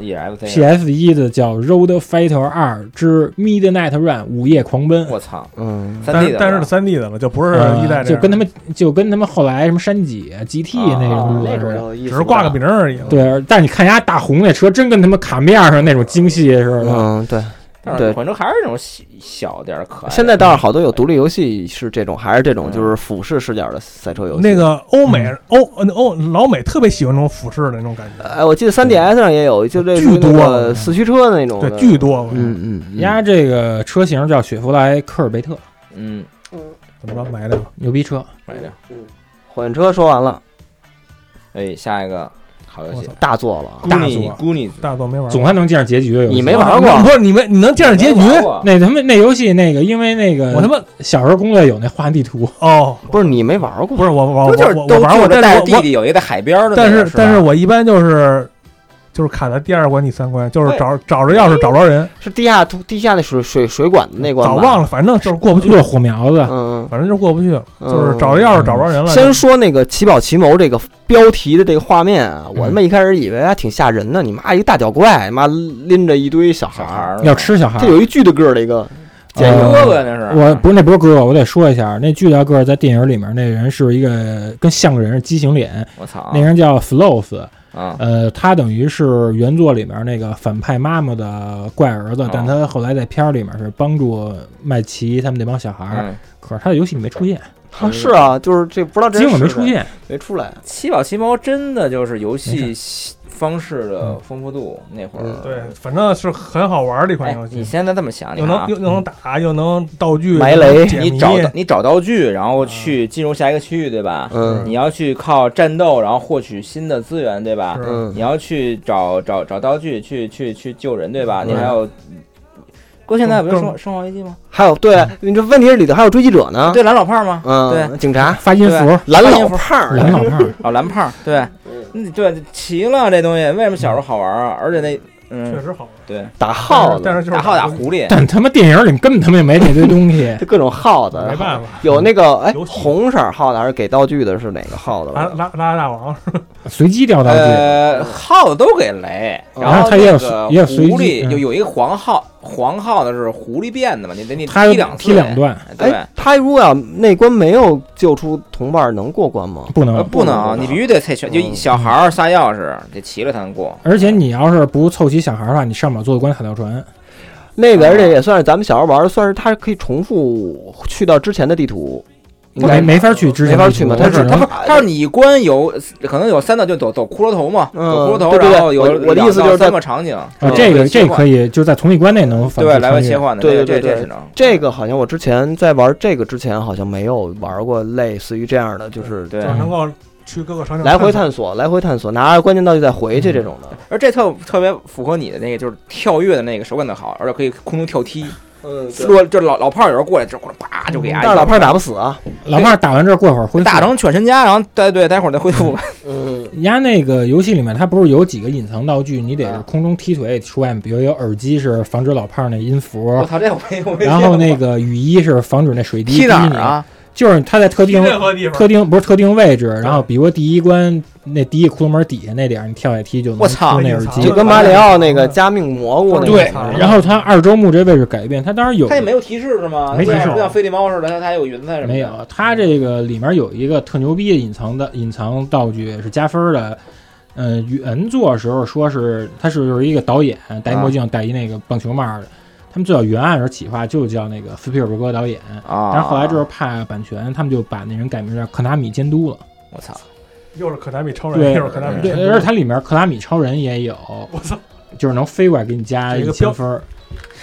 Speaker 3: 也是 FC。
Speaker 4: ，PS 一的叫《Road Fighter 二之 Midnight Run》午夜狂奔，
Speaker 3: 我操，
Speaker 2: 嗯，
Speaker 3: 三
Speaker 5: 但
Speaker 3: D
Speaker 5: 是
Speaker 3: 的，
Speaker 5: 但是三 D 的了，就不是
Speaker 4: 呃
Speaker 5: 一代这
Speaker 4: 就
Speaker 5: 样
Speaker 4: 跟他们就跟他们后来什么山脊啊、GT
Speaker 3: 啊
Speaker 4: 那种
Speaker 2: 啊
Speaker 4: 路
Speaker 2: 那
Speaker 4: 子
Speaker 2: 种
Speaker 4: 似的。
Speaker 2: 有意
Speaker 5: 只
Speaker 2: 思
Speaker 5: 嗯是挂个名儿而已。
Speaker 4: 对，但是你看人家大红那车，真跟他妈卡面上那种精细似的。
Speaker 2: 嗯，对，
Speaker 3: 但
Speaker 2: 对
Speaker 3: 是反正还是那种小小点儿可爱的。
Speaker 2: 现在倒是好多有独立游戏是这种，还是这种，
Speaker 3: 嗯
Speaker 2: 就是俯视视角的赛车游戏。
Speaker 5: 那，个欧美欧呃欧老美特别喜欢那种俯视的那种感觉，
Speaker 2: 哎，我记得 3DS 上也有，就这
Speaker 5: 嗯巨多
Speaker 2: 个四驱车的那种的，
Speaker 5: 对，巨多。我
Speaker 2: 嗯，嗯嗯，
Speaker 4: 人家这个车型叫雪佛兰科尔贝特，
Speaker 3: 嗯，
Speaker 5: 怎么了？买的
Speaker 4: 牛逼车。
Speaker 3: 买点儿。
Speaker 2: 火焰车说完了，
Speaker 3: 哎，下一个好游
Speaker 5: 我
Speaker 3: 戏
Speaker 5: 操，
Speaker 2: 大作了啊，
Speaker 5: 大作
Speaker 3: 姑你
Speaker 5: 大作没玩过，
Speaker 4: 总算能见着结局
Speaker 5: 嗯
Speaker 4: 的游戏。
Speaker 2: 你没玩
Speaker 5: [LAUGHS]
Speaker 2: 过
Speaker 5: 不是你们你能见着结局？
Speaker 4: 那他妈那游戏那个，因为那个
Speaker 5: 我他妈
Speaker 4: 小时候攻略有那画地图， [LAUGHS]
Speaker 5: 哦，
Speaker 2: 不是你没玩过
Speaker 5: 不是我我我
Speaker 3: 不就是
Speaker 5: 我
Speaker 3: 都
Speaker 5: 我玩
Speaker 3: 就
Speaker 5: 过，
Speaker 3: 是
Speaker 5: 但
Speaker 3: 带
Speaker 5: 是
Speaker 3: 着
Speaker 5: 我
Speaker 3: 弟弟有一个海边儿的那
Speaker 5: 但
Speaker 3: 个，
Speaker 5: 是但是
Speaker 3: 吧
Speaker 5: 我一般就是就是卡在第二关、第三关，就是找找着钥匙找不着人，
Speaker 2: 是地下通地下那水水水管的那关
Speaker 5: 早
Speaker 2: 吧
Speaker 5: 忘了，反正就是过不去，
Speaker 4: 热火苗子，
Speaker 2: 嗯，
Speaker 5: 反正就是过不去了，
Speaker 2: 嗯
Speaker 5: 就是找着钥匙找不着人了。
Speaker 2: 先说那个《奇宝奇谋》这个标题的这个画面啊，
Speaker 5: 嗯
Speaker 2: 我他妈一开始以为还挺吓人的，你妈一个大脚怪，妈拎着一堆小孩
Speaker 3: 小孩
Speaker 2: 儿，
Speaker 3: 儿
Speaker 4: 要吃小孩
Speaker 2: 这。有一巨大个儿的一个，
Speaker 3: 捡
Speaker 4: 呃
Speaker 3: 哥哥那是。
Speaker 4: 我不是那不是哥哥，我得说一下，那巨大个儿在电影里面那人是一个跟像人畸形脸，
Speaker 3: 我操
Speaker 4: 那人叫 Flows，
Speaker 3: 啊！
Speaker 4: 呃，他等于是原作里面那个反派妈妈的怪儿子
Speaker 3: 哦，
Speaker 4: 但他后来在片儿里面是帮助麦奇他们那帮小孩儿，
Speaker 3: 嗯，
Speaker 4: 可是他的游戏里没出现，
Speaker 5: 嗯
Speaker 2: 啊是啊，就是这不知道这
Speaker 4: 结
Speaker 2: 是
Speaker 4: 果没
Speaker 2: 谁
Speaker 4: 出现，
Speaker 2: 没出来，
Speaker 3: 七宝七猫真的就是游戏
Speaker 4: 没
Speaker 3: 方式的
Speaker 4: 嗯
Speaker 3: 丰富度那会儿。
Speaker 2: 嗯
Speaker 5: 对，反正是很好玩的一款
Speaker 3: 哎
Speaker 5: 游，
Speaker 3: 你
Speaker 5: 戏，
Speaker 3: 现在这么想，你
Speaker 5: 又
Speaker 3: 看啊
Speaker 5: 能又，能打，又能道具
Speaker 2: 埋雷
Speaker 5: 又能解谜嗯
Speaker 3: 你找到你找道具，然后去进入下一个区域，对吧？
Speaker 2: 嗯
Speaker 3: 你要去靠战斗，然后获取新的资源，对吧？
Speaker 5: 是
Speaker 2: 嗯
Speaker 3: 你要去找找找道具，去去去救人，对吧？你
Speaker 2: 嗯
Speaker 3: 还有，哥现在不是
Speaker 5: 更
Speaker 3: 生生化危机吗？
Speaker 2: 还有对，
Speaker 5: 嗯
Speaker 2: 你这问题是里头还有追击者
Speaker 4: 啊
Speaker 2: 呢，
Speaker 3: 对，蓝老炮儿吗？对
Speaker 2: 嗯，警察
Speaker 4: 发音符，
Speaker 2: 蓝老胖儿，
Speaker 4: 蓝老胖儿，
Speaker 3: 哦，蓝胖儿，对，嗯，对，齐了这东西，为什么小时候好玩啊？而且那，
Speaker 5: 确
Speaker 3: 嗯，
Speaker 5: 实好玩。
Speaker 3: 对，
Speaker 2: 打耗
Speaker 5: 但
Speaker 2: 子，，
Speaker 5: 是就是
Speaker 3: 打耗打狐狸，
Speaker 4: 但他妈电影里根本他妈也没那堆东西
Speaker 2: 就各种耗子，
Speaker 5: 没办法，
Speaker 2: 有那个哎
Speaker 5: 游戏啊
Speaker 2: 红色儿耗子还是给道具的是哪个耗子
Speaker 5: 拉
Speaker 2: 来着？
Speaker 5: 拉拉大王
Speaker 4: 随机掉道具，
Speaker 3: 呃，耗子都给雷，
Speaker 2: 嗯
Speaker 3: 然后
Speaker 4: 他啊也有
Speaker 3: 那个
Speaker 4: 也有随机
Speaker 3: 狐狸
Speaker 4: 嗯
Speaker 3: 有有一个黄耗，黄耗的是狐狸变的嘛，你得你
Speaker 4: 他
Speaker 3: 踢两
Speaker 4: 踢
Speaker 3: 次
Speaker 4: 两，段
Speaker 3: 哎对
Speaker 2: 哎，，他如果要那关没有救出同伴儿，能过关吗？
Speaker 4: 哦不
Speaker 3: 呃
Speaker 4: 能，
Speaker 3: 不
Speaker 2: 不
Speaker 3: 能，
Speaker 2: 能
Speaker 3: 你必须得猜拳，就
Speaker 2: 嗯
Speaker 3: 小孩儿撒钥匙得齐了才能过，
Speaker 4: 而且你要是不凑齐小孩儿的话，你上不了坐关海盗船。
Speaker 2: 那个，
Speaker 3: 啊
Speaker 2: 而且也算是咱们小时候玩的，算是它可以重复去到之前的地图，应该
Speaker 4: 哦没没法去之前
Speaker 2: 没法去嘛
Speaker 4: 嘛，
Speaker 2: 他
Speaker 4: 我
Speaker 2: 只
Speaker 4: 只
Speaker 2: 能
Speaker 4: 能
Speaker 3: 他说你一关有可能有三道，就走走骷髅头嘛，
Speaker 2: 嗯
Speaker 3: 走骷髅头，
Speaker 2: 对对对
Speaker 3: 然后有
Speaker 2: 我我的意思就是
Speaker 3: 两到
Speaker 2: 在
Speaker 3: 三个场景，
Speaker 4: 啊，这个这个
Speaker 3: 以
Speaker 4: 可以就是在同一关内能反复
Speaker 3: 对来回
Speaker 4: 穿越
Speaker 3: 切换的，
Speaker 2: 对对
Speaker 3: 这个
Speaker 2: 对
Speaker 3: 这
Speaker 2: 对
Speaker 3: 只能
Speaker 2: 这个好像我之前在玩这个之前，好像没有玩过类似于这样的，就是
Speaker 3: 嗯对
Speaker 5: 就。是能够去各个场景
Speaker 2: 来回探索、来回探索，拿着关键道具再回去这种的。
Speaker 3: 而这特特别符合你的那个，就是跳跃的那个手感的好，而且可以空中跳踢。
Speaker 2: 嗯
Speaker 3: 落就是老老炮儿有时候过来，就过来啪就给
Speaker 2: 但
Speaker 3: 挨。
Speaker 2: 是老炮儿打不死啊。
Speaker 4: 老炮儿打完这儿过一会儿恢复
Speaker 3: 打成犬神家，然后待对待会儿再恢复吧。
Speaker 2: 嗯，
Speaker 4: 压那个游戏里面，它不是有几个隐藏道具，你得
Speaker 3: 啊
Speaker 4: 是空中踢腿出外面，比如有耳机是防止老炮儿那音
Speaker 3: 我
Speaker 4: 符，
Speaker 3: 操，这我没我没见过。
Speaker 4: 然后那个雨衣是防止那水滴
Speaker 3: 踢哪
Speaker 4: 滴
Speaker 3: 儿
Speaker 4: 你？
Speaker 3: 啊？
Speaker 4: 就是它在特
Speaker 5: 去
Speaker 4: 定
Speaker 5: 任何地方。
Speaker 4: 特定不是特定位置，
Speaker 3: 嗯
Speaker 4: 然后比如说第一关那第一个窟窿门底下那点儿，你跳下踢就能
Speaker 3: 我操
Speaker 4: 听那耳
Speaker 5: 嗯
Speaker 4: 机
Speaker 2: 就。跟马里奥那个加命蘑菇那个
Speaker 4: 对
Speaker 2: 场景，
Speaker 4: 然后它二周目这位置改变，它当然有
Speaker 3: 他也没有提示是吗？
Speaker 4: 没提示
Speaker 3: 不像不像飞利猫似的，它它有云彩什么的。
Speaker 4: 没有，它这个里面有一个特牛逼的隐藏的隐藏道具是加分儿的。嗯，原作的时候说是他是就是一个导演，戴一
Speaker 3: 啊
Speaker 4: 墨镜，戴一那个棒球帽儿的。他们最早原案时候企划就叫那个斯皮尔伯格导演，
Speaker 3: 啊。
Speaker 4: 但是后来就是怕版权，他们就把那人改名叫克拉米监督了。
Speaker 3: 我操，
Speaker 5: 又是可达米超
Speaker 4: 对
Speaker 5: 人，又是可达米
Speaker 4: 对，
Speaker 5: 神
Speaker 4: 而且
Speaker 5: 盾，
Speaker 4: 它里面克拉米超人也有，
Speaker 5: 我操，
Speaker 4: 就是能飞过来给你加
Speaker 5: 这一
Speaker 4: 一
Speaker 5: 个
Speaker 4: 千
Speaker 5: 标
Speaker 4: 分儿。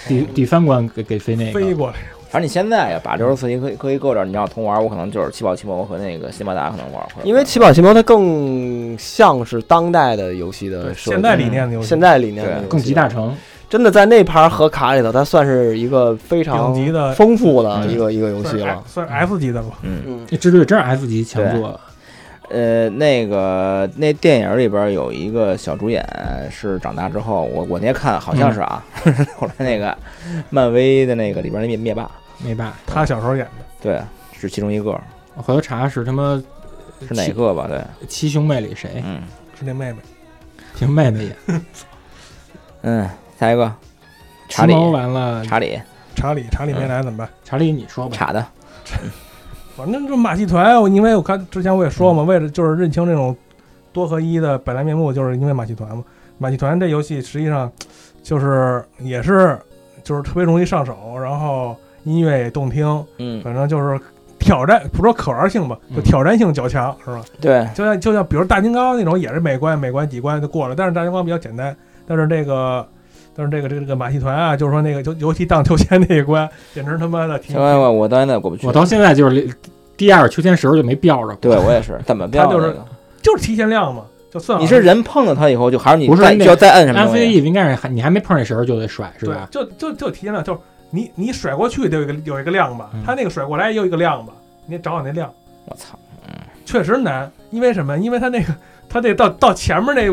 Speaker 4: 第第三关给给飞那个，
Speaker 5: 飞过来，
Speaker 3: 反正你现在呀，把六十四级可以可以够着，你让我同玩，我可能就是七宝奇谋和那个辛巴达可能玩会儿。
Speaker 2: 因为《七宝奇谋》它更像是当代的游戏的
Speaker 5: 对
Speaker 2: 设计，
Speaker 5: 现代理念的游戏，
Speaker 2: 现代理念的
Speaker 3: 对
Speaker 2: 游戏
Speaker 4: 更集大成。
Speaker 2: 真的在那盘盒卡里头，它算是一个非常
Speaker 5: 顶级的
Speaker 2: 丰富的
Speaker 4: 嗯
Speaker 2: 一个一个游戏
Speaker 5: 算是
Speaker 2: 了
Speaker 5: F-。算是 F 级的吧，
Speaker 3: 嗯
Speaker 2: 嗯，
Speaker 4: 这对真是 F 级强作，
Speaker 3: 呃，那个那电影里边有一个小主演是长大之后，我我那天看好像是啊， [LAUGHS] 后来那个漫威的那个里边那灭灭霸，
Speaker 4: 没办法。
Speaker 5: 他小时候演的，
Speaker 3: 对，是其中一个，
Speaker 4: 我回头查是他妈
Speaker 3: 是哪个吧？对，
Speaker 4: 七七兄妹里谁？
Speaker 3: 嗯
Speaker 5: 是那妹妹，
Speaker 4: 听妹妹演。
Speaker 3: 嗯，下一个查
Speaker 4: 奇
Speaker 3: 理
Speaker 4: 谋完了，
Speaker 3: 查理
Speaker 5: 查理，查理没来怎么办？
Speaker 4: 查理你说吧。
Speaker 3: 查的，
Speaker 5: 反正这马戏团，我因为我看之前我也说嘛，为了就是认清这种多合一的本来面目，就是因为马戏团嘛。马戏团这游戏实际上就是也是就是特别容易上手，然后音乐也动听，
Speaker 3: 嗯，
Speaker 5: 反正就是挑战，不说可玩性吧，就
Speaker 4: 嗯
Speaker 5: 挑战性较强，是吧？
Speaker 3: 对，
Speaker 5: 就像就像比如大金刚那种，也是每关每关几关就过了，但是大金刚比较简单，但是这个。但是这个这个这个马戏团啊，就是说那个尤尤其荡秋千那一关，简直他妈的挺
Speaker 3: 相关我我到现在过不去
Speaker 4: 我，到现在就是第二秋千时候就没标着过。
Speaker 3: 对我也是，怎么标
Speaker 5: 他就是
Speaker 3: 那个
Speaker 5: 就是提前量嘛，就算
Speaker 3: 你是人碰到他以后，就还是你
Speaker 4: 不是
Speaker 3: 再
Speaker 4: 那 E
Speaker 3: 就要再摁什么
Speaker 4: 安
Speaker 3: 东
Speaker 4: 飞
Speaker 3: 西？
Speaker 4: 意思应该是还你还没碰那时候就得甩是
Speaker 5: 对，
Speaker 4: 吧？
Speaker 5: 就就就提前量，就是你你甩过去得有一个有一个量吧，
Speaker 4: 嗯
Speaker 5: 他那个甩过来也有一个量吧，你得找找那量，
Speaker 3: 我操，
Speaker 5: 确实难，因为什么？因为他那个他那到到前面那。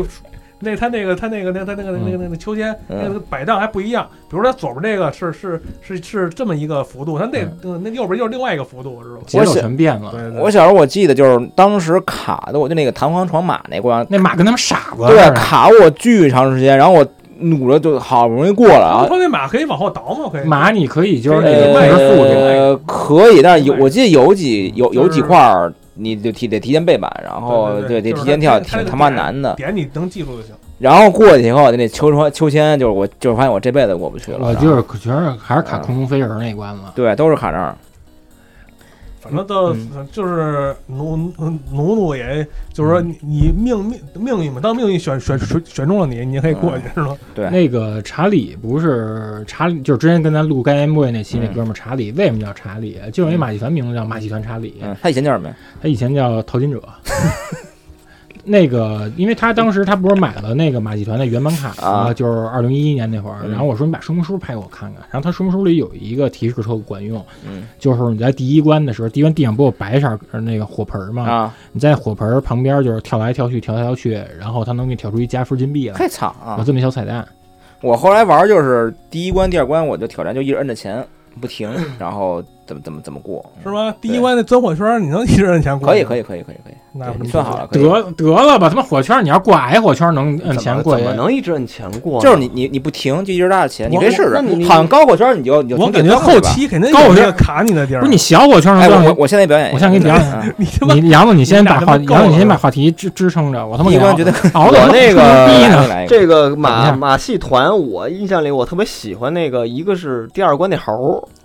Speaker 5: 那他那个他那个那他那个那个那个秋千
Speaker 3: 嗯
Speaker 5: 那个摆荡还不一样，比如他左边这个是是是是这么一个幅度，他那
Speaker 3: 嗯
Speaker 5: 呃那右边又是另外一个幅度，知道吗？
Speaker 4: 节奏
Speaker 3: 我想
Speaker 4: 全变了。
Speaker 5: 对
Speaker 3: 我小时候我记得就是当时卡的，我就那个弹簧床马那关，
Speaker 4: 那马跟他们傻子似
Speaker 3: 对，
Speaker 4: 的，
Speaker 3: 卡我巨长时间，然后我努着就好不容易过了啊
Speaker 5: 然。 [LAUGHS] 后那马可以往后倒嘛，可以
Speaker 4: 马你可以就是那个
Speaker 5: 对
Speaker 4: 控制速度。
Speaker 3: 呃，可以，但是有
Speaker 5: 对
Speaker 3: 我记得有几有有
Speaker 5: 就是
Speaker 3: 几块儿，你就提得提前背板，然后
Speaker 5: 对对
Speaker 3: 得
Speaker 5: 对就是
Speaker 3: 提前跳，
Speaker 5: 它它
Speaker 3: 挺
Speaker 5: 它
Speaker 3: 他妈
Speaker 5: 得
Speaker 3: 难的。
Speaker 5: 点你能记住就行。
Speaker 3: 然后过去以后，那秋窗秋千就是我就是发现我这辈子过不去了。
Speaker 4: 我
Speaker 3: 然后
Speaker 4: 哦就是全是还是卡空中飞人那关了。
Speaker 3: 对，都是卡那儿。
Speaker 5: 反正到
Speaker 4: 嗯
Speaker 5: 就是奴奴奴奴，也就
Speaker 4: 嗯
Speaker 5: 是说你你命命命运嘛，当命运选选选选中了你，你可以过去是吗？
Speaker 3: 对
Speaker 4: 那个查理不是查理，就是之前跟咱录《干烟 boy》那期那
Speaker 3: 嗯
Speaker 4: 哥们儿查理，为什么叫查理？啊就因为马戏团名字叫马戏团查理，
Speaker 3: 嗯，他以前叫什么呀？
Speaker 4: 他以前叫淘金者。那个，因为他当时他不是买了那个马戏团的原版卡
Speaker 3: 啊
Speaker 4: 吗？就是二零一一年那会儿。
Speaker 3: 嗯
Speaker 4: 然后我说你把说明书拍给我看看。然后他说明书里有一个提示特管用，
Speaker 3: 嗯
Speaker 4: 就是你在第一关的时候，第一关地上不有白色儿呃那个火盆儿吗？
Speaker 3: 啊，
Speaker 4: 你在火盆儿旁边就是跳来跳去，跳来跳去，然后他能给你跳出一加分金币来
Speaker 3: 太。惨啊
Speaker 4: 有！这么一小彩蛋，
Speaker 3: 我后来玩就是第一关、第二关，我就挑战就一直摁着钱不停，然后怎么怎么怎么过，
Speaker 5: 是吧？第一关那钻火圈，你能一人前过？
Speaker 3: 可以可
Speaker 5: 以，
Speaker 3: 以可以可以可以，
Speaker 5: 那
Speaker 3: 对
Speaker 5: 不
Speaker 3: 你算好了，可以。
Speaker 4: 得得了吧，他妈火圈儿！你要过矮火圈儿能摁
Speaker 2: 怎
Speaker 4: 钱
Speaker 2: 么
Speaker 4: 过
Speaker 2: 怎
Speaker 4: 去
Speaker 2: 么，能一直摁钱过呢？
Speaker 3: 就是你你你不停就一直拉着钱，你可以试
Speaker 2: 我那
Speaker 3: 试。
Speaker 2: 你
Speaker 3: 好像高火圈你就你就
Speaker 5: 我
Speaker 3: 停
Speaker 5: 感
Speaker 3: 止
Speaker 5: 觉
Speaker 3: 蹬
Speaker 5: 后
Speaker 3: 是吧
Speaker 5: 期肯定
Speaker 4: 高
Speaker 5: 有
Speaker 4: 我
Speaker 5: 那
Speaker 4: 这
Speaker 5: 个卡你的地儿。
Speaker 4: 不是你小火圈儿能
Speaker 3: 哎，
Speaker 4: 算
Speaker 3: 我
Speaker 4: 吗
Speaker 3: 我？我现在表演一个，
Speaker 4: 我先给你表演一
Speaker 3: 嗯
Speaker 5: 你他妈
Speaker 4: 你杨子，你先把话，
Speaker 5: 你
Speaker 4: 杨子，你
Speaker 5: 俩他妈够
Speaker 4: 先
Speaker 5: 了
Speaker 4: 把话题支支撑着，我他妈
Speaker 3: 第一关
Speaker 4: 聊
Speaker 3: 觉得
Speaker 4: 熬
Speaker 2: [LAUGHS]
Speaker 4: 的
Speaker 2: 我那个
Speaker 4: 逼呢，
Speaker 3: 来一个
Speaker 2: 这个
Speaker 4: 等一
Speaker 2: 马
Speaker 4: 下
Speaker 2: 马戏团，我印象里我特别喜欢那个，一个是第二关那猴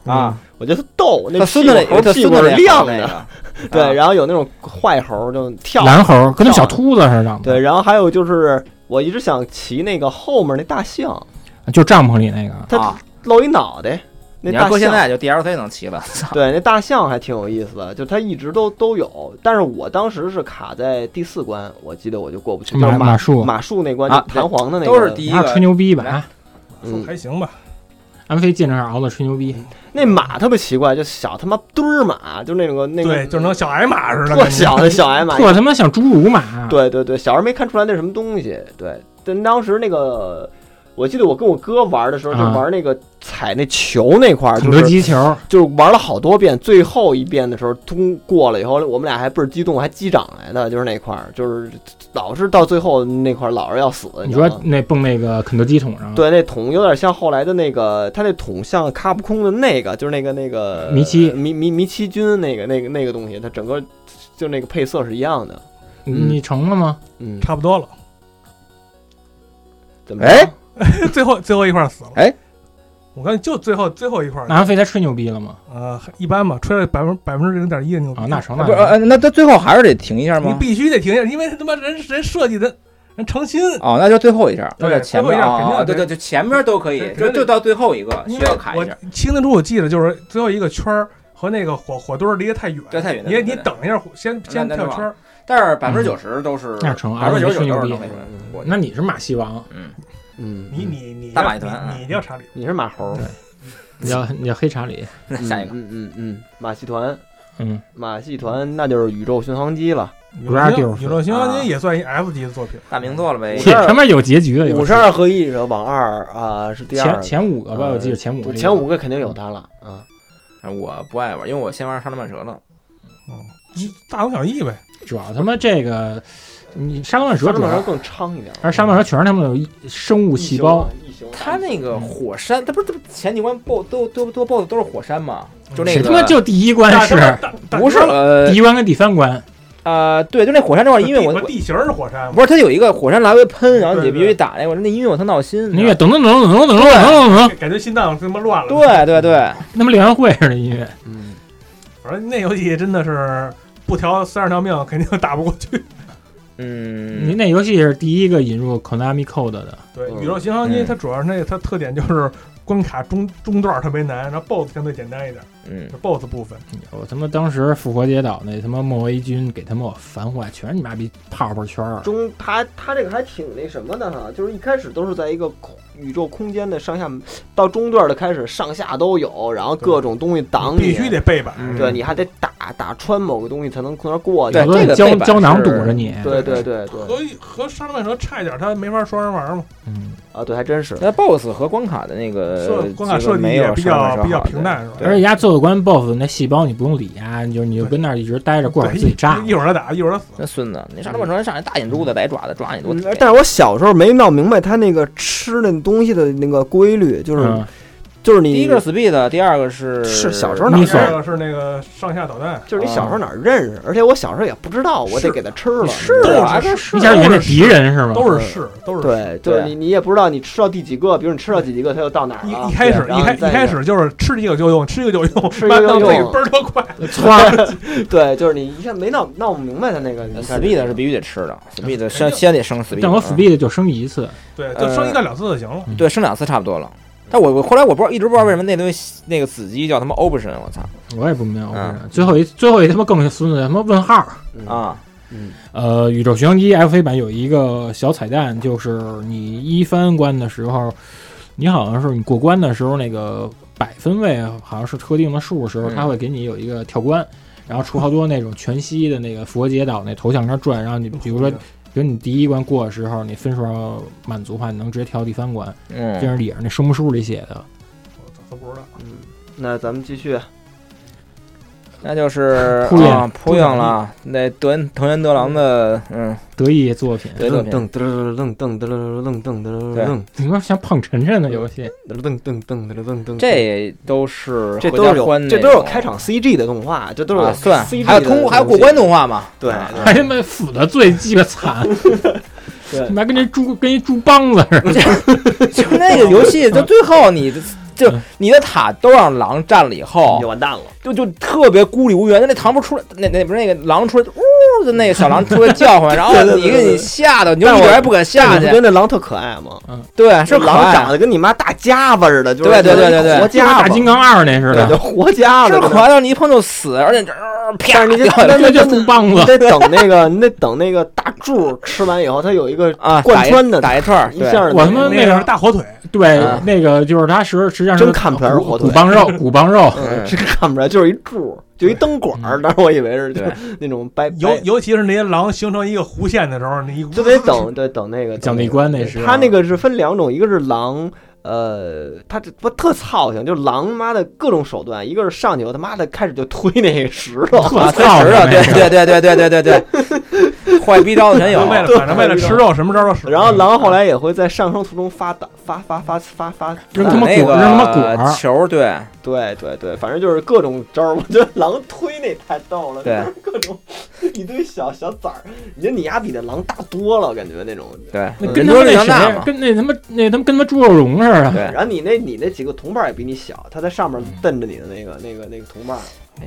Speaker 2: 儿，
Speaker 3: 啊，
Speaker 2: 我觉得逗，那
Speaker 3: 他孙子那
Speaker 2: 屁股
Speaker 3: 他
Speaker 2: 屁
Speaker 3: 孙
Speaker 2: 股
Speaker 3: 子
Speaker 2: 是
Speaker 3: 那
Speaker 2: 亮
Speaker 3: 那
Speaker 2: 的，
Speaker 3: 个，啊
Speaker 2: 对，然后有那种坏猴儿就跳，
Speaker 4: [LAUGHS] 蓝猴儿跟那小秃子似的，
Speaker 2: 对，，然后还有就是我一直想骑那个后面那大象，
Speaker 4: 就帐篷里那个，
Speaker 2: 它
Speaker 3: 啊
Speaker 2: 露一脑袋，那
Speaker 3: 你
Speaker 2: 大
Speaker 3: 要搁
Speaker 2: 象
Speaker 3: 现在就 DLC 能骑了，操，
Speaker 2: 对，那大象还挺有意思的，就它一直都都有，但是我当时是卡在第四关，我记得我就过不去，就是
Speaker 4: 马
Speaker 2: 马
Speaker 4: 术
Speaker 2: 马术那关，
Speaker 3: 啊
Speaker 2: 就弹簧
Speaker 3: [LAUGHS]
Speaker 2: 的那个，
Speaker 3: 都是第一
Speaker 4: 你要
Speaker 3: 个
Speaker 4: 吹牛逼吧啊
Speaker 3: 来？
Speaker 2: 嗯，
Speaker 5: 还行吧，
Speaker 4: 安飞进这儿熬的吹牛逼，
Speaker 2: 那马特别奇怪，就小他妈墩儿马，就那个那个
Speaker 5: 对，就是能小矮马似的，
Speaker 2: 特小的小矮马，
Speaker 4: 特他妈像侏儒马，
Speaker 2: 对对对，小时候没看出来那是什么东西，对，但当时那个。我记得我跟我哥玩的时候，就
Speaker 4: 啊
Speaker 2: 玩那个踩那球那块儿，
Speaker 4: 肯
Speaker 2: 就
Speaker 4: 德
Speaker 2: 是
Speaker 4: 基球，
Speaker 2: 就是玩了好多遍，最后一遍的时候通过了以后，我们俩还倍儿激动，还击掌来的，就是那块儿，就是老是到最后那块儿老是要死。
Speaker 4: 你
Speaker 2: 知道
Speaker 4: 说
Speaker 2: 吗？
Speaker 4: 那蹦那个肯德基桶上，
Speaker 2: 啊对，那桶有点像后来的那个，他那桶像卡普空的那个，就是那个那个
Speaker 4: 迷七
Speaker 2: 迷迷迷七军那个那个那个东西，它整个就那个配色是一样的。
Speaker 4: 你你成了吗？
Speaker 2: 嗯，
Speaker 5: 差不多了。
Speaker 2: 怎么着？
Speaker 3: 哎，
Speaker 5: 最后最后一块儿死了，
Speaker 3: 哎，
Speaker 5: 我看就最后最后一块儿
Speaker 4: 那，安飞才吹牛逼了吗？
Speaker 5: 呃，一般吧，吹了百分百分之零点一的牛逼
Speaker 4: 啊，那成
Speaker 3: 不
Speaker 4: 那
Speaker 3: 是，呃那他最后还是得停一下
Speaker 5: 你
Speaker 3: 吗？
Speaker 5: 必须得停下，因为他妈人人设计的人诚心，
Speaker 3: [LAUGHS] 哦，那就最后一下，那
Speaker 5: 对
Speaker 3: 就前
Speaker 5: 最后一
Speaker 3: 面
Speaker 5: 下
Speaker 3: 啊
Speaker 5: 肯定
Speaker 3: 啊，
Speaker 5: 要
Speaker 3: 啊对对，就前面都可
Speaker 5: 对
Speaker 3: 以，
Speaker 5: 肯定
Speaker 3: 就
Speaker 5: 得
Speaker 3: 就到最后一个
Speaker 5: 因
Speaker 3: 需
Speaker 5: 为
Speaker 3: 要卡
Speaker 5: 我
Speaker 3: 一下，
Speaker 5: 清清楚我记得就是最后一个圈儿和那个火火堆儿离得太远，
Speaker 3: 对太远了
Speaker 5: 你
Speaker 3: 对
Speaker 5: 你
Speaker 3: 对对
Speaker 5: 等一嗯下，先先
Speaker 3: 那
Speaker 5: 跳圈儿，
Speaker 3: 但是百分之九十都是
Speaker 4: 那成
Speaker 3: 百分之九十九都是
Speaker 4: 啊
Speaker 3: 能飞
Speaker 4: 那没
Speaker 3: 出来的。我
Speaker 4: 那你是马戏王，
Speaker 3: 嗯，
Speaker 2: 嗯，
Speaker 5: 你你你
Speaker 3: 大马一团嗯
Speaker 5: 你你叫查理，
Speaker 2: 你是马猴
Speaker 4: [LAUGHS]
Speaker 2: 儿，[LAUGHS]
Speaker 4: 你叫你叫黑查理，
Speaker 3: 那下一个
Speaker 2: 嗯嗯嗯，马戏团，
Speaker 4: 嗯，
Speaker 2: 马戏团那就是宇宙巡航机了。
Speaker 5: 宇宙星
Speaker 4: Gradius
Speaker 5: 宇宙星
Speaker 3: 啊
Speaker 5: 也算一 F 级的作品，
Speaker 3: 大名作了呗
Speaker 2: 五，
Speaker 4: 这他妈有结局的，有
Speaker 2: 五十二合一者网二啊是第二
Speaker 4: 前
Speaker 2: 个，
Speaker 4: 前五个吧，
Speaker 2: 嗯
Speaker 4: 我记得前五个里
Speaker 2: 前五个肯定有它了啊。
Speaker 3: [LAUGHS] 我不爱玩，因为我先玩沙罗曼蛇了。
Speaker 5: 嗯，大同小异呗，
Speaker 4: 主要他妈这个，你沙漠蛇
Speaker 2: 沙
Speaker 4: 主
Speaker 2: 漠蛇
Speaker 4: 要，
Speaker 2: 更昌一点，
Speaker 4: 而沙漠蛇全是他们有生物细胞，
Speaker 2: 异形啊，
Speaker 3: 他那
Speaker 5: 嗯
Speaker 3: 个火山，他不是他不是前几关 BOSS 都都都 BOSS 都是火山吗？
Speaker 5: 嗯
Speaker 3: 就那
Speaker 4: 谁
Speaker 3: 个
Speaker 4: 他妈就第一关
Speaker 5: 但
Speaker 4: 是
Speaker 3: 不是呃
Speaker 4: 第一关跟第三关，
Speaker 3: 呃对，就那火山那块儿，因为我
Speaker 5: 地
Speaker 3: 我
Speaker 5: 地形是火山嘛，
Speaker 3: 不是他有一个火山来回喷，然后你
Speaker 5: 对对
Speaker 3: 必须打那个，那音乐我特闹心。
Speaker 4: 那乐噔噔噔噔噔噔噔噔噔，
Speaker 5: 感觉心脏他妈乱了，，
Speaker 3: 对对对，
Speaker 4: 那么联欢会似的音乐，
Speaker 2: 嗯，
Speaker 5: 反正那游戏真的是不调三十条命肯定打不过去， [LAUGHS]
Speaker 3: 嗯，
Speaker 4: 你那游戏是第一个引入 Konami Code 的，
Speaker 5: 对，
Speaker 2: 嗯
Speaker 5: 宇宙巡航机
Speaker 3: 嗯
Speaker 5: 它主要是那个它特点就是关卡中中段儿特别难，然后 BOSS 相对简单一点，
Speaker 3: 嗯
Speaker 5: 就 BOSS 部分。
Speaker 4: 我他妈当时复活节岛那他妈莫维军给他们我烦坏，全是你妈逼泡泡圈儿，
Speaker 2: 中他他这个还挺那什么的哈，就是一开始都是在一个空宇宙空间的上下，到中段的开始上下都有，然后各种东西挡你，啊
Speaker 5: 必须，得背板，
Speaker 3: 嗯
Speaker 2: 对你还得打打穿某个东西才能从那儿过去
Speaker 3: 对，这个
Speaker 4: 胶
Speaker 3: 背板
Speaker 4: 胶囊
Speaker 3: 是
Speaker 4: 堵着你，
Speaker 2: 对对对对，
Speaker 5: 和和沙曼蛇差一点，它没法双人玩嘛。
Speaker 4: 嗯，
Speaker 2: 啊对，还真是，
Speaker 3: 那 BOSS 和关卡的那
Speaker 2: 呃
Speaker 5: 设
Speaker 3: 个
Speaker 5: 关卡
Speaker 3: 这个
Speaker 5: 设计
Speaker 3: 没
Speaker 5: 也
Speaker 3: 有
Speaker 5: 比
Speaker 3: 上半
Speaker 5: 较
Speaker 3: 身
Speaker 5: 比较
Speaker 3: 好的
Speaker 5: 平淡，是吧？
Speaker 3: 对
Speaker 4: 而且压做个关 BOSS 那细胞你不用理啊，你就你就跟那儿一直待着，过会儿
Speaker 5: 对
Speaker 4: 自己炸
Speaker 5: 一。一会儿他打，一会儿他死。
Speaker 3: 那孙子，那上半身上来大眼珠子、白爪子抓你，我
Speaker 2: 嗯但是我小时候没闹明白他那个吃那东西的那个规律，就是、
Speaker 4: 嗯，
Speaker 2: 就是你
Speaker 3: 第一个是 speed，第二个是
Speaker 2: 是小时候
Speaker 4: 哪
Speaker 2: 哪
Speaker 4: 你
Speaker 5: 第
Speaker 4: 儿爽
Speaker 5: 二个是那个上下导弹，
Speaker 2: 就是你小时候哪儿认识，而且我小时候也不知道，我得
Speaker 5: 是
Speaker 2: 给他吃了，
Speaker 3: 是
Speaker 2: 你知道吗
Speaker 3: 啊，这是
Speaker 4: 你想演那敌人是吗？
Speaker 5: 都是是都是
Speaker 2: 嗯
Speaker 5: 试。
Speaker 2: 对，就是
Speaker 3: 对
Speaker 2: 你你也不知道你吃到第几个，比如你吃到第几个，它就到哪儿
Speaker 5: 一
Speaker 2: 了。
Speaker 5: 一开始
Speaker 2: 然
Speaker 5: 一
Speaker 2: 后
Speaker 5: 开
Speaker 2: 你再
Speaker 5: 一开始就是吃一个就用，吃一个就用，
Speaker 2: 啊吃一
Speaker 5: 慢
Speaker 2: 个
Speaker 5: [LAUGHS]
Speaker 2: 就
Speaker 5: 慢
Speaker 2: 用
Speaker 5: 自己倍儿多快。
Speaker 4: [LAUGHS] 窜，
Speaker 2: 对，就是你一下没闹闹不明白他那个你看
Speaker 3: speed 是必须得吃的，speed 先先得升 speed，
Speaker 4: 但我
Speaker 3: 啊
Speaker 4: speed 就升一次，
Speaker 5: 对，
Speaker 2: 嗯
Speaker 5: 就升一到两次就行了。
Speaker 3: 对升两次差不多了。但我我后来我不知道一直不知道为什么那东西那个子机叫他妈 option，我操
Speaker 4: 我也不明白我不知道
Speaker 3: 嗯。
Speaker 4: 最后一最后一他妈更孙子他妈问号。
Speaker 2: 嗯
Speaker 3: 啊！
Speaker 4: 呃，宇宙巡航机 F 飞版有一个小彩蛋，就是你一翻关的时候，你好像是你过关的时候那个百分位好像是特定的数的时候，
Speaker 3: 嗯
Speaker 4: 它会给你有一个跳关，然后出好多那种全息的那个佛节岛那头像那儿转，然后你比
Speaker 3: 嗯
Speaker 4: 如说。比如你第一关过的时候，你分数要满足的话，你能直接跳第三关，这
Speaker 3: 嗯，
Speaker 4: 是里边那说明书里写的。
Speaker 5: 我操都不知道，
Speaker 2: 那咱们继续，啊
Speaker 3: 那就是
Speaker 4: 扑应
Speaker 3: 啊扑应了。
Speaker 4: 嗯
Speaker 3: 那德恩藤原德郎的嗯
Speaker 4: 德意作品，
Speaker 3: 对作品，
Speaker 2: 噔噔噔噔噔噔噔噔噔噔
Speaker 4: 你说像碰晨晨的游
Speaker 3: 嗯
Speaker 4: 戏，
Speaker 2: 噔噔噔噔噔，
Speaker 3: 这都是
Speaker 2: 这
Speaker 3: 合
Speaker 2: 都
Speaker 3: 家
Speaker 2: 是有
Speaker 3: 欢那
Speaker 2: 这都是有
Speaker 3: 种
Speaker 2: 开场 CG 的动画，这都是
Speaker 3: 啊
Speaker 2: 有
Speaker 3: 算
Speaker 2: CG，
Speaker 3: 还有通过还有过关
Speaker 2: [LAUGHS]
Speaker 3: 动画嘛？
Speaker 2: 对
Speaker 3: 啊
Speaker 4: [LAUGHS] 还他妈死的最鸡巴惨，
Speaker 3: [LAUGHS]
Speaker 4: [LAUGHS]
Speaker 2: 对
Speaker 4: 他妈跟那猪跟一猪帮子似的。
Speaker 3: 就那个游戏，就最后你就
Speaker 4: 嗯
Speaker 3: 你的塔都让狼占了以后
Speaker 2: 哦你就，完蛋了。
Speaker 3: 就就特别孤立无援。那那唐不是出来，那那不是那个狼出来，呜的那个小狼出来叫唤，然
Speaker 2: [LAUGHS]
Speaker 3: 后
Speaker 2: 对对对
Speaker 3: 你
Speaker 2: 对
Speaker 3: 给
Speaker 2: 对
Speaker 3: 你吓得，你就
Speaker 2: 但
Speaker 3: 一
Speaker 2: 我
Speaker 3: 点也不敢下
Speaker 2: 但你不觉得
Speaker 3: 去。
Speaker 2: 那狼特可爱吗？
Speaker 3: 对，是可
Speaker 2: 狼
Speaker 3: 爱啊
Speaker 2: 长得跟你妈大家伙似的，就是
Speaker 3: 对对对对对
Speaker 2: 活
Speaker 4: 就
Speaker 2: 家
Speaker 4: 跟大
Speaker 2: 伙
Speaker 4: 金刚二那似
Speaker 2: 对，
Speaker 4: 的，
Speaker 2: 就活家
Speaker 3: 是
Speaker 2: 伙。
Speaker 3: 可爱，但是你一碰就死，而且这、
Speaker 2: [LAUGHS] 但
Speaker 3: 啪
Speaker 4: [LAUGHS]
Speaker 2: 是你这
Speaker 3: 掉下来
Speaker 2: 但
Speaker 4: 这
Speaker 2: 是
Speaker 4: 就木棒
Speaker 2: 你
Speaker 4: 子。
Speaker 2: 得等那个，你得等那个大柱吃完以后，它有一个
Speaker 3: 啊，
Speaker 2: 贯
Speaker 3: 打一
Speaker 2: 穿的
Speaker 3: 打一串儿，
Speaker 2: 一
Speaker 3: 对
Speaker 2: 下儿
Speaker 4: 我他
Speaker 2: 能
Speaker 4: 妈
Speaker 5: 那
Speaker 4: 那
Speaker 5: 个是
Speaker 4: 个
Speaker 5: 大火腿，
Speaker 4: 对
Speaker 3: 嗯
Speaker 4: 那个就是它实实际上是
Speaker 2: 啊真看不出来是
Speaker 4: 骨
Speaker 2: 火腿
Speaker 4: 骨棒肉，骨棒肉。
Speaker 3: 嗯
Speaker 2: 是看不出来，就是一柱，就一灯管儿。[LAUGHS]
Speaker 4: 嗯
Speaker 2: 当时我以为是就
Speaker 3: 对
Speaker 2: 那种白，
Speaker 5: 尤
Speaker 2: 白
Speaker 5: 尤其是那些狼形成一个弧线的时候，你一
Speaker 2: 就得等对等那个
Speaker 4: 蒋
Speaker 2: 等
Speaker 4: 立
Speaker 2: 那个
Speaker 4: 官那
Speaker 2: 对
Speaker 4: 是
Speaker 2: 他那个是分两种，一个是狼。呃，他这不特操性，就是狼妈的各种手段，一个是上去以后他妈的开始就推那个石
Speaker 4: [LAUGHS]
Speaker 2: 头，
Speaker 3: 啊，
Speaker 4: 特
Speaker 3: 推
Speaker 4: 操
Speaker 3: 石头，
Speaker 4: 的
Speaker 3: 对
Speaker 4: 那
Speaker 3: 对
Speaker 4: 个
Speaker 3: 对对对对对对
Speaker 2: [LAUGHS]
Speaker 3: 对，坏逼招子全有。啊
Speaker 5: 为了反正为了吃肉，什么招都使。
Speaker 2: 然后
Speaker 4: 嗯
Speaker 2: 狼后来也会在上升途中发打发发发发发
Speaker 4: 扔他
Speaker 2: 发
Speaker 4: 妈
Speaker 3: 那
Speaker 4: 果扔他妈
Speaker 3: 个
Speaker 4: 果儿
Speaker 3: 球儿，对，
Speaker 2: 对对对，反正就是各种招儿。我觉得狼推那太逗了，
Speaker 3: 对，
Speaker 2: [LAUGHS] 各种一堆小小崽儿。你觉得你丫比那狼大多了，感觉那种。
Speaker 3: 对，
Speaker 4: 那
Speaker 3: 人
Speaker 4: 跟他
Speaker 3: 多
Speaker 4: 妈
Speaker 3: 力
Speaker 4: 那
Speaker 3: 量大
Speaker 4: 谁
Speaker 3: 嘛，，
Speaker 4: 跟那他妈那他妈跟他妈猪肉蓉似的。
Speaker 3: 对。
Speaker 2: 然后你那你那几个同伴儿也比你小，他在上面瞪着你的那个那个那个同伴儿。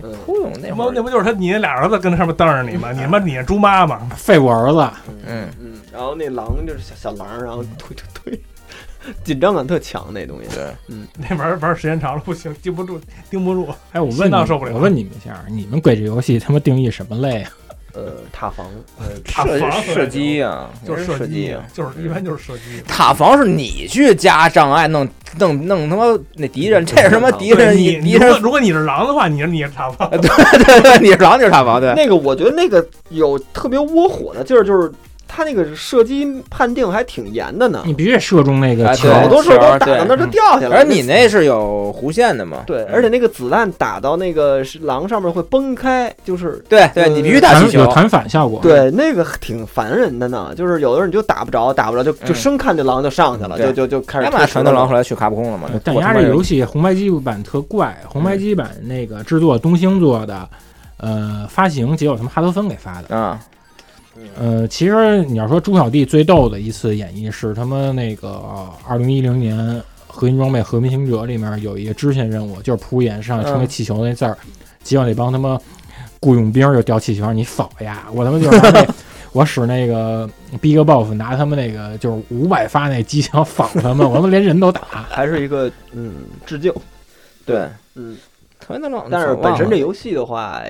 Speaker 2: 嗯，
Speaker 3: 扑勇那
Speaker 5: 那
Speaker 3: 会
Speaker 5: 不那
Speaker 3: 儿，
Speaker 5: 不就是他你那俩儿子跟那上面瞪着你吗？你他妈你是猪妈吗？ [LAUGHS]
Speaker 4: 废我儿子，
Speaker 3: 嗯，
Speaker 2: 嗯，然后那狼就是小小狼儿，然后推推推，紧张感特强那东西。
Speaker 3: 对，
Speaker 5: 那玩玩时间长了不行，盯不住，盯不住。
Speaker 4: 哎，我问
Speaker 5: 心
Speaker 4: 你
Speaker 5: 脏受不了
Speaker 4: 我问你们一下，你们鬼这游戏他妈定义什么类啊？
Speaker 2: 呃，塔防，呃，
Speaker 5: 塔
Speaker 3: 射
Speaker 5: 防
Speaker 3: 射击啊，
Speaker 5: 就是
Speaker 3: 射
Speaker 5: 击
Speaker 3: 啊。，
Speaker 5: 就是一般就是射击。
Speaker 3: 塔防是你去加障碍，弄弄弄他妈那敌人，这是他妈敌人，
Speaker 5: 你
Speaker 3: 敌
Speaker 5: 如果
Speaker 3: 人，
Speaker 5: 如果你是狼的话，你是你是塔防，
Speaker 3: 对对对，你是狼就是塔防，对，
Speaker 2: 那个我觉得那个有特别窝火的劲儿，就是他那个射击判定还挺严的呢
Speaker 4: 你，必须得射中那个
Speaker 3: 哎
Speaker 4: 球
Speaker 3: 对。
Speaker 2: 好多时候都打
Speaker 3: 球儿
Speaker 2: 到那儿就
Speaker 4: 对
Speaker 2: 掉下来了。
Speaker 3: 嗯而你那是有弧线的嘛？嗯
Speaker 2: 对，而且那个子弹打到那个是狼上面会崩开，就是
Speaker 3: 对对，你必须打
Speaker 4: 弹
Speaker 3: 气球
Speaker 4: 有，弹反效果，
Speaker 2: 对那个挺烦人的呢。就是有的时候你就打不着，打不着就就
Speaker 3: 嗯
Speaker 2: 生看这狼就上去了，
Speaker 3: 对
Speaker 2: 就就就开始
Speaker 3: 干
Speaker 2: 推
Speaker 3: 嘛
Speaker 2: 石头
Speaker 3: 传
Speaker 2: 了
Speaker 3: 到狼后来去卡普空了嘛
Speaker 4: 呃？但压这游戏红白机版特怪，
Speaker 2: 嗯
Speaker 4: 红白机版那个制作东兴做的，呃，发行结果他们哈德芬给发的。
Speaker 3: 啊，
Speaker 4: 呃，其实你要说朱小弟最逗的一次演绎是他们那个二零一零年合金装备《和平行者》里面有一个支线任务，就是扑眼上成为
Speaker 3: 嗯
Speaker 4: 气球那字儿，结果那帮他妈雇佣兵儿就掉气球，你扫呀！我他妈就是拿那 [LAUGHS] 我使那个 Big Boss 拿他们那个就是五百发那机枪扫他们，我他妈连人都打。
Speaker 2: 还是一个嗯致敬，
Speaker 3: 对，
Speaker 2: 嗯。
Speaker 3: 传到狼，
Speaker 2: 但是
Speaker 3: 我忘
Speaker 2: 本
Speaker 3: 了
Speaker 2: 身这游戏的话，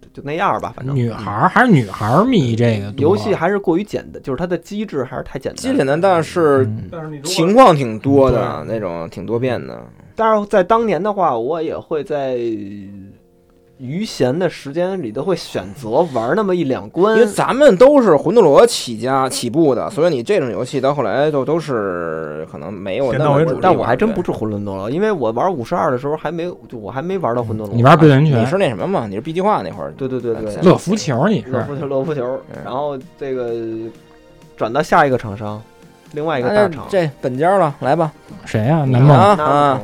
Speaker 2: 就就那样吧，反正
Speaker 4: 女孩儿还是女孩儿迷这个多啊
Speaker 2: 游戏还是过于简单，就是它的机制还是太简单。
Speaker 3: 机制简单，但是
Speaker 4: 嗯
Speaker 5: 但是你如果
Speaker 3: 情况挺多的，那种挺多变的。
Speaker 2: 但是在当年的话，我也会在余闲的时间里头会选择玩那么一两关
Speaker 3: 因为。咱们都是魂斗罗起家起步的，所以你这种游戏到后来就都是可能没有
Speaker 5: 点
Speaker 3: 那
Speaker 5: 到
Speaker 3: 么
Speaker 5: 为主
Speaker 2: 但我还真不
Speaker 3: 对
Speaker 2: 是魂斗罗，因为我玩五十二的时候还没有，就我还没玩到魂斗罗。
Speaker 4: 你玩儿贝伦
Speaker 3: 你
Speaker 4: 拳、
Speaker 3: 是那什么嘛？你是 B 计划那会儿，
Speaker 2: 对对对对，
Speaker 4: 乐福球，你
Speaker 2: 乐
Speaker 4: 是
Speaker 2: 福球乐福球
Speaker 3: 嗯，
Speaker 2: 然后这个转到下一个厂商，另外一个
Speaker 3: 那
Speaker 2: 大厂。
Speaker 3: 这本家了，来吧
Speaker 4: 谁呀、南梦。
Speaker 3: 啊
Speaker 2: 那
Speaker 3: 啊！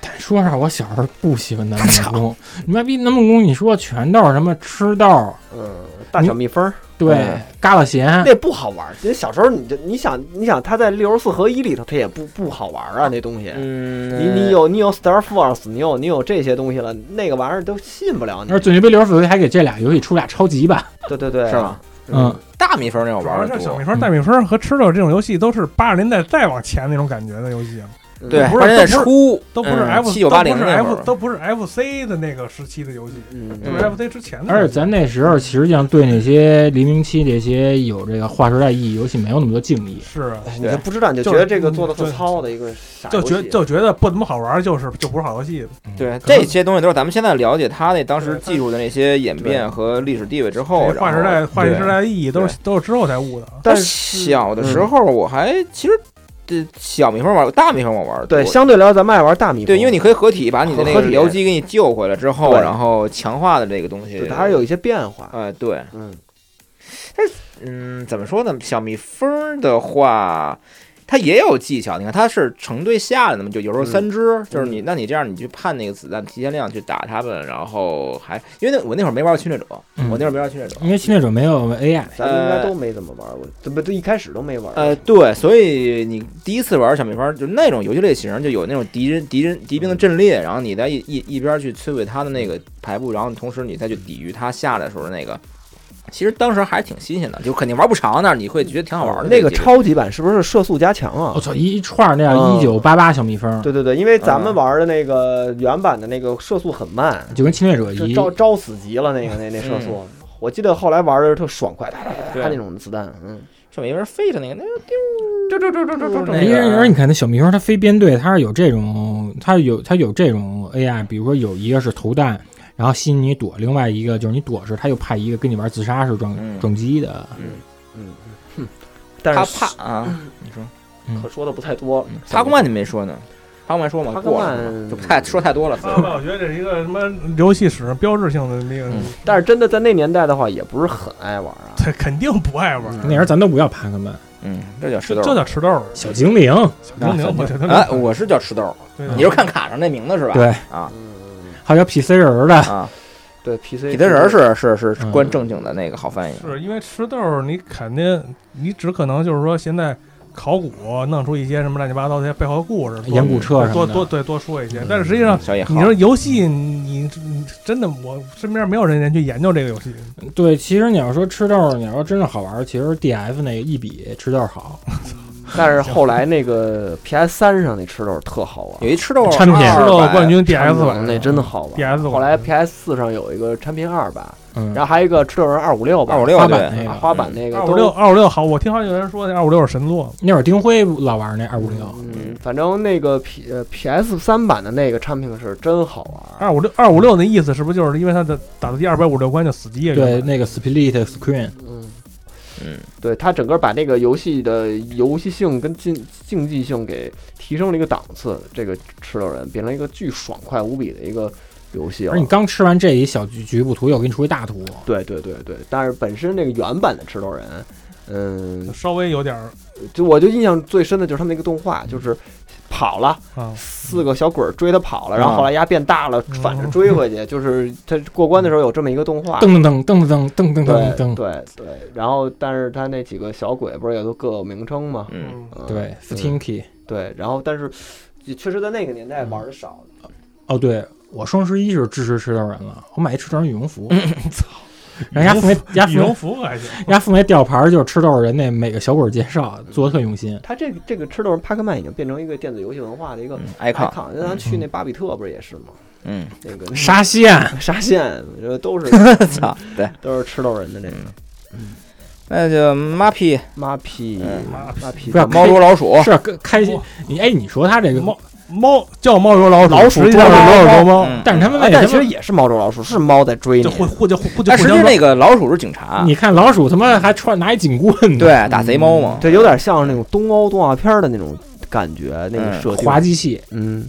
Speaker 4: 但说实话，我小时候不喜欢南
Speaker 2: [LAUGHS]
Speaker 4: 梦宫。你妈逼南梦宫，你说全都是什么吃豆，
Speaker 2: 嗯，大小蜜蜂
Speaker 4: 对，
Speaker 3: 嗯
Speaker 4: 嘎啦咸，
Speaker 2: 那不好玩儿。因为小时候你就你想你想它在六十四合一里头，它也不不好玩儿啊，那东西。
Speaker 3: 嗯，
Speaker 2: 你你有你有 Star Force，你有你有这些东西了，那个玩意儿都吸引不了你
Speaker 4: 而。准确杯流水还给这俩游戏出俩超级版。
Speaker 2: 对对对，
Speaker 3: 是吗？？
Speaker 4: 嗯，
Speaker 3: 大蜜蜂那我
Speaker 5: 主要
Speaker 3: 玩
Speaker 5: 是
Speaker 3: 的
Speaker 5: 小
Speaker 3: 多
Speaker 5: 蜜，蜂、大蜜蜂和吃豆这种游戏都是八十年代再往前那种感觉的游戏，
Speaker 2: 嗯
Speaker 3: 对，
Speaker 5: 不是
Speaker 3: 而且
Speaker 5: 都不是
Speaker 3: 出嗯
Speaker 5: 都不是 F
Speaker 3: 七九八零
Speaker 5: 都不是
Speaker 3: 那会
Speaker 5: F
Speaker 3: 儿，
Speaker 5: 都不是 FC 的那个时期的游戏，
Speaker 2: 嗯
Speaker 5: 都是 FC 之前的游戏。
Speaker 4: 而且咱那时候实际上对那些黎明期这些有这个划时代意义游戏没有那么多敬意。
Speaker 5: 是啊
Speaker 3: 嗯
Speaker 2: 你就不知道，你就
Speaker 5: 就
Speaker 2: 觉得
Speaker 5: 是
Speaker 2: 这个做的特
Speaker 5: 对
Speaker 2: 糙的一个傻
Speaker 5: 就
Speaker 2: 游
Speaker 5: 觉
Speaker 2: 戏
Speaker 5: 就觉得不怎么好玩，就是就不是好游戏。
Speaker 3: 对
Speaker 4: 嗯可能
Speaker 3: 这
Speaker 5: [LAUGHS]
Speaker 3: 些东西都是咱们现在了解它那当时技术的那些演变和历史地位之后，
Speaker 5: 哎划时
Speaker 3: 然
Speaker 5: 代
Speaker 3: 后
Speaker 5: 划时代的意义都是都是之后才悟的。
Speaker 2: 但
Speaker 3: 但
Speaker 2: 是
Speaker 3: 小的时候我还其实这小蜜蜂玩，大蜜蜂我玩得多
Speaker 2: 对，相对来说咱们爱玩大米。
Speaker 3: 对，因为你可以合体把你的那
Speaker 2: 合
Speaker 3: 个
Speaker 2: 体
Speaker 3: 僚机给你救回来之后，
Speaker 2: 对
Speaker 3: 然后强化的这个东西
Speaker 2: 对，它还是有一些变化。
Speaker 3: 呃，对，
Speaker 2: 嗯，
Speaker 3: 嗯，怎么说呢？小蜜蜂的话，它也有技巧。你看，它是成对下来的嘛，就有
Speaker 2: 嗯
Speaker 3: 时候三只，就是你，那你这样你去判那个子弹提前量去打他们，然后还因为那我那会儿没玩过侵略者，
Speaker 4: 嗯
Speaker 3: 我那会儿没玩侵略者，
Speaker 4: 因为侵略者没有 AI，
Speaker 2: 咱们应该都没怎么玩过，怎么都一开始都没玩过。
Speaker 3: 呃，对，所以你第一次玩小蜜蜂，就那种游戏类型，就有那种敌人、敌人、敌兵的阵列，然后你在一一一边去摧毁他的那个排布，然后同时你再去抵御他下来的时候的那个。其实当时还挺新鲜的，就肯定玩不长那儿，你会觉得挺好玩的。
Speaker 2: 那个
Speaker 3: 这
Speaker 2: 超级版是不是射速加强啊
Speaker 4: 我？操，一一串儿那样
Speaker 2: 嗯
Speaker 4: 一九八八小蜜蜂，
Speaker 2: 对对对，因为咱们
Speaker 3: 嗯
Speaker 2: 玩的那个原版的那个射速很慢，
Speaker 4: 就跟侵略者
Speaker 2: 就
Speaker 4: 一
Speaker 2: 招招死急了那个
Speaker 3: [LAUGHS]
Speaker 2: 那那射速。
Speaker 3: 嗯
Speaker 2: 我记得后来玩的特爽快，啪啪啪啪那种子弹，嗯，
Speaker 3: 小蜜蜂飞着那个，那个
Speaker 5: 这这这这这
Speaker 3: 那
Speaker 4: 因
Speaker 3: 个
Speaker 4: 为而你看那小蜜蜂，它飞编队，它是有这种，它有它有这种 AI，比如说有一个是投弹，然后吸引你躲，另外一个就是你躲时，它又派一个跟你玩自杀式撞、
Speaker 3: 嗯
Speaker 4: 撞击的。
Speaker 2: 但
Speaker 3: 他
Speaker 2: 是嗯
Speaker 3: 怕啊，你说
Speaker 2: 可说的不太多。
Speaker 3: 帕克曼你没说呢？帕克曼说嘛，
Speaker 2: 帕克
Speaker 3: 过了
Speaker 2: 曼
Speaker 3: 嘛，就不太说太多了。
Speaker 5: 爸爸，我觉得这是一个什么游戏史标志性的那个
Speaker 3: 嗯，
Speaker 5: [LAUGHS]
Speaker 2: 但是真的在那年代的话，也不是很爱玩啊。
Speaker 5: 这肯定不爱玩，
Speaker 4: 那时候咱都不叫帕克曼，
Speaker 3: 嗯，这叫石
Speaker 5: 这
Speaker 3: 头。
Speaker 5: 这叫吃豆儿，
Speaker 4: 小精灵，
Speaker 5: 小精灵，我觉得
Speaker 3: 哎，我是叫吃豆，
Speaker 5: 对
Speaker 3: 你就看卡上那名字是吧？
Speaker 4: 对
Speaker 3: 啊
Speaker 4: 还有叫 PC 人儿的，
Speaker 3: 啊，
Speaker 2: 对 PC
Speaker 3: 彼得人是是是是
Speaker 4: 嗯
Speaker 3: 关正经的那个好翻译。
Speaker 5: 是因为吃豆儿，你肯定你只可能就是说现在考古弄出一些什么乱七八糟的背后的故事，多
Speaker 4: 岩骨彻什
Speaker 5: 多
Speaker 4: 么
Speaker 5: 多
Speaker 4: 的。
Speaker 5: 对多说一些，但是实际上。
Speaker 3: 小野豪
Speaker 5: 你，说游戏，你你真的，我身边没有人人去研究这个游戏，
Speaker 4: 对，其实你要说吃豆儿，你要说真正好玩儿，其实 DF 那个一比吃豆儿好。
Speaker 2: 但是后来那个 PS 三上那吃豆儿特好玩，
Speaker 3: 有一吃豆
Speaker 4: 产品
Speaker 5: 吃豆啊冠军
Speaker 2: 产
Speaker 5: DS
Speaker 2: 品
Speaker 5: 版
Speaker 2: 那真的好玩。
Speaker 5: ，DS 版
Speaker 2: 后来 PS 四上有一个产品二吧，
Speaker 4: 嗯，
Speaker 2: 然后还有一个吃豆人二五六吧，
Speaker 3: 二五六
Speaker 4: 花
Speaker 3: 对
Speaker 4: 板，那个
Speaker 2: 啊花板那个
Speaker 5: 二
Speaker 2: 都
Speaker 5: 五六，二五六好，我听好有人说那二五六是神作，
Speaker 4: 那会儿丁辉老玩儿那二五六，
Speaker 2: 嗯，反正那个 P 呃 PS 三版的那个产品是真好玩。
Speaker 5: 二五六二五六那意思是不是就是因为它的打到第二百五六关就死机了？
Speaker 4: 对，那个 Split Screen，
Speaker 2: 嗯
Speaker 3: 嗯，
Speaker 2: 对，它整个把那个游戏的游戏性跟竞竞技性给提升了一个档次，这个吃豆人变成一个巨爽快无比的一个游戏了
Speaker 4: 而。你刚吃完这一小局局部图，又给你出一大图，
Speaker 2: 对对对对，但是本身那个原版的吃豆人，嗯，
Speaker 5: 稍微有点儿
Speaker 2: 就我就印象最深的就是他们那个动画，就是跑了，
Speaker 4: 嗯
Speaker 5: 啊，
Speaker 2: 四个小鬼儿追他跑了，
Speaker 3: 嗯
Speaker 2: 然后后来丫变大了，
Speaker 5: 嗯
Speaker 2: 反着追回去，就是他过关的时候有这么一个动画。
Speaker 4: 噔噔噔噔噔噔
Speaker 2: 啊对
Speaker 4: 噔噔噔，
Speaker 2: 对对，然后但是他那几个小鬼不是也都各有名称吗？
Speaker 3: 嗯，
Speaker 5: 嗯，
Speaker 2: 嗯
Speaker 4: 对，Stinky。
Speaker 2: 对，然后但是也确实在那个年代玩的少，
Speaker 4: 哦，对我双十一是支持吃豆人了，我买一吃豆人羽绒服，然后人家送那人家
Speaker 5: 嗯羽
Speaker 4: 送
Speaker 5: 绒
Speaker 4: 那
Speaker 5: 服还行，
Speaker 4: 人家送那吊牌儿就是吃豆人那每个小鬼儿介绍，做的特用心。
Speaker 2: 他这个这个吃豆人帕克曼已经变成一个电子游戏文化的一个
Speaker 3: 嗯，icon，
Speaker 2: icon。那咱去那巴比特不是也是吗？
Speaker 3: 嗯， [LAUGHS]
Speaker 2: 那个
Speaker 4: 沙县，
Speaker 2: 沙县，我觉得都
Speaker 4: [LAUGHS]
Speaker 2: 是
Speaker 3: 操，对，
Speaker 2: 都是吃豆人的这个
Speaker 3: 嗯那就马屁，
Speaker 2: 妈屁
Speaker 3: 嗯
Speaker 5: 妈
Speaker 2: 妈屁
Speaker 4: 不要
Speaker 3: 猫捉老鼠，
Speaker 4: 是跟开心。你哎，你说他这个
Speaker 5: 猫，猫叫猫捉老鼠，
Speaker 2: 老鼠
Speaker 5: 实际上是
Speaker 2: 捉
Speaker 5: 老鼠
Speaker 2: 猫
Speaker 5: 捉猫，
Speaker 3: 嗯
Speaker 4: 但是他们
Speaker 2: 啊
Speaker 4: 为
Speaker 2: 但
Speaker 4: 什
Speaker 2: 其实
Speaker 4: 么？
Speaker 2: 也是猫捉老鼠，是猫在追你
Speaker 5: 就。互互就互就
Speaker 3: 但
Speaker 4: 哎
Speaker 5: 互
Speaker 3: 实际
Speaker 5: 相
Speaker 3: 那个老鼠是警察，
Speaker 4: 你看老鼠他妈还穿拿一警棍呢，
Speaker 3: 啊对，，打贼猫嘛，
Speaker 2: 对，有点像那种东欧动画片的那种感觉，那个
Speaker 3: 嗯
Speaker 2: 设定。
Speaker 4: 滑稽戏，
Speaker 2: 嗯，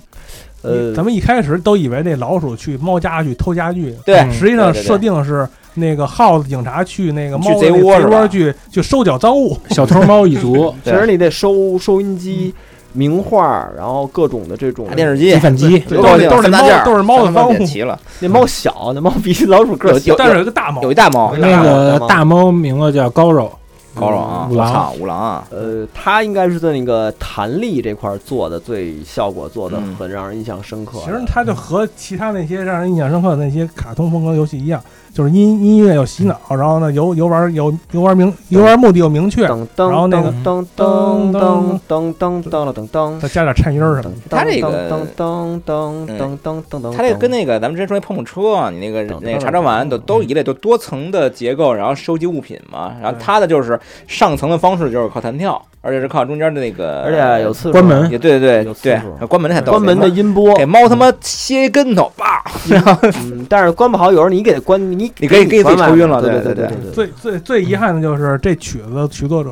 Speaker 5: 你
Speaker 2: 呃，
Speaker 5: 咱们一开始都以为那老鼠去猫家去偷家具，
Speaker 3: 对，
Speaker 4: 嗯
Speaker 5: 实际
Speaker 3: 对
Speaker 5: 上
Speaker 3: 对对
Speaker 5: 设定是那个耗子警察去那个
Speaker 3: 去
Speaker 5: 猫的
Speaker 3: 贼
Speaker 5: 那
Speaker 3: 窝
Speaker 5: 个
Speaker 3: 是
Speaker 5: 贼
Speaker 3: 吧
Speaker 5: 窝去去收缴赃物，
Speaker 4: 小偷猫一族，
Speaker 2: 其
Speaker 3: 对
Speaker 2: 实你得收收音机、名画，然后各种的这种
Speaker 3: 打电视
Speaker 4: 计
Speaker 3: 机，
Speaker 4: 算机，
Speaker 5: 对
Speaker 3: 都是
Speaker 5: 都是
Speaker 3: 大
Speaker 5: 猫
Speaker 3: 件儿，
Speaker 5: 都是猫的
Speaker 3: 三大件
Speaker 5: 方物
Speaker 3: 齐了，
Speaker 2: 那猫小，那猫比老鼠个儿
Speaker 3: 有
Speaker 2: 小
Speaker 3: 有。
Speaker 5: 但是有一个大猫，
Speaker 3: 有一大猫，
Speaker 4: 那个
Speaker 2: 大
Speaker 4: 大猫名字叫高柔，
Speaker 3: 高手啊，
Speaker 4: 五
Speaker 3: 我
Speaker 4: 郎
Speaker 3: 操，五郎啊，
Speaker 2: 呃，它应该是在那个弹力这块儿做的最效果做的
Speaker 3: 嗯
Speaker 2: 很让人印象深刻的。
Speaker 5: 其实它就和其他那些让人印象深刻的那些卡通风格游戏一样，就是音音乐有洗脑，然后呢游游玩有游玩明游玩目的有明确，
Speaker 2: 噔噔
Speaker 5: 然后那个
Speaker 2: 噔噔噔噔噔噔了噔噔
Speaker 5: 再。加点颤音儿什么的。
Speaker 2: 他
Speaker 3: 它这个
Speaker 2: 噔噔噔噔噔噔噔，
Speaker 3: 它这个跟那个咱们之前说那碰碰车，啊你那个
Speaker 2: 等
Speaker 3: 那个查找碗
Speaker 5: 嗯
Speaker 3: 都都一类，就多层的结构，然后收集物品嘛。
Speaker 5: 嗯
Speaker 3: 然后它的就是上层的方式就是靠弹跳，而且是靠中间的那个，
Speaker 2: 而且啊有次数
Speaker 4: 关门
Speaker 3: 也对对
Speaker 2: 有
Speaker 3: 对
Speaker 2: 次数
Speaker 3: 对，关门
Speaker 5: 嗯
Speaker 3: 太逗了，
Speaker 2: 关门的音波
Speaker 3: 给，猫他妈歇一跟头，叭，然后
Speaker 2: 嗯，但是关不好，有时候你给它关，你
Speaker 3: 你可以可以自己
Speaker 2: 关外
Speaker 3: 抽
Speaker 2: 面
Speaker 3: 晕了
Speaker 2: 对
Speaker 3: 对
Speaker 2: 对
Speaker 3: 对
Speaker 2: 对对。
Speaker 5: 最最最遗憾的就是这曲子曲作者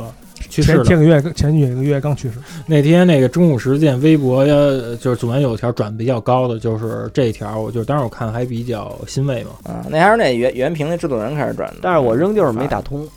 Speaker 4: 去世
Speaker 5: 前
Speaker 4: 了。
Speaker 5: 前个月前几个月刚去世，
Speaker 4: 那天那个中午时间，微博呃就是总有一条转比较高的，就是这一条，我就当时我看还比较欣慰嘛。
Speaker 5: 嗯
Speaker 3: 啊，那还是那原原屏那制作人开始转的，
Speaker 2: 但是我仍旧是没打通，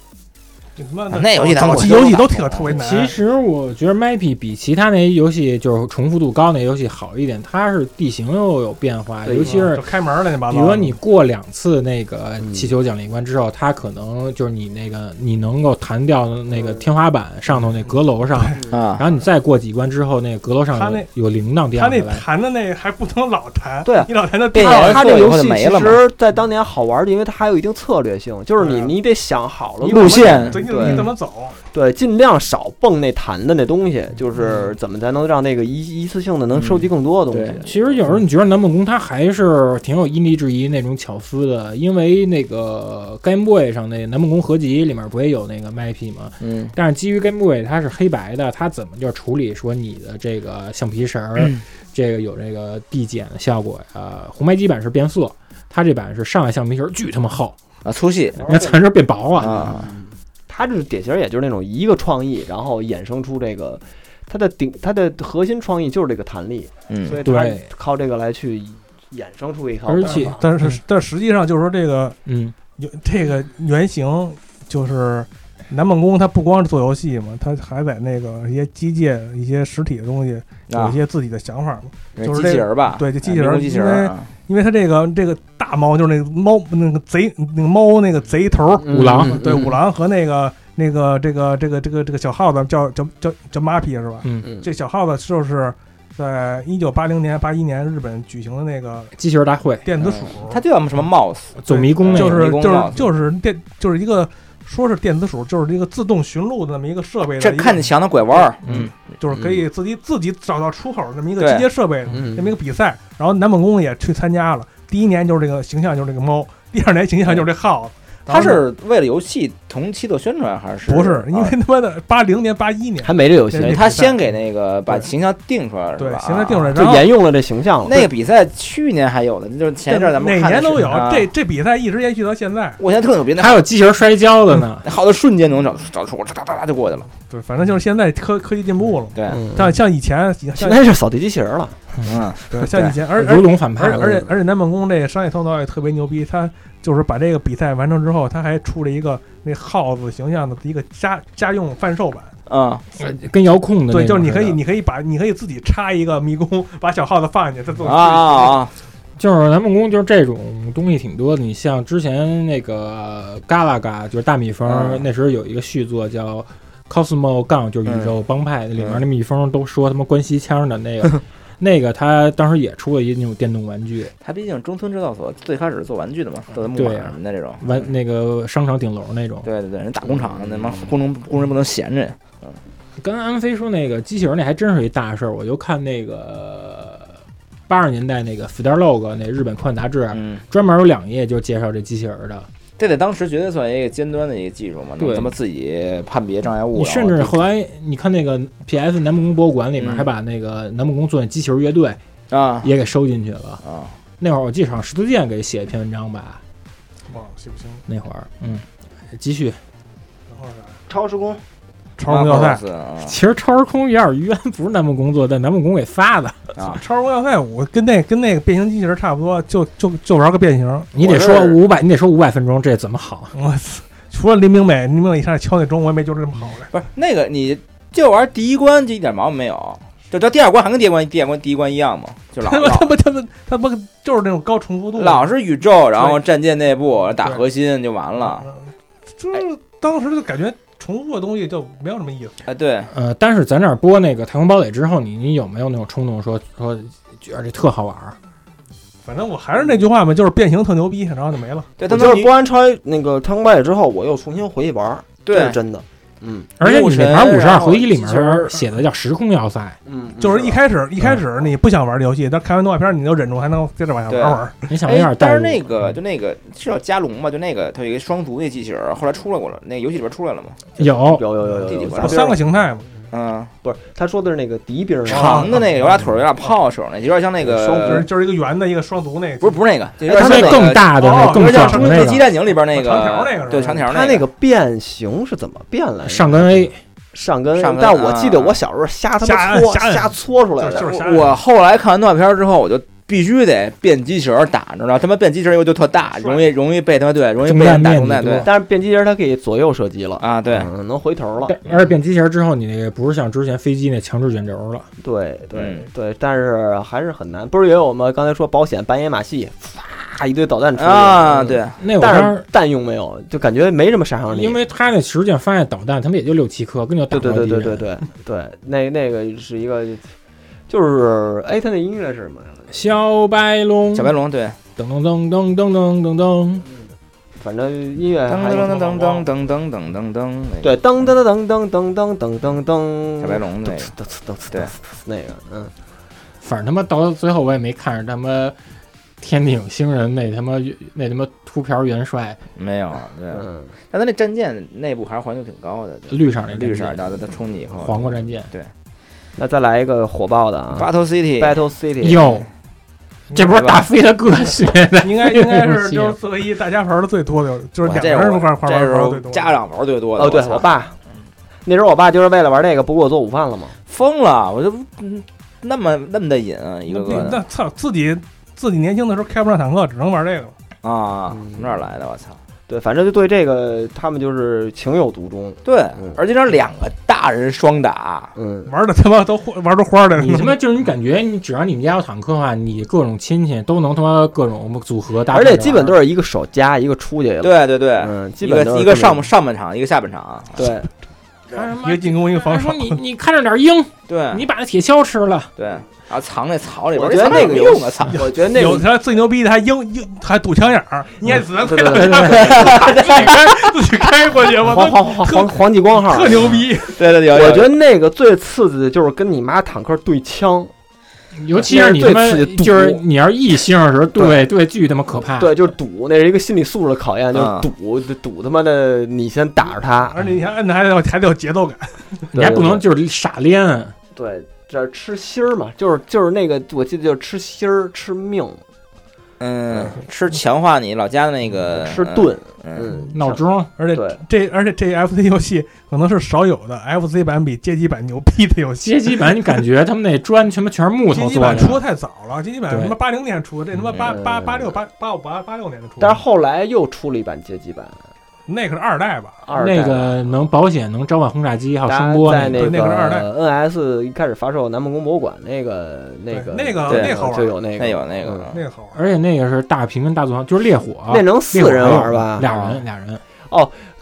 Speaker 5: 你他妈
Speaker 6: 啊
Speaker 5: 的
Speaker 6: 那游戏咱
Speaker 5: 早
Speaker 6: 们
Speaker 5: 期
Speaker 6: 我
Speaker 5: 游戏
Speaker 6: 都
Speaker 5: 都
Speaker 6: 打
Speaker 5: 特
Speaker 6: 过
Speaker 5: 特别
Speaker 4: 嗯
Speaker 5: 难。
Speaker 4: 其实我觉得 MAP 比其他那些游戏就是重复度高那游戏好一点，它是地形又有变化，
Speaker 3: 对
Speaker 4: 尤其是
Speaker 5: 就开门儿乱七八糟的。
Speaker 4: 比如说你过两次那个
Speaker 3: 嗯
Speaker 4: 气球奖励关之后，它可能就是你那个你能够弹掉那
Speaker 5: 嗯
Speaker 4: 个天花板上头那阁楼上，然
Speaker 3: 啊，
Speaker 4: 后你再过几关之后，那个阁楼
Speaker 5: 它
Speaker 4: 上
Speaker 5: 那
Speaker 4: 有有铃铛掉
Speaker 5: 他
Speaker 4: 下
Speaker 5: 那
Speaker 4: 来。
Speaker 5: 弹的那还不能老弹，
Speaker 2: 对啊
Speaker 5: 你老弹就
Speaker 6: 变
Speaker 5: 掉
Speaker 6: 眼
Speaker 5: 了
Speaker 2: 它这
Speaker 6: 以
Speaker 2: 游
Speaker 6: 后就
Speaker 2: 戏
Speaker 6: 没
Speaker 2: 其
Speaker 6: 了嘛
Speaker 2: 实，在当年好玩的，因为它还有一定策略性，就是你
Speaker 5: 对啊
Speaker 2: 你得想好了
Speaker 5: 你
Speaker 2: 路
Speaker 5: 怎么
Speaker 2: 线
Speaker 5: 走
Speaker 3: 嗯线
Speaker 5: 对，你
Speaker 2: 对
Speaker 5: 你怎么走？
Speaker 2: 对，尽量少蹦那弹的那东西，就是怎么才能让那个一一次性的能收集更多的东西
Speaker 3: 嗯。
Speaker 4: 其实有时候你觉得南梦宫它还是挺有因地制宜那种巧思的，因为那个 Game Boy 上那南梦宫合集里面不也有那个 MAP 吗？
Speaker 3: 嗯，
Speaker 4: 但是基于 Game Boy 它是黑白的，它怎么就处理说你的这个橡皮绳儿，
Speaker 5: 嗯
Speaker 4: 这个有这个递减的效果呀、红白机版是变色，它这版是上来橡皮绳儿巨他妈厚，
Speaker 3: 啊，粗细
Speaker 5: 嗯
Speaker 4: 那残绳儿变薄了。
Speaker 3: 啊，
Speaker 2: 它就是典型，也就是那种一个创意，然后衍生出这个它的顶，它的核心创意就是这个弹力，所
Speaker 3: 嗯，
Speaker 2: 以它
Speaker 4: 对
Speaker 2: 靠这个来去衍生出一套
Speaker 4: 而
Speaker 2: 办
Speaker 4: 且
Speaker 2: 法。
Speaker 5: 但是但实际上就是说这个
Speaker 4: 嗯，
Speaker 5: 有这个原型就是南梦宫，他不光是做游戏嘛，他还在那个一些机械、一些实体的东西有一
Speaker 3: 啊，
Speaker 5: 些自己的想法嘛。就是
Speaker 3: 机
Speaker 5: 这
Speaker 3: 器
Speaker 5: 个
Speaker 3: 人儿吧？
Speaker 5: 对就机器
Speaker 3: 人
Speaker 5: 人儿
Speaker 3: 工机器人
Speaker 5: 因为
Speaker 3: 儿啊，
Speaker 5: 因为他这个这个大猫就是那个猫那个贼那个猫那个贼头儿，
Speaker 2: 嗯
Speaker 4: 五郎
Speaker 2: 嗯
Speaker 5: 对
Speaker 2: 嗯
Speaker 5: 五郎和那个那个这个这个这个这个小耗子叫叫叫叫 Mappy 是吧？
Speaker 2: 嗯
Speaker 5: 这小耗子就是在一九八零年八一年日本举行的那个
Speaker 4: 机器人大会
Speaker 5: 电子鼠，
Speaker 3: 它就叫什么 mouse，
Speaker 4: 走迷宫那
Speaker 5: [LAUGHS]
Speaker 4: 个，
Speaker 5: 就是
Speaker 3: 迷宫
Speaker 5: 就是
Speaker 3: 帽子
Speaker 5: 就是电就是一个说是电子鼠，就是一个自动寻路的那么一个设备的
Speaker 3: 这
Speaker 5: 一个
Speaker 3: 看见墙的拐弯儿，嗯，
Speaker 5: 就是可以自己自己找到出口的那么一个
Speaker 3: 对
Speaker 5: 机械设备的
Speaker 2: 嗯
Speaker 5: 那么一个比赛。然后南本宫也去参加了，第一年就是这个形象就是这个猫，第二年形象就是这耗子。然
Speaker 3: 它
Speaker 5: 后呢
Speaker 3: 是为了游戏同期做宣传还是？
Speaker 5: 不是因为他妈的八零年八一年
Speaker 2: 还没这游戏
Speaker 5: 对
Speaker 3: 啊
Speaker 2: 呢，
Speaker 3: 它先给那个把形象定出来了，
Speaker 5: 对
Speaker 3: 是吧啊
Speaker 5: 形象定出来，
Speaker 2: 就
Speaker 5: 然后
Speaker 2: 沿用了这形象了。
Speaker 3: 那个比赛去年还有呢，就是前一阵儿咱们
Speaker 5: 哪
Speaker 3: 看的
Speaker 5: 年都
Speaker 3: 是
Speaker 5: 有，
Speaker 3: 啊
Speaker 5: 这这比赛一直延续到现在。
Speaker 3: 我现在特牛逼，那
Speaker 4: 还有机器人摔跤的呢。
Speaker 3: 好的瞬间就能找出找出，我哒哒哒哒就过去了。
Speaker 5: 对，反正就是现在科科技进步了嘛。
Speaker 3: 对，
Speaker 2: 嗯
Speaker 5: 像像以前，
Speaker 2: 现
Speaker 5: 像
Speaker 2: 在是扫地机器人了。
Speaker 3: 嗯，
Speaker 5: 对像以前，而而
Speaker 4: 如龙反派
Speaker 5: 而
Speaker 4: 了，
Speaker 5: 而且而且南本宫这个商业头脑也特别牛逼，他就是把这个比赛完成之后，他还出了一个那耗子形象的一个家家用贩售版。
Speaker 3: 嗯，
Speaker 4: 跟遥控的那
Speaker 5: 对，
Speaker 4: 种
Speaker 5: 就是你
Speaker 4: 似
Speaker 5: 可以，
Speaker 4: 的
Speaker 5: 你可以把你可以自己插一个迷宫，把小耗子放进去，再做
Speaker 3: 啊啊啊，
Speaker 4: 就是南梦宫，就是这种东西挺多的。你像之前那个嘎啦嘎，就是大蜜蜂，
Speaker 3: 嗯
Speaker 4: 那时候有一个续作叫 Cosmo 杠，就是宇宙帮派，里面那蜜蜂都说他妈关西腔的
Speaker 3: [LAUGHS]
Speaker 4: 那个，那个他当时也出了一那种电动玩具，
Speaker 3: 它毕竟中村制造所最开始是做玩具的嘛，做的木板
Speaker 4: 对啊
Speaker 3: 什么的这种，
Speaker 4: 玩嗯那个商场顶楼那种。
Speaker 3: 嗯对对对，人大工厂那帮工人工人不能闲着，
Speaker 4: 刚才安飞说那个机器人那还真是一大事儿，我就看那个八十年代那个 Starlog 那日本科幻杂志，啊
Speaker 3: 嗯，
Speaker 4: 专门有两页就介绍这机器人的。
Speaker 3: 这在当时绝对算一个尖端的一个技术嘛，能
Speaker 4: 对
Speaker 3: 他妈自己判别障碍物，
Speaker 4: 你
Speaker 3: 然
Speaker 4: 甚
Speaker 3: 后
Speaker 4: 至
Speaker 3: 就
Speaker 4: 后来你看那个 P.S. 南梦宫博物馆里面
Speaker 3: 嗯
Speaker 4: 还把那个南梦宫做那机器人乐队
Speaker 3: 啊
Speaker 4: 也给收进去了。
Speaker 3: 啊，
Speaker 4: 那会儿我记得好像石头剑给写一篇文章吧，
Speaker 5: 哇，行不行？
Speaker 4: 那会儿嗯，继续。
Speaker 5: 然后啥？
Speaker 6: 超时空，
Speaker 5: 超人要塞，
Speaker 3: 塞啊
Speaker 4: 其实超时空有点冤，不是南梦宫做，但南梦宫给发的。
Speaker 3: 啊，
Speaker 5: 超人要塞，我跟那跟那个变形机器人差不多，就就就玩个变形。
Speaker 4: 你得
Speaker 3: 我这
Speaker 4: 说五百，你得说五百分钟，这怎么好？
Speaker 5: 我操！除了林明美，林明美一下敲那钟，我也没觉得这么好嘞。
Speaker 3: 不是那个你就玩第一关就一点毛病没有，就到第二关还跟第二关第二关第一关一样嘛，就
Speaker 4: [LAUGHS]
Speaker 3: 老
Speaker 5: 他
Speaker 3: [LAUGHS]
Speaker 5: 妈
Speaker 3: 老
Speaker 5: 他妈他妈他妈就是那种高重复度，
Speaker 3: 老是宇宙，然后战舰内部打核心就完了。
Speaker 5: 嗯。就是当时就感觉重复的东西就没有什么意思。
Speaker 3: 哎，对，
Speaker 4: 呃，但是咱这儿播那个《太空堡垒》之后，你你有没有那种冲动说说觉得这特好玩儿？
Speaker 5: 反正我还是那句话嘛，就是变形特牛逼，然后就没了。
Speaker 3: 对，他
Speaker 2: 我
Speaker 3: 们
Speaker 2: 就是播完超那个《太空堡垒》之后，我又重新回去玩儿，这
Speaker 3: 对
Speaker 2: 是真的。嗯
Speaker 4: 而且
Speaker 3: 六
Speaker 4: 你那
Speaker 3: 神
Speaker 4: 盘五十二
Speaker 3: 然后
Speaker 4: 合一里面
Speaker 3: 机器人儿
Speaker 4: 写的叫时空要塞，
Speaker 2: 嗯，
Speaker 5: 就是一开始一开始你不想玩这游戏，但看完动画片你就忍住，还能接着往下
Speaker 3: 对
Speaker 5: 玩玩。
Speaker 4: 你想有
Speaker 3: 哎
Speaker 4: 点，
Speaker 3: 但
Speaker 4: 代
Speaker 3: 是
Speaker 4: 入。
Speaker 3: 那个就那个是叫加龙嘛，就那个它有一个双足那机器人，后来出来过了，那个游戏里边出来了嘛。
Speaker 4: 有
Speaker 2: 有有有有
Speaker 3: 第几
Speaker 2: 有
Speaker 3: 关
Speaker 5: 有三个形态嘛，
Speaker 3: 嗯，
Speaker 2: 不是，他说的是那个敌兵儿
Speaker 3: 长的那个有俩腿儿，有俩炮手，那有点像那
Speaker 5: 就
Speaker 3: 个
Speaker 5: 是，就是一个圆的，一个双足那
Speaker 3: [LAUGHS]
Speaker 5: 个。
Speaker 3: 不是不是那个，就有
Speaker 4: 它
Speaker 3: 点像那
Speaker 4: 哎那更
Speaker 3: 个，
Speaker 4: 大的那
Speaker 5: 哦
Speaker 4: 更
Speaker 3: 有点像
Speaker 4: 壮
Speaker 3: 《
Speaker 4: 的
Speaker 3: 那
Speaker 4: 那
Speaker 3: 激
Speaker 4: 个
Speaker 3: 战警》里边那
Speaker 5: 长条那个是吧
Speaker 3: 对长条
Speaker 2: 他
Speaker 3: 那
Speaker 2: 那个变形是怎么变来着？
Speaker 4: 上根 A，
Speaker 2: 上根
Speaker 3: 上，根
Speaker 2: 但我记得
Speaker 3: 啊
Speaker 2: 我小时候瞎他
Speaker 5: 瞎
Speaker 2: 妈搓
Speaker 5: 瞎
Speaker 2: 瞎搓出来
Speaker 5: 就
Speaker 2: 的。
Speaker 5: 是瞎
Speaker 3: 我后来看完动画片之后，我就必须得变机器人儿打，你知道？他妈变机器人儿又就特大，容易容易被他妈对，容易
Speaker 4: 中
Speaker 3: 被人
Speaker 4: 弹
Speaker 3: 打
Speaker 4: 面
Speaker 3: 中
Speaker 4: 积
Speaker 3: 弹，
Speaker 4: 多
Speaker 3: 对
Speaker 2: 但是变机器人它可以左右射击了，
Speaker 3: 啊，对
Speaker 2: 嗯，能回头了。
Speaker 4: 但而且变机器人之后，你那个不是像之前飞机那强制卷轴了，
Speaker 2: 对对
Speaker 3: 嗯
Speaker 2: 对，但是还是很难。不是也有吗？刚才说保险半野马戏，唰一堆导弹出去
Speaker 3: 啊，，对
Speaker 2: 嗯，
Speaker 4: 哎那我
Speaker 2: 但
Speaker 4: 当
Speaker 2: 是
Speaker 4: 时。
Speaker 2: 弹用没有，就感觉没什么杀伤力。
Speaker 4: 因为他那实践发现导弹，他们也就六七颗，根本就
Speaker 2: 对
Speaker 4: 打
Speaker 2: 对
Speaker 4: 不
Speaker 2: 对
Speaker 4: 了敌
Speaker 2: 对对
Speaker 4: 人。
Speaker 2: 对对，那那个是一个，就是哎，他那音乐是什么呀？
Speaker 4: 小白龙，
Speaker 3: 小白龙，对，
Speaker 4: 噔噔噔噔噔噔噔噔，
Speaker 2: 反正音乐
Speaker 3: 噔
Speaker 2: 还
Speaker 3: 噔噔噔噔噔噔噔噔噔，那个
Speaker 2: 对噔噔噔噔噔噔噔噔噔，
Speaker 3: 小白
Speaker 2: [LAUGHS]
Speaker 3: 龙那个，
Speaker 2: 噔呲噔呲噔呲那个，嗯，
Speaker 4: 反正他妈到最后我也没看着他妈天地有星人那他妈那他妈秃瓢元帅
Speaker 3: 没有，对，
Speaker 2: 嗯，
Speaker 3: 但他那战舰内部还是环境挺高的，对
Speaker 4: 绿色那
Speaker 3: 绿色
Speaker 4: 战舰
Speaker 3: 的，他冲你以后，
Speaker 4: 黄瓜战舰，
Speaker 2: 那再来一个火爆的啊
Speaker 3: Battle City，
Speaker 2: ，Battle City，
Speaker 4: 哟，这不是大飞的歌曲的，
Speaker 5: 应该应该是就是四合一大家玩的最多的，就是两
Speaker 3: 这
Speaker 5: 个
Speaker 3: 是
Speaker 5: 人
Speaker 3: 我
Speaker 5: 玩玩
Speaker 3: 这
Speaker 5: 玩
Speaker 3: 是
Speaker 5: 玩最
Speaker 3: 我
Speaker 5: 多。
Speaker 3: 家长玩最多的，
Speaker 2: 哦，对
Speaker 3: 操
Speaker 2: 我爸，那时候我爸就是为了玩这个不给我做午饭了嘛，
Speaker 3: 疯了，我就嗯那么那么的瘾，一个个
Speaker 5: 那
Speaker 3: 的
Speaker 5: 那操，自己自己年轻的时候开不上坦克，只能玩这个了。
Speaker 3: 啊，
Speaker 2: 嗯
Speaker 3: 从这儿来的，我操。
Speaker 2: 对，反正就对这个他们就是情有独钟，
Speaker 3: 对
Speaker 2: 嗯，
Speaker 3: 而且这两个大人双打，
Speaker 2: 嗯，
Speaker 5: 玩的他妈都花玩出花 [LAUGHS] 来了。
Speaker 4: 你他妈就是你感觉你只要你们家有坦克的话，你各种亲戚都能他妈各种组合搭配
Speaker 2: 而
Speaker 4: 着玩，
Speaker 2: 且基本都是一个手夹一个出去，，
Speaker 3: 对对对，
Speaker 2: 嗯，基
Speaker 3: 一
Speaker 2: 本都
Speaker 3: 个
Speaker 2: 是
Speaker 3: 一个
Speaker 2: 这么
Speaker 3: 上上半场，一个下半场，
Speaker 2: 对，
Speaker 5: 一个进攻一个防守
Speaker 4: 还说你你看着点鹰，
Speaker 3: 对
Speaker 4: 你把那铁锹吃了，
Speaker 3: 对，然后藏在草里边
Speaker 2: 我
Speaker 3: 儿，
Speaker 2: 觉得那个
Speaker 3: 有
Speaker 2: 游
Speaker 3: 用啊，
Speaker 2: 戏 [LAUGHS]
Speaker 3: 操！，
Speaker 2: 我觉得那
Speaker 5: 有
Speaker 2: 个。
Speaker 5: 他最牛逼的还鹰鹰还堵枪眼儿，你也只能推
Speaker 2: 对
Speaker 5: 到
Speaker 2: 对对，
Speaker 5: 自己开 [LAUGHS] 自己开过去，我
Speaker 2: 黄
Speaker 5: 操，
Speaker 2: 黄黄黄黄继光号，啊
Speaker 5: 特牛 [LAUGHS] 逼！
Speaker 3: 对对对，有
Speaker 2: 我
Speaker 3: 有
Speaker 2: 觉得那个最次的就是跟你妈坦克对枪，
Speaker 4: 尤其是你 [LAUGHS] 他
Speaker 2: 那
Speaker 4: 妈
Speaker 2: 是最刺激的
Speaker 4: 就是你要是异性的时候，对对，巨他妈可怕。
Speaker 2: 对，就是赌，那是一个心理素质的考验，就是
Speaker 3: 嗯
Speaker 2: 赌，赌他妈的你先打着他，
Speaker 5: 而且你还摁的还得有还得有节奏感，
Speaker 4: 你还不能
Speaker 2: 对
Speaker 4: 就是傻练，
Speaker 2: 对，这吃心儿嘛，就是就是那个，我记得就是吃心儿、吃命、
Speaker 3: 嗯，吃强化你老家的那个
Speaker 2: 吃，盾，
Speaker 3: 嗯，
Speaker 2: 嗯，
Speaker 4: 闹钟
Speaker 5: 而且
Speaker 2: 对
Speaker 5: 这而且这 FC 游戏可能是少有的 FC 版比街机版牛逼的游戏。
Speaker 4: 街机版，你感觉他们那砖全部全是木
Speaker 5: 街
Speaker 4: 头
Speaker 5: 机
Speaker 4: 做
Speaker 5: 版出的
Speaker 4: 的，
Speaker 5: 太早了，街机版
Speaker 4: 对
Speaker 5: 他妈八零年出的，这他妈八
Speaker 2: 嗯
Speaker 5: 八八六八八五八八六年的出的，
Speaker 2: 但是后来又出了一版街机版，
Speaker 5: 那可是二代吧？
Speaker 2: 二代
Speaker 4: 那个能保险能召唤轰炸机，还有
Speaker 2: 大
Speaker 4: 声
Speaker 2: 家
Speaker 4: 波
Speaker 2: 在
Speaker 4: 个。
Speaker 2: 个
Speaker 5: 对那个是二代
Speaker 2: NS 一开始发售南梦宫博物馆那个那
Speaker 5: 对
Speaker 2: 个
Speaker 5: 那个
Speaker 2: 对
Speaker 5: 那好玩
Speaker 2: 就有那个
Speaker 3: 那有那个啊
Speaker 2: 嗯
Speaker 5: 那个好玩。
Speaker 4: 而且那个是大屏跟大座堂，就是烈火，
Speaker 2: 那能四人
Speaker 4: 烈
Speaker 2: 玩
Speaker 4: 火
Speaker 2: 吧？
Speaker 4: 俩人俩人。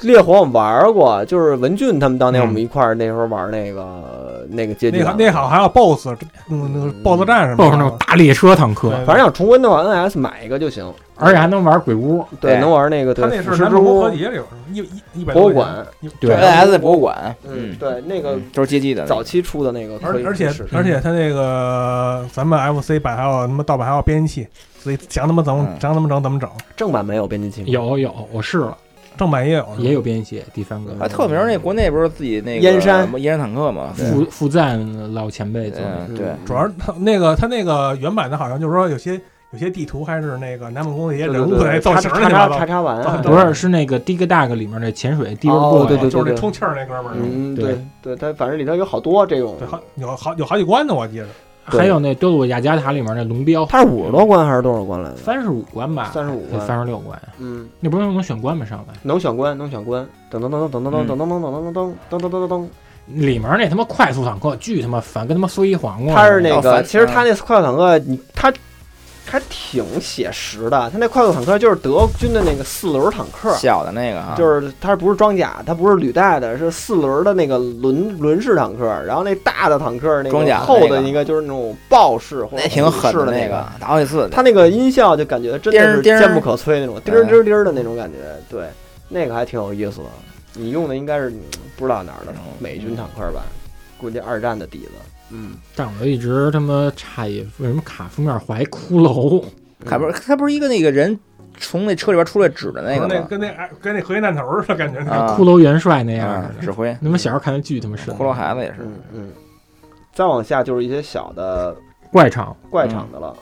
Speaker 2: 烈火我们玩过，就是文俊他们当年
Speaker 4: 嗯
Speaker 2: 我们一块儿那时候玩那个那个街机
Speaker 5: 那
Speaker 2: 版
Speaker 5: 好，那好，还有 BOSS，嗯那个 BOSS 战什么的，
Speaker 4: 爆上那种大列车坦克
Speaker 5: 对，
Speaker 2: 反正想重温的话，NS 买一个就行。
Speaker 4: 而且还能玩鬼屋，
Speaker 2: 对，
Speaker 3: 对
Speaker 2: 能玩那个
Speaker 5: 哎他
Speaker 2: 对
Speaker 5: 那
Speaker 2: 腐
Speaker 5: 是
Speaker 2: 蚀
Speaker 5: 南
Speaker 2: 之
Speaker 5: 故宫
Speaker 2: 屋
Speaker 5: 合集里边儿一一一百
Speaker 2: 博
Speaker 5: 多
Speaker 2: 物
Speaker 5: 块钱，
Speaker 2: 馆。
Speaker 5: 一
Speaker 4: 对
Speaker 3: NS 博物馆，
Speaker 2: 嗯，，对，那个
Speaker 3: 嗯，就是街机的那个
Speaker 2: 早期出的那个可以
Speaker 5: 而而且
Speaker 2: 试试嗯
Speaker 5: 而且他那个咱们 FC 版还有他妈盗版还有编辑器，所以想怎么整
Speaker 3: 嗯
Speaker 5: 想怎么整怎么整，
Speaker 2: 正版没有编辑器吗，
Speaker 4: 有有，我试了，
Speaker 5: 正版也有
Speaker 4: 也有编写。第三个
Speaker 3: 啊，特有名儿那国内不是自己那个
Speaker 2: 燕山
Speaker 3: 燕山坦克嘛，对
Speaker 4: 负负赞老前辈做的，
Speaker 3: 嗯对
Speaker 2: 嗯
Speaker 5: 主要是他那个他那个原版的好像就是说有些有些地图还是那个南梦宫那些
Speaker 2: 对
Speaker 5: 人物
Speaker 2: 对
Speaker 5: 的那
Speaker 2: 对，
Speaker 5: 造
Speaker 2: 叉
Speaker 5: 型
Speaker 2: 叉
Speaker 5: 儿那
Speaker 2: 叉
Speaker 5: 八糟
Speaker 2: 叉，叉完啊，
Speaker 4: 不是是那个《d i g d u g 里面的潜水 d i
Speaker 2: 哦
Speaker 4: g
Speaker 2: 对对对
Speaker 5: 就是那充气儿那哥们儿。
Speaker 2: 嗯，
Speaker 4: 对
Speaker 2: 对对，它反正里头有好多这种
Speaker 5: 对，，好有好有好几关呢，我记着。
Speaker 2: 对
Speaker 4: 还有那《多鲁亚加塔》里面那龙标，
Speaker 2: 它是五十多关还是多少关来着？
Speaker 4: 三十五关吧，
Speaker 2: 三十五关
Speaker 4: 三十六关，
Speaker 2: 嗯，
Speaker 4: 那不是能选关吗？上来
Speaker 2: 能选关，能选关，噔噔噔噔噔噔噔噔噔噔噔噔噔噔噔噔噔噔。
Speaker 4: 里面那他妈快速坦克巨他妈烦，跟他妈蓑衣黄瓜。
Speaker 2: 他是那
Speaker 3: 要
Speaker 2: 个，
Speaker 3: 反
Speaker 2: 其实他那快速坦克，你他还挺写实的。他那快速坦克就是德军的那个四轮坦克，
Speaker 3: 小的那个啊，
Speaker 2: 就是它不是装甲，它不是履带的，是四轮的那个轮轮式坦克。然后那大的坦克，那
Speaker 3: 装
Speaker 2: 个
Speaker 3: 甲的
Speaker 2: 厚的
Speaker 3: 那个
Speaker 2: 一个就是那种豹式或者
Speaker 3: 那挺狠
Speaker 2: 虎式的
Speaker 3: 那
Speaker 2: 那
Speaker 3: 个，。打好几次。
Speaker 2: 它那个音效就感觉真的是
Speaker 3: 叮儿叮儿哎
Speaker 2: 坚不可摧那种，滴儿滴儿滴儿的那种感觉。对，那个还挺有意思的。你用的应该是嗯不知道哪儿的
Speaker 3: 嗯
Speaker 2: 美军坦克吧？估计二战的底子。嗯，
Speaker 4: 但我一直他妈诧异，为什么卡封面画一骷髅？
Speaker 3: 还不是他不是一个那个人从那车里边出来指的那个
Speaker 5: 那
Speaker 3: 吗？
Speaker 5: 跟那跟那核心弹头似的，感觉那
Speaker 3: 啊
Speaker 4: 骷髅元帅那样
Speaker 3: 啊
Speaker 4: 的，，
Speaker 3: 指挥
Speaker 4: 你们小时候看的巨他妈深
Speaker 3: 骷。髅孩子也是
Speaker 2: 嗯嗯。再往下就是一些小的
Speaker 4: 怪场
Speaker 2: 怪场的
Speaker 3: 嗯
Speaker 2: 了。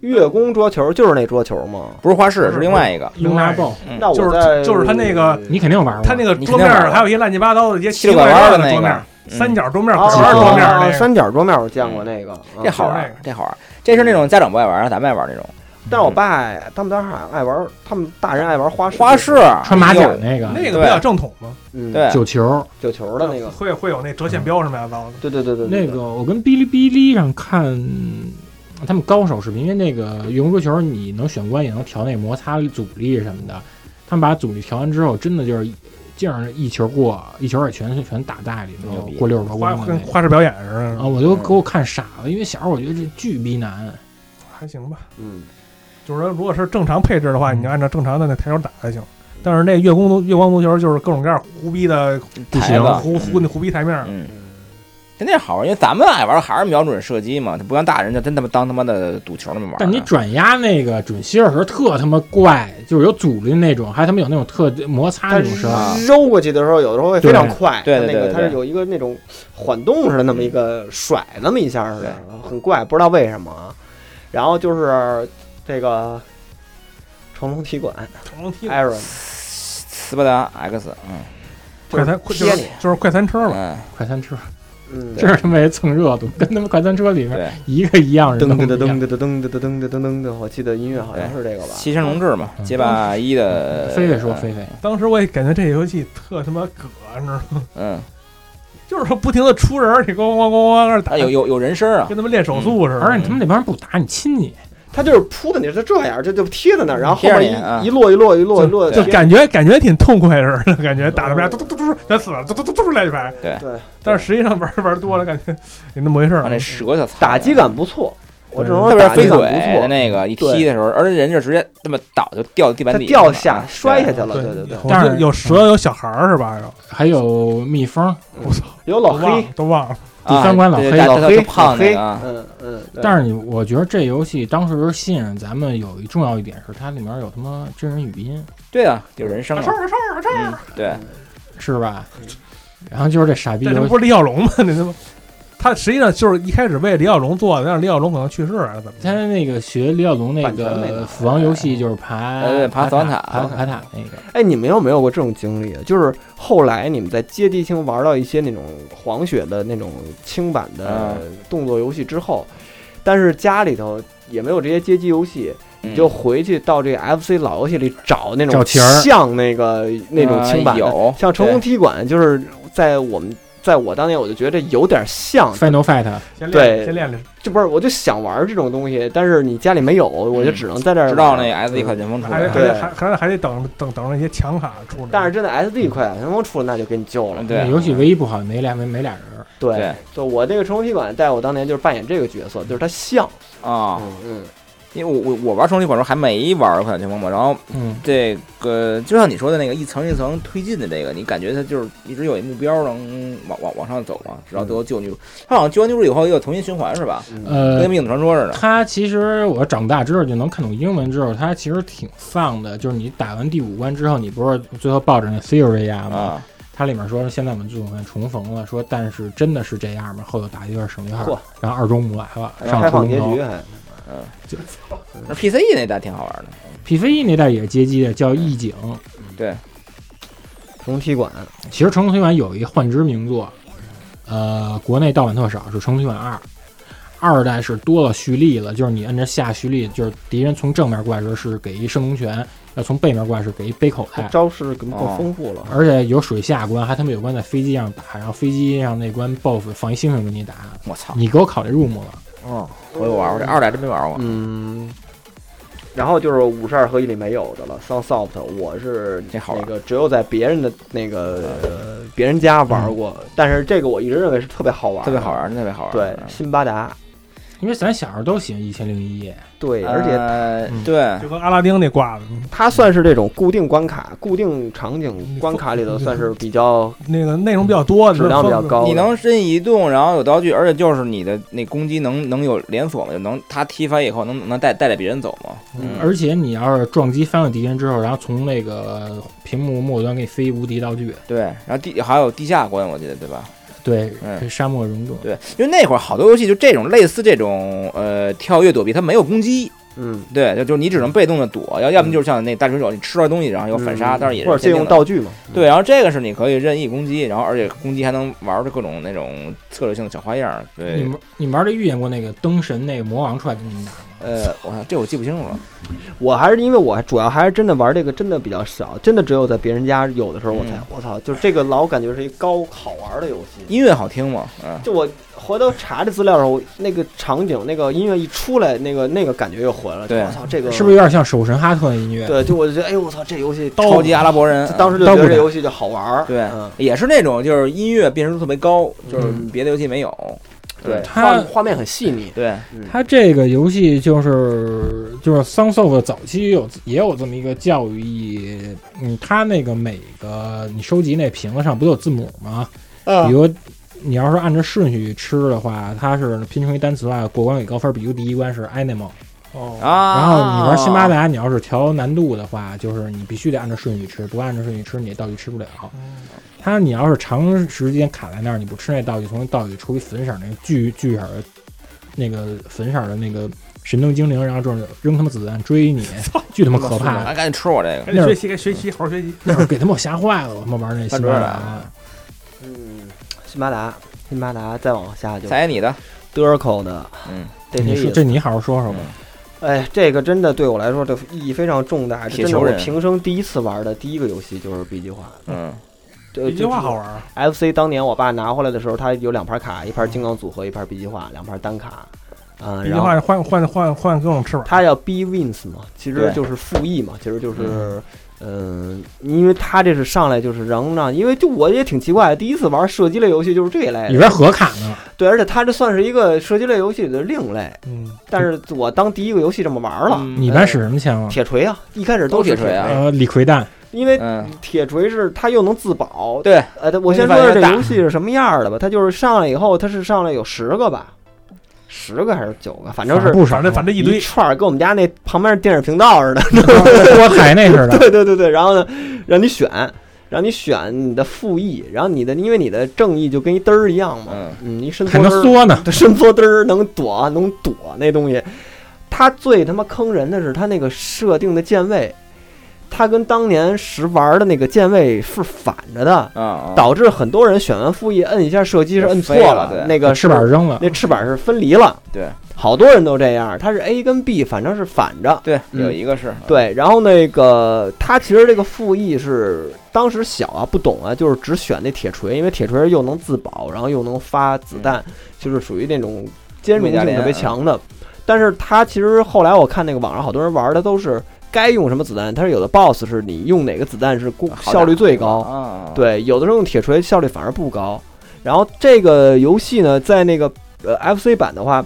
Speaker 2: 月宫桌球就是那桌球吗？
Speaker 3: 不是花式
Speaker 5: 不是
Speaker 3: 是另外一个，
Speaker 4: 英拉爆，
Speaker 3: 嗯
Speaker 2: 那我
Speaker 5: 就是
Speaker 2: 在
Speaker 5: 就是他那个
Speaker 4: 你肯定玩过。
Speaker 5: 他那个
Speaker 3: 你
Speaker 5: 桌
Speaker 3: 肯定
Speaker 5: 面
Speaker 3: 玩
Speaker 5: 儿
Speaker 3: 过
Speaker 5: 还有一些乱七八糟的一些
Speaker 3: 七
Speaker 5: 奇
Speaker 3: 里拐
Speaker 5: 怪
Speaker 3: 弯
Speaker 5: 的
Speaker 3: 的那
Speaker 5: 桌面
Speaker 3: 个
Speaker 5: 儿，，三角桌面、
Speaker 2: 哦
Speaker 5: 拐弯桌面
Speaker 2: 哦
Speaker 5: 那个，
Speaker 2: 三角桌面我见过那个，嗯
Speaker 3: 这好玩
Speaker 5: 就是
Speaker 3: 儿
Speaker 5: 那，
Speaker 3: 这好玩儿，这是那种家长不爱玩儿，咱们爱玩儿那种
Speaker 2: 但是我爸爱他们家好像爱玩，他们大人爱玩花式
Speaker 3: 花式，
Speaker 4: 穿马甲
Speaker 3: 哎呦
Speaker 4: 那个
Speaker 5: 那个比较正统嘛，
Speaker 2: 嗯，
Speaker 3: 对，
Speaker 4: 九球，
Speaker 2: 九球的那个，
Speaker 5: 会会有那折线标什么呀，糟的。
Speaker 2: 对对对对，对
Speaker 4: 那个我跟哔哩哔哩上看他们高手视频，因为那个羽绒桌球你能选关，也能调那个摩擦力、阻力什么的。他们把阻力调完之后，真的就是净是一球过，一球也全全打大里
Speaker 3: 牛
Speaker 4: 头
Speaker 3: 逼，
Speaker 4: 过六十多
Speaker 5: 花
Speaker 4: 公分
Speaker 5: 跟
Speaker 4: 那个。
Speaker 5: 花式表演似的
Speaker 4: 啊！，我都给我看傻了，因为小时候我觉得这巨逼难。
Speaker 5: 还行吧。
Speaker 2: 嗯，
Speaker 5: 就是说，如果是正常配置的话，你就按照正常的那台球打就行。但是那月光足月光足球就是各种各样胡逼的
Speaker 4: 不
Speaker 3: 台
Speaker 4: 行
Speaker 3: 子
Speaker 5: 胡胡胡逼台面儿，
Speaker 3: 嗯，真那好玩儿，因为咱们爱玩儿还是瞄准射击嘛，它不像大人就真他妈当他妈的赌球那么玩儿呢。
Speaker 4: 但你转压那个准心儿的时候特他妈怪，就是有阻力那种，还他妈有那种特摩擦
Speaker 2: 它
Speaker 4: 那种声儿。
Speaker 2: 揉过去的时候，有的时候会非常快，
Speaker 3: 对对对
Speaker 2: 那个
Speaker 3: 对
Speaker 2: 它是有一个那种缓动似的，那么一个甩那么一下似的，很怪，不知道为什么啊。然后就是这个成龙体馆
Speaker 5: 成龙踢的
Speaker 2: Aaron
Speaker 3: 斯巴达 X，嗯
Speaker 5: 快餐就
Speaker 2: 贴
Speaker 5: 是
Speaker 2: 你，
Speaker 5: 就是快餐车嘛。
Speaker 3: 嗯，
Speaker 4: 快餐车，
Speaker 2: 嗯，
Speaker 4: 这是他妈也蹭热度，跟他妈快餐车里面
Speaker 3: 对，
Speaker 4: 一个一样人
Speaker 2: 噔
Speaker 4: 都
Speaker 2: 噔
Speaker 4: 不一
Speaker 2: 噔
Speaker 4: 样。
Speaker 2: 噔噔噔噔噔噔噔噔噔噔，我记得音乐好像是这个吧？
Speaker 3: 七星龙志嘛，
Speaker 4: 嗯
Speaker 3: 街霸一的。
Speaker 4: 菲菲说，菲菲，
Speaker 5: 当时我也感觉这游戏特他妈葛，你知道吗？
Speaker 3: 嗯，
Speaker 5: 就是说不停的出人儿，你咣咣咣咣咣打，
Speaker 3: 啊有有有人声儿啊，
Speaker 5: 跟他们练手速似的。
Speaker 4: 而且他们那帮人不打你亲你，
Speaker 2: 它就是扑的你，它这样，这就贴在那儿，然后后
Speaker 3: 贴着你啊
Speaker 2: 面一一摞一摞一摞一摞，
Speaker 5: 就
Speaker 2: 对
Speaker 5: 感觉感觉挺痛快似的，感觉打着牌嘟嘟嘟嘟全死了，嘟嘟嘟嘟来一排。
Speaker 2: 对，
Speaker 5: 但是实际上玩玩多了，感觉也那么回事
Speaker 3: 把那
Speaker 5: 儿。
Speaker 3: 蛇就踩
Speaker 2: 打击感不错，我只能
Speaker 3: 特
Speaker 2: 说
Speaker 3: 别
Speaker 2: 打
Speaker 3: 是飞
Speaker 2: 击感
Speaker 3: 腿
Speaker 2: 不
Speaker 3: 的
Speaker 2: 错，
Speaker 3: 那个一
Speaker 2: 对
Speaker 3: 踢的时候，而且人就直接这么倒就掉地板
Speaker 2: 它
Speaker 3: 底，啊
Speaker 2: 掉下摔下去
Speaker 3: 了。
Speaker 2: 了，对对对，
Speaker 5: 但是嗯有蛇有小孩儿是吧？有
Speaker 4: 还有蜜蜂，
Speaker 5: 我操，
Speaker 2: 有老
Speaker 5: 都忘
Speaker 2: 黑
Speaker 5: 了，都忘了。
Speaker 3: 啊
Speaker 4: 第三关老
Speaker 3: 对
Speaker 4: 黑
Speaker 3: 大
Speaker 2: 老
Speaker 3: 大
Speaker 2: 黑
Speaker 3: 大胖那
Speaker 2: 黑，
Speaker 3: 个啊，
Speaker 2: 嗯嗯，对
Speaker 4: 但是你我觉得这游戏当时吸引咱们有一重要一点是它里面有他妈真人语音，
Speaker 3: 对啊，有人声啊，嗯，对，
Speaker 4: 是吧？然后就是这傻逼
Speaker 5: 这他
Speaker 4: 游
Speaker 5: 妈
Speaker 4: 戏，
Speaker 5: 不是李小龙吗？ [LAUGHS] 那他妈，他实际上就是一开始为李小龙做的，但是李小龙可能去世了，怎么
Speaker 4: 他
Speaker 5: 着？
Speaker 4: 那个学李小龙那
Speaker 2: 版权没拿
Speaker 4: 个死亡游戏就是爬
Speaker 3: 呃对爬死亡塔
Speaker 4: 爬爬塔那个，
Speaker 2: 哎，你们有没有过这种经历？啊就是后来你们在街机厅玩到一些那种黄血的那种轻版的
Speaker 3: 嗯
Speaker 2: 动作游戏之后，但是家里头也没有这些街机游戏，
Speaker 3: 你
Speaker 2: 你就回去到这 FC 老游戏里找那
Speaker 4: 找
Speaker 2: 种
Speaker 4: 题儿
Speaker 2: 像那个那种轻版的，
Speaker 3: 嗯啊有
Speaker 2: 像成
Speaker 3: 哦对
Speaker 2: 功踢馆，就是在我们在我当年我就觉得有点像，
Speaker 4: Final Fight
Speaker 5: 先练，
Speaker 2: 对
Speaker 5: 先练练。
Speaker 2: 就不是我就想玩这种东西，但是你家里没有，我就只能在这儿
Speaker 3: 直到
Speaker 2: 玩
Speaker 3: 嗯那 S 一
Speaker 2: 嗯
Speaker 3: 快旋风出
Speaker 5: 还
Speaker 3: 来，
Speaker 5: 得还
Speaker 2: 对
Speaker 5: 得还还还得等等等那些强卡出来。
Speaker 2: 但是真的 SD 快闪光出了，那就给你救了。
Speaker 3: 嗯
Speaker 4: 那
Speaker 3: 对，
Speaker 4: 游戏唯一不好没俩没没俩人儿，
Speaker 2: 对，
Speaker 3: 对
Speaker 2: 就我这个成龙体馆，在我当年就是扮演这个角色，就是他像，
Speaker 3: 啊，
Speaker 2: 嗯嗯，
Speaker 3: 因为我我我玩双体馆的时候还没玩快旋风嘛，然后
Speaker 4: 嗯，
Speaker 3: 这个就像你说的那个一层一层推进的这个，你感觉它就是一直有一目标能往往往上走嘛，直到
Speaker 2: 嗯
Speaker 3: 最后救女主。它好像救完女主以后又重新循环是吧？
Speaker 4: 呃
Speaker 3: 嗯跟，命运传说似的。
Speaker 4: 它其实我长大之后就能看懂英文之后，它其实挺丧的。就是你打完第五关之后，你不是最后抱着那 Theoria
Speaker 2: 嗯
Speaker 4: 吗？
Speaker 3: 啊，
Speaker 4: 它里面说现在我们组们重逢了，说但是真的是这样吗？后头打一段省略
Speaker 2: 嚯啊
Speaker 4: 号，然后二周目来了，上
Speaker 2: 开
Speaker 4: 出
Speaker 2: 放
Speaker 4: 龙
Speaker 2: 结局
Speaker 4: 头。
Speaker 2: 还，
Speaker 3: 那 PC 那代挺好玩的，
Speaker 4: PVE 那代也接机的叫义警，
Speaker 2: 成龙体馆，
Speaker 4: 其实《成龙推馆》有一幻之名作，呃，国内盗版特少，是《成龙推馆二》。二代是多了蓄力了，就是你摁着下蓄力，就是敌人从正面过来的时候是给一升龙拳，要从背面过来是给一背口
Speaker 2: 他。
Speaker 4: 袋
Speaker 3: 哎
Speaker 2: 招式更
Speaker 3: 哦
Speaker 2: 更丰富了，
Speaker 4: 而且有水下关，还他妈有关在飞机上打，然后飞机上那关 BOSS 放一星星给你打，
Speaker 3: 我操！
Speaker 4: 你给我考虑入目了。
Speaker 3: 嗯，我有玩过这二代真没玩过。
Speaker 2: 嗯。然后就是五十二合一里没有的了，Sunsoft，我是
Speaker 3: 这好玩嗯
Speaker 2: 那个只有在别人的那个呃别人家玩过，但是这个我一直认为是特别好玩，
Speaker 3: 特别好。玩，嗯特别好玩。
Speaker 2: 对，辛巴达，
Speaker 4: 因为咱小时候都喜欢一千零一夜，
Speaker 2: 对，
Speaker 3: 嗯，
Speaker 2: 而且
Speaker 3: 呃
Speaker 4: 嗯
Speaker 3: 对
Speaker 5: 就跟阿拉丁那挂的，
Speaker 2: 它算是这种固定关卡、固定场景关卡里头，算是比较
Speaker 5: 那个内容比较多，
Speaker 2: 质量比较高的。
Speaker 3: 你能身移动，然后有道具，而且就是你的那攻击能能有连锁吗？就能他踢翻以后能能带带着别人走吗？嗯，
Speaker 4: 而且你要是撞击翻了敌人之后，然后从那个屏幕末端给你飞无敌道具，
Speaker 3: 对，然后地还有地下关，我记得对吧？
Speaker 4: 对，
Speaker 3: 嗯
Speaker 4: 这沙漠溶洞，
Speaker 3: 对，因为那会儿好多游戏就这种类似这种呃跳跃躲避，它没有攻击，
Speaker 2: 嗯，
Speaker 3: 对，就就你只能被动的躲，要要么就是像那大水手，你吃了东西然后有反杀，但是也
Speaker 2: 嗯
Speaker 3: 是
Speaker 2: 或者借
Speaker 3: 限定
Speaker 2: 用
Speaker 3: 的
Speaker 2: 道具嘛，嗯
Speaker 3: 对，然后这个是你可以任意攻击，然后而且攻击还能玩着各种那种策略性的小花样儿，
Speaker 4: 你
Speaker 3: 对，
Speaker 2: 嗯
Speaker 4: 们你们玩的遇见过那个灯神那个魔王出来给你们打吗？
Speaker 3: 呃，我看这我记不清楚了，
Speaker 2: 我还是因为我主要还是真的玩这个真的比较少，真的只有在别人家有的时候我才
Speaker 3: 嗯
Speaker 2: 我操，就这个老感觉是一高好玩的游戏。
Speaker 3: 音乐好听吗？嗯、
Speaker 2: 就我回头查这资料的时候，那个场景那个音乐一出来，那个那个感觉又回来了。
Speaker 3: 对
Speaker 2: 我操，这个
Speaker 4: 是不是有点像守神哈特的音乐？
Speaker 2: 对，就我就觉得哎呦我操，这游戏
Speaker 3: 超级阿拉伯人，
Speaker 2: 就
Speaker 3: 嗯
Speaker 2: 当时就
Speaker 4: 刀
Speaker 2: 觉
Speaker 4: 不
Speaker 2: 得这
Speaker 4: 斩
Speaker 2: 游戏就好玩儿。
Speaker 3: 对
Speaker 2: 嗯，
Speaker 3: 也是那种就是音乐辨识度特别高，就是
Speaker 2: 嗯
Speaker 3: 别的游戏没有，对
Speaker 2: 画
Speaker 4: 它
Speaker 2: 画面很细腻。
Speaker 3: 对，
Speaker 4: 它这个游戏就是就是 Sons of 的早期有也有这么一个教育意义，嗯，它那个每个你收集那瓶子上不都有字母吗？比
Speaker 2: 嗯，
Speaker 4: 如你要是按照顺序吃的话，它是拼成一单词的话，过关给高分，比如第一关是 animal，
Speaker 5: 哦，
Speaker 3: 啊，
Speaker 4: 然后你玩辛巴达，你要是调难度的话，就是你必须得按照顺序吃，不按照顺序吃你这道具吃不了。
Speaker 5: 嗯
Speaker 4: 它你要是长时间卡在那儿，你不吃那道具，从道具出一粉色儿那个巨巨色儿的那个粉色儿的那个神灯精灵，然后这种扔他妈子弹追你，巨他妈可怕！
Speaker 3: [LAUGHS] 来啊赶紧吃我这个，
Speaker 5: 赶紧学习，该学习，好好学习。
Speaker 4: 那会儿给他们吓坏了，我他妈玩那辛巴
Speaker 3: 看出来
Speaker 4: 达
Speaker 2: 啊
Speaker 3: 了。
Speaker 2: 嗯，辛巴达，辛巴达，再往下就
Speaker 3: 采你的，
Speaker 2: 德尔口的，
Speaker 3: 哎嗯，
Speaker 2: 这
Speaker 4: 你
Speaker 2: 些
Speaker 4: 说
Speaker 2: 意思。
Speaker 4: 这你好好说说吧。
Speaker 2: 哎，这个真的对我来说，这意义非常重大。这
Speaker 3: 铁
Speaker 2: 真的
Speaker 3: 球
Speaker 2: 我
Speaker 3: 人
Speaker 2: 平生第一次玩的第一个游戏就是 B 计划。
Speaker 3: 嗯，
Speaker 2: 这
Speaker 5: 一句话好。玩儿，
Speaker 2: 就是 FC 当年我爸拿回来的时候，他有两盘卡，一盘金刚组合，一盘 B 计划，两盘单卡。嗯，
Speaker 5: 一句
Speaker 2: 然后
Speaker 5: 话换换换换各种吃法。
Speaker 2: 它叫 B Wins 嘛，其实
Speaker 3: 对
Speaker 2: 就是复议嘛，其实就是。嗯，因为他这是上来就是能让，因为就我也挺奇怪，第一次玩射击类游戏就是这一类
Speaker 4: 里
Speaker 2: 的，
Speaker 4: 边合卡呢，
Speaker 2: 对，而且它这算是一个射击类游戏里的另类。
Speaker 5: 嗯，
Speaker 2: 但是我当第一个游戏这么玩了，
Speaker 4: 你一般使什么枪啊？
Speaker 2: 铁锤啊，一开始
Speaker 3: 嗯都
Speaker 2: 是
Speaker 3: 铁
Speaker 2: 铁
Speaker 3: 锤啊
Speaker 4: 呃，李
Speaker 2: [LAUGHS]
Speaker 4: 逵弹， [LAUGHS]
Speaker 2: 因为
Speaker 3: 嗯，
Speaker 2: 铁锤是它又能自保。
Speaker 3: 对，
Speaker 2: 呃，我先
Speaker 3: 那
Speaker 2: 说
Speaker 3: 你把
Speaker 2: 说
Speaker 3: 它
Speaker 2: 这
Speaker 3: 打
Speaker 2: 游戏是什么样儿的吧。它就是上来以后，它是上来有十个吧，十个还是九个，反正
Speaker 4: 反
Speaker 2: 是
Speaker 4: 不少
Speaker 5: 反，正反正一
Speaker 2: 一
Speaker 5: 堆，
Speaker 2: 串儿，跟我们家那旁边电视频道似的。
Speaker 4: 多台那似
Speaker 2: [LAUGHS]
Speaker 4: 的。
Speaker 2: 对对对对，然后呢，让你选，让你选你的副翼，然后你的因为你的正义就跟一嘚儿一样嘛，
Speaker 3: 嗯
Speaker 2: 嗯，一伸
Speaker 4: 还
Speaker 2: 缩嘚儿
Speaker 4: 能缩
Speaker 2: [LAUGHS]
Speaker 4: 呢，
Speaker 2: 它伸缩嘚儿能躲能躲那东西。它最他妈坑人的是它那个设定的键位，它跟当年时玩的那个键位是反着的，
Speaker 3: 啊啊，
Speaker 2: 导致很多人选完副翼摁一下射击是摁错
Speaker 3: 飞了对
Speaker 2: 那个
Speaker 4: 翅膀扔了
Speaker 2: 那，翅膀是分离了，
Speaker 3: 对
Speaker 2: 好多人都这样，它是 A 跟 B 反正是反着。
Speaker 3: 对，
Speaker 2: 嗯
Speaker 3: 有一个是，
Speaker 2: 对，然后那个它其实这个副翼是当时小啊不懂啊，就是只选那铁锤，因为铁锤又能自保，然后又能发子弹，就是属于那种兼容性特别强的。但是它其实后来我看那个网上好多人玩的都是该用什么子弹，它是有的 BOSS 是你用哪个子弹是功
Speaker 3: 嗯好打
Speaker 2: 效率最高，
Speaker 3: 啊，，
Speaker 2: 对，有的时候用铁锤效率反而不高。然后这个游戏呢，在那个呃 FC 版的话，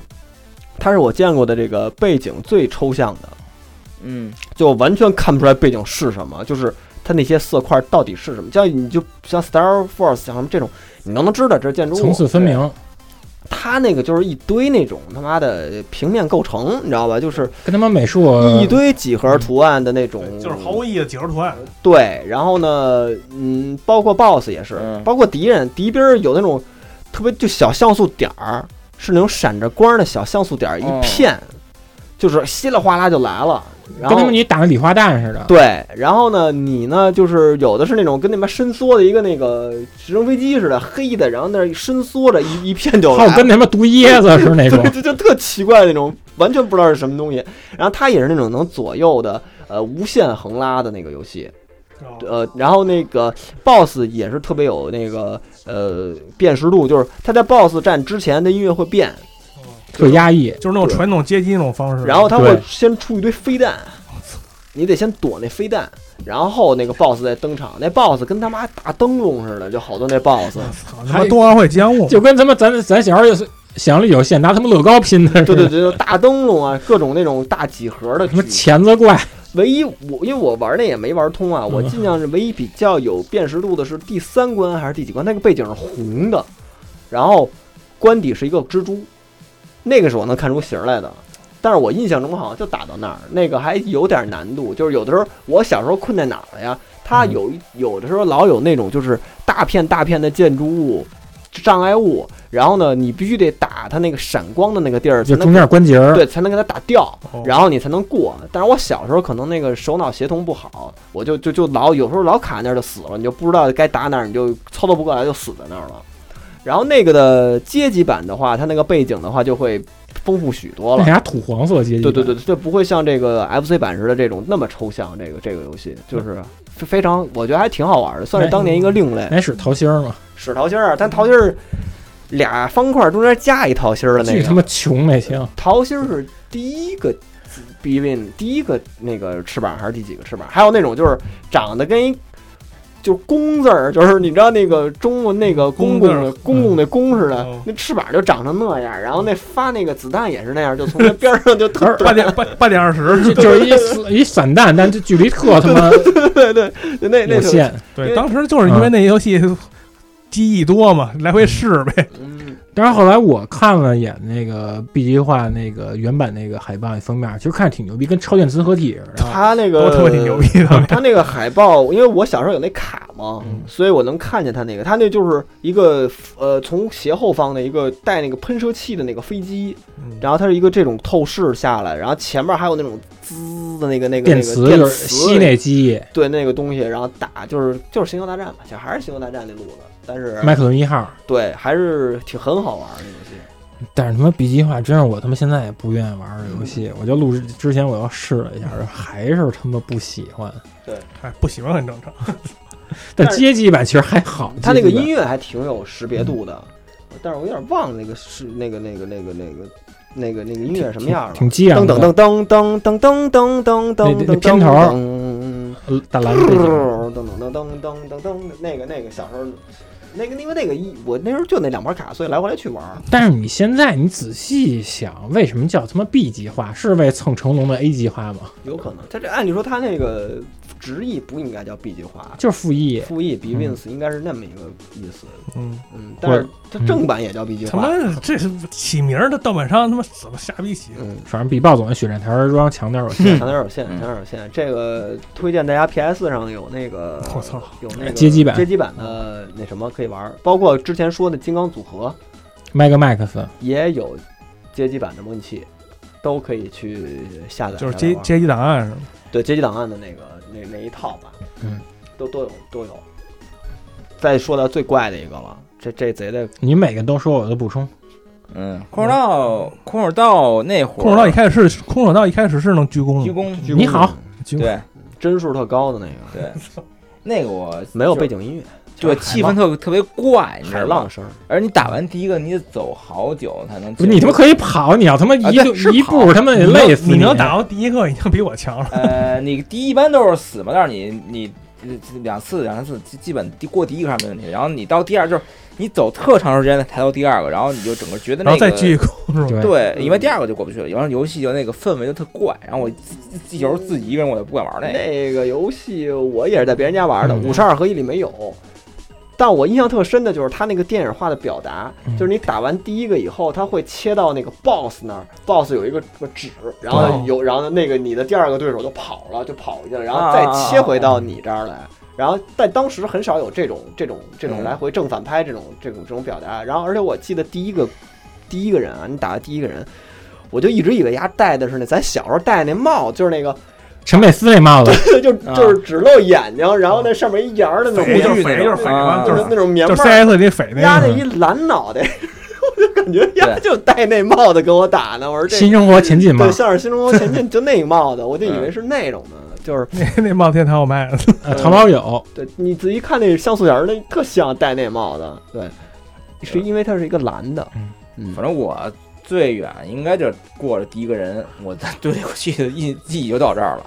Speaker 2: 它是我见过的这个背景最抽象的。
Speaker 3: 嗯，
Speaker 2: 就完全看不出来背景是什么，就是它那些色块到底是什么。像你就像 Star Force 像什么这种，你都能知道这是建筑
Speaker 4: 层
Speaker 2: 物。
Speaker 4: 次分明，
Speaker 2: 它那个就是一堆那种他妈的平面构成，你知道吧？就是
Speaker 4: 跟他妈美术
Speaker 3: 嗯
Speaker 2: 一堆几何图案的那种，
Speaker 5: 对就是毫无意义的几何图案。
Speaker 2: 对。然后呢，嗯，包括 BOSS 也是，
Speaker 3: 嗯
Speaker 2: 包括敌人，敌兵儿有那种特别就小像素点儿，是那种闪着光的小像素点儿一
Speaker 3: 哦
Speaker 2: 片，就是稀里哗啦就来了。然
Speaker 4: 跟
Speaker 2: 后
Speaker 4: 他妈你打那礼花弹似的。
Speaker 2: 对，然后呢，你呢，就是有的是那种跟那边伸缩的一个那个直升飞机似的，黑的，然后那儿伸缩着一一 [LAUGHS] 片就
Speaker 4: 还有
Speaker 2: 来
Speaker 4: 跟他妈毒椰子似的那种
Speaker 2: 对，，就就特奇怪的那种，完全不知道是什么东西。然后它也是那种能左右的，呃，无限横拉的那个游戏。
Speaker 4: 哦
Speaker 2: 呃，然后那个 BOSS 也是特别有那个呃辨识度，就是它在 BOSS 战之前的音乐会变，
Speaker 4: 特压抑。
Speaker 5: 就是那种传统街机那种方式。
Speaker 2: 然后它会
Speaker 4: 对
Speaker 2: 先出一堆飞弹，你得先躲那飞弹，然后那个 boss 再登场。那 boss 跟他妈大灯笼似的，就好多那 boss。
Speaker 5: 操他妈冬奥会吉祥物，
Speaker 4: 就跟他妈咱咱小时候有想力有限，拿他妈乐高拼的似
Speaker 2: 对
Speaker 4: 的，
Speaker 2: 对对，就大灯笼啊，各种那种大几何的
Speaker 4: 什么
Speaker 2: 举。
Speaker 4: 钳子怪，
Speaker 2: 唯一我因为我玩那也没玩通啊，我
Speaker 4: 嗯
Speaker 2: 尽量是唯一比较有辨识度的是第三关还是第几关？那个背景是红的，然后关底是一个蜘蛛，那个是我能看出形儿来的。但是我印象中好像就打到那儿，那个还有点难度，就是有的时候我小时候困在哪儿了呀？它
Speaker 4: 嗯
Speaker 2: 有有的时候老有那种就是大片大片的建筑物障碍物，然后呢，你必须得打它那个闪光的那个地儿才
Speaker 4: 就中
Speaker 2: 能
Speaker 4: 间关节儿，
Speaker 2: 对才能给它打掉，
Speaker 5: 哦
Speaker 2: 然后你才能过。但是我小时候可能那个手脑协同不好，我就就就老有时候老卡那儿就死了，你就不知道该打哪儿，你就操作不过来就死在那儿了。然后那个的阶级版的话，它那个背景的话就会丰富许多
Speaker 4: 那
Speaker 2: 了。
Speaker 4: 俩土黄色阶级，
Speaker 2: 对对对，这不会像这个 FC 版似的这种那么抽象。这个这个游戏就是非非常，我觉得还挺好玩的，算是当年一个另类。
Speaker 4: 那是桃心儿嘛，
Speaker 2: 使桃心儿，但桃心儿俩方块中间加一桃心儿的
Speaker 4: 巨
Speaker 2: 那
Speaker 4: 他
Speaker 2: 个，
Speaker 4: 妈穷
Speaker 2: [LAUGHS]
Speaker 4: 那些啊，
Speaker 2: 桃心儿是第一个 B win 第一个那个翅膀还是第几个翅膀？还有那种就是长得跟一。就是弓字儿，就是你知道那个中文那个公公的公公那弓似的
Speaker 5: 嗯，
Speaker 2: 那翅膀就长成那样，然后那发那个子弹也是那样，就从那边儿上就特
Speaker 5: [LAUGHS] 八点八八点二十，
Speaker 4: 就就是一死一散弹，但这距离特他妈
Speaker 2: [LAUGHS] 对对，对那那
Speaker 4: 有
Speaker 2: 就
Speaker 4: 限。
Speaker 5: 对，当时就是因为那游戏机翼多嘛，来回试呗。
Speaker 2: 嗯
Speaker 4: 但是后来我看了眼那个 B 级化那个原版那个海报封面，其实看着挺牛逼，跟超电磁合体似的。
Speaker 2: 他那个
Speaker 5: 都他妈挺牛逼的，
Speaker 2: 他那个海报，因为我小时候有那卡嘛，
Speaker 4: 嗯
Speaker 2: 所以我能看见他那个。他那就是一个呃，从斜后方的一个带那个喷射器的那个飞机，然后它是一个这种透视下来，然后前面还有那种滋的那个那个
Speaker 4: 电
Speaker 2: 那
Speaker 4: 磁
Speaker 2: 个
Speaker 4: 就
Speaker 2: 电
Speaker 4: 是吸那机翼，
Speaker 2: 对那个东西，然后打就是就是星球大战吧，其实还是星球大战那路子，但是
Speaker 4: 麦克伦一号。
Speaker 2: 对还是挺很好玩的游戏。
Speaker 4: 但是他妈 B 级化真是我他妈现在也不愿意玩这游戏，我就录制之前我又试了一下，还是他妈不喜欢。
Speaker 5: 哎，不喜欢很正常。
Speaker 4: 但
Speaker 2: 但是
Speaker 4: 街机版其实还好，
Speaker 2: 它那
Speaker 4: 街
Speaker 2: 个
Speaker 4: 机版
Speaker 2: 音乐还挺有识别度的，但是我有点忘了那个是那个那个那个那个那个那个音乐什么样了。
Speaker 4: 挺激
Speaker 2: 噔
Speaker 4: 昂的，
Speaker 2: 噔噔噔噔噔噔噔噔噔噔噔
Speaker 4: 呃大
Speaker 2: 噔
Speaker 4: 蓝背景
Speaker 2: 噔噔噔噔噔噔，那个那个小时候，那个因为那个一我那时候就那两盘卡，所以来回来去玩。
Speaker 4: 但是你现在你仔细想，为什么叫他妈 B 级化？是为蹭成龙的 A 级化吗？
Speaker 2: 有可能，他这按理说他那个直译不应该叫 B 计划，
Speaker 4: 就是复议，
Speaker 2: 复译 B wins 应该是那么一个意思。
Speaker 5: 嗯，
Speaker 2: 嗯，但是它正版也叫 B 计
Speaker 5: 他
Speaker 2: 划
Speaker 5: 妈。这是起名儿的盗版商，他妈怎么瞎逼起？
Speaker 2: 嗯，
Speaker 4: 反正比暴总的血战台儿庄强点儿吧。
Speaker 2: 强点有限，强点有限。这个推荐大家 PS 上有那个，
Speaker 5: 我操，
Speaker 2: 有那个
Speaker 4: 街机版
Speaker 2: 街机版的那什么可以玩，包括之前说的金刚组合，
Speaker 4: 麦克麦克斯，
Speaker 2: 也有街机版的模拟器，都可以去下载下来玩。
Speaker 5: 就是街街机档案是吗？
Speaker 2: 对街机档案的那个那那一套吧，
Speaker 4: 嗯，
Speaker 2: 都都有都有。再说到最怪的一个了，这这贼的
Speaker 4: 你每个都说，我都补充。
Speaker 3: 嗯，空手道，空手道那会儿，
Speaker 5: 空手道一开始是空手道一开始是能鞠躬
Speaker 3: 鞠
Speaker 5: 的，
Speaker 3: 躬，
Speaker 4: 你好，鞠躬
Speaker 3: 对
Speaker 2: 嗯帧数特高的那个，
Speaker 3: 对，那个我
Speaker 2: 没有背，景音乐，
Speaker 3: 对，
Speaker 2: 就是
Speaker 3: 气氛特特别怪，你知
Speaker 2: 海
Speaker 3: 道
Speaker 2: 浪
Speaker 3: 吗？
Speaker 2: 声儿，
Speaker 3: 而你打完第一个，你得走好久才能
Speaker 4: 不
Speaker 3: 进
Speaker 4: 是
Speaker 3: 入。
Speaker 4: 你他妈可以跑，你要他妈
Speaker 3: 啊
Speaker 4: 一
Speaker 3: 对
Speaker 4: 就是一
Speaker 3: 跑
Speaker 4: 步他妈得累死
Speaker 5: 你能打到第一个已经比我强了。
Speaker 3: 呃，你第一一般都是死嘛，但是你你呃两次两三次基基本第过第一个还没问题，然后你到第二就是你走特长时间才到第二个，然后你就整个觉得那
Speaker 5: 然后再
Speaker 3: 个
Speaker 5: 鞠一躬是吧？
Speaker 4: 对，
Speaker 3: 对，因为第二个就过不去了，然后游戏就那个氛围就特怪，然后我自自自有时候自己一个人我就不敢玩那个，
Speaker 2: 那个游戏我也是在别人家玩的，
Speaker 4: 嗯
Speaker 2: 五十二合一里没有。但我印象特深的就是他那个电影化的表达，
Speaker 4: 嗯
Speaker 2: 就是你打完第一个以后，他会切到那个 boss 那儿，boss 有一个什么纸，然后有，然后那个你的第二个对手就跑了，就跑回去了，然后再切回到你这儿来。然后，但当时很少有这种这种这种
Speaker 3: 嗯
Speaker 2: 来回正反拍这种这种这种表达。然后，而且我记得第一个第一个人啊，你打的第一个人，我就一直以为丫戴的是那咱小时候戴那帽，就是那个
Speaker 4: 陈佩斯那 [LAUGHS] 帽子，
Speaker 2: 对， [LAUGHS] 就
Speaker 3: 啊
Speaker 2: 就是只露眼睛，然后那上面一沿儿的那
Speaker 5: 匪就
Speaker 2: 种，
Speaker 5: 是匪就是匪嘛，
Speaker 3: 啊
Speaker 5: 就
Speaker 2: 就是
Speaker 5: 是
Speaker 2: 那种棉
Speaker 5: 就
Speaker 2: 帽
Speaker 5: 是
Speaker 2: 儿，
Speaker 5: CS 里匪
Speaker 2: 压
Speaker 5: 那
Speaker 2: 着
Speaker 5: 个
Speaker 2: 一蓝脑袋， [LAUGHS] 我就感觉压
Speaker 3: 对
Speaker 2: 就戴那帽子跟我打呢。我说
Speaker 4: 新
Speaker 2: 这
Speaker 4: 生活前进帽
Speaker 2: 对，，像是新中国前进就那个帽子，我就以为是那种的，就是
Speaker 5: 那那帽天堂我卖了，
Speaker 4: 呃淘宝有，
Speaker 2: 对你仔细看那像素眼儿，那特像戴那帽子，对，是因为它是一个蓝的
Speaker 4: 嗯，
Speaker 2: 嗯
Speaker 3: 反，正我最远应该就过了第一个人，我的对这游戏的印记忆就到这儿了。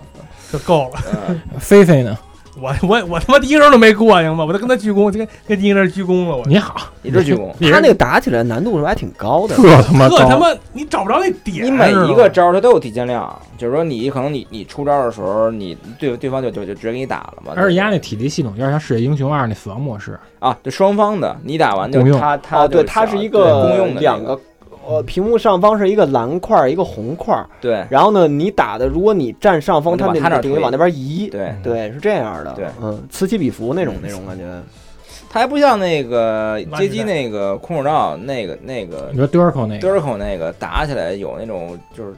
Speaker 5: 就够了。
Speaker 3: 嗯，
Speaker 4: 菲菲呢？
Speaker 5: 我我我他妈第一人都没过，行吗？我都跟他鞠躬，我就跟跟第一人鞠躬了，我
Speaker 4: 你好，
Speaker 3: 一直鞠躬。
Speaker 2: 它那个打起来难度是不是还挺高的，
Speaker 4: 特他妈
Speaker 5: 特他
Speaker 4: 高，
Speaker 5: 妈你找不着那点，啊
Speaker 3: 你每一
Speaker 5: 知道
Speaker 3: 个
Speaker 5: 吗
Speaker 3: 招儿它都有提前量，就是说你可能你你出招的时候，你对对方就就就直接给你打了嘛。
Speaker 4: 而且丫那体力系统有点像《世界英雄二》那死亡模式，
Speaker 3: 啊，就双方的，你打完就
Speaker 4: 共用
Speaker 3: 他他
Speaker 2: 哦，对，
Speaker 3: 就
Speaker 2: 它是
Speaker 3: 想
Speaker 2: 一
Speaker 3: 对
Speaker 2: 个
Speaker 3: 公用的
Speaker 2: 两
Speaker 3: 那
Speaker 2: 个，呃，屏幕上方是一个蓝块儿，一个红块儿。
Speaker 3: 对
Speaker 2: 然后呢，你打的，如果你占上
Speaker 3: 我
Speaker 2: 风，
Speaker 3: 就
Speaker 2: 它
Speaker 3: 往他那儿
Speaker 2: 等于
Speaker 3: 推
Speaker 2: 往那边移。
Speaker 3: 对，嗯
Speaker 2: 对，是这样的。
Speaker 3: 对
Speaker 2: 嗯，此起彼伏那种那种感觉。
Speaker 3: 它还不像那个
Speaker 5: 垃圾
Speaker 3: 街机
Speaker 5: 袋
Speaker 3: 那个空手道那个那个
Speaker 4: 你说 d u r c o 那
Speaker 3: 德
Speaker 4: 个，
Speaker 3: 尔口那个打起来有那种就是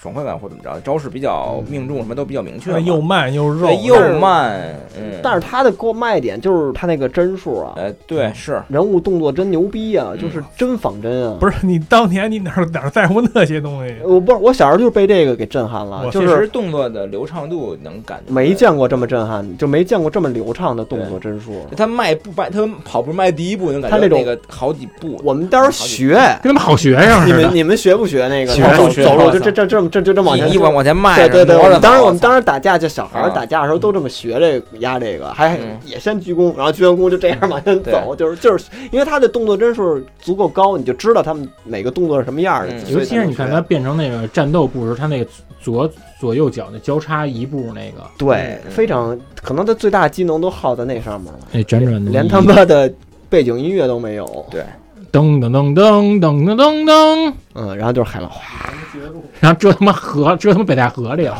Speaker 3: 爽快感或怎么着，招式比
Speaker 2: 嗯
Speaker 3: 较命中什么都比较明确嘛，
Speaker 5: 又慢又肉
Speaker 3: 对，又慢，嗯，
Speaker 2: 但是他的给卖点就是他那个帧数啊，
Speaker 3: 呃对是
Speaker 2: 人物动作真牛逼啊，
Speaker 3: 嗯
Speaker 2: 就是真仿真啊。呃
Speaker 5: 不是你当年你哪儿哪儿在乎那些东西？
Speaker 2: 我不是我小时候就被这个给震撼了，
Speaker 5: 我
Speaker 2: 就
Speaker 3: 确实
Speaker 2: 是
Speaker 3: 动作的流畅度能感觉
Speaker 2: 没。见过这么震撼，就没见过这么流畅的动作帧数。
Speaker 3: 他迈步迈，他跑步迈第一步，能感
Speaker 2: 他
Speaker 3: 觉
Speaker 2: 那种
Speaker 3: 那个好几步，
Speaker 2: 我们到时候学，
Speaker 4: 跟他们好学生
Speaker 2: 你
Speaker 4: 似
Speaker 2: 们
Speaker 4: 的。
Speaker 2: 你们学不学那个
Speaker 3: 学
Speaker 2: 走
Speaker 3: 学
Speaker 2: 走路
Speaker 3: 我
Speaker 2: 就
Speaker 3: 操
Speaker 2: 这这这么这就这么往前
Speaker 3: 一一往往前迈，
Speaker 2: 对对对，
Speaker 3: 磨
Speaker 2: 我
Speaker 3: 着
Speaker 2: 们当时
Speaker 3: 走
Speaker 2: 我们当时打架，就小孩儿
Speaker 3: 嗯
Speaker 2: 打架的时候都这么学这个压这个，还
Speaker 3: 嗯
Speaker 2: 也先鞠躬，然后鞠完躬就这样往前走，就是就是因为他的动作帧数足够高，你就知道他们每个动作是什么样的。
Speaker 3: 嗯
Speaker 2: 所以
Speaker 4: 尤其是你看
Speaker 2: 才
Speaker 4: 他
Speaker 2: 能学
Speaker 4: 变成那个战斗步时，他那个左左右脚那交叉一步那个，
Speaker 2: 对
Speaker 3: 嗯
Speaker 2: 非常可能他最大技能都耗在那上面了，
Speaker 4: 那辗转的
Speaker 2: 连
Speaker 3: 嗯
Speaker 2: 他妈的背景音乐都没有。
Speaker 4: 噔噔噔噔噔噔噔噔，
Speaker 2: 嗯，然后就是海浪哗，
Speaker 4: 然后这他妈河，这他妈北戴河里了。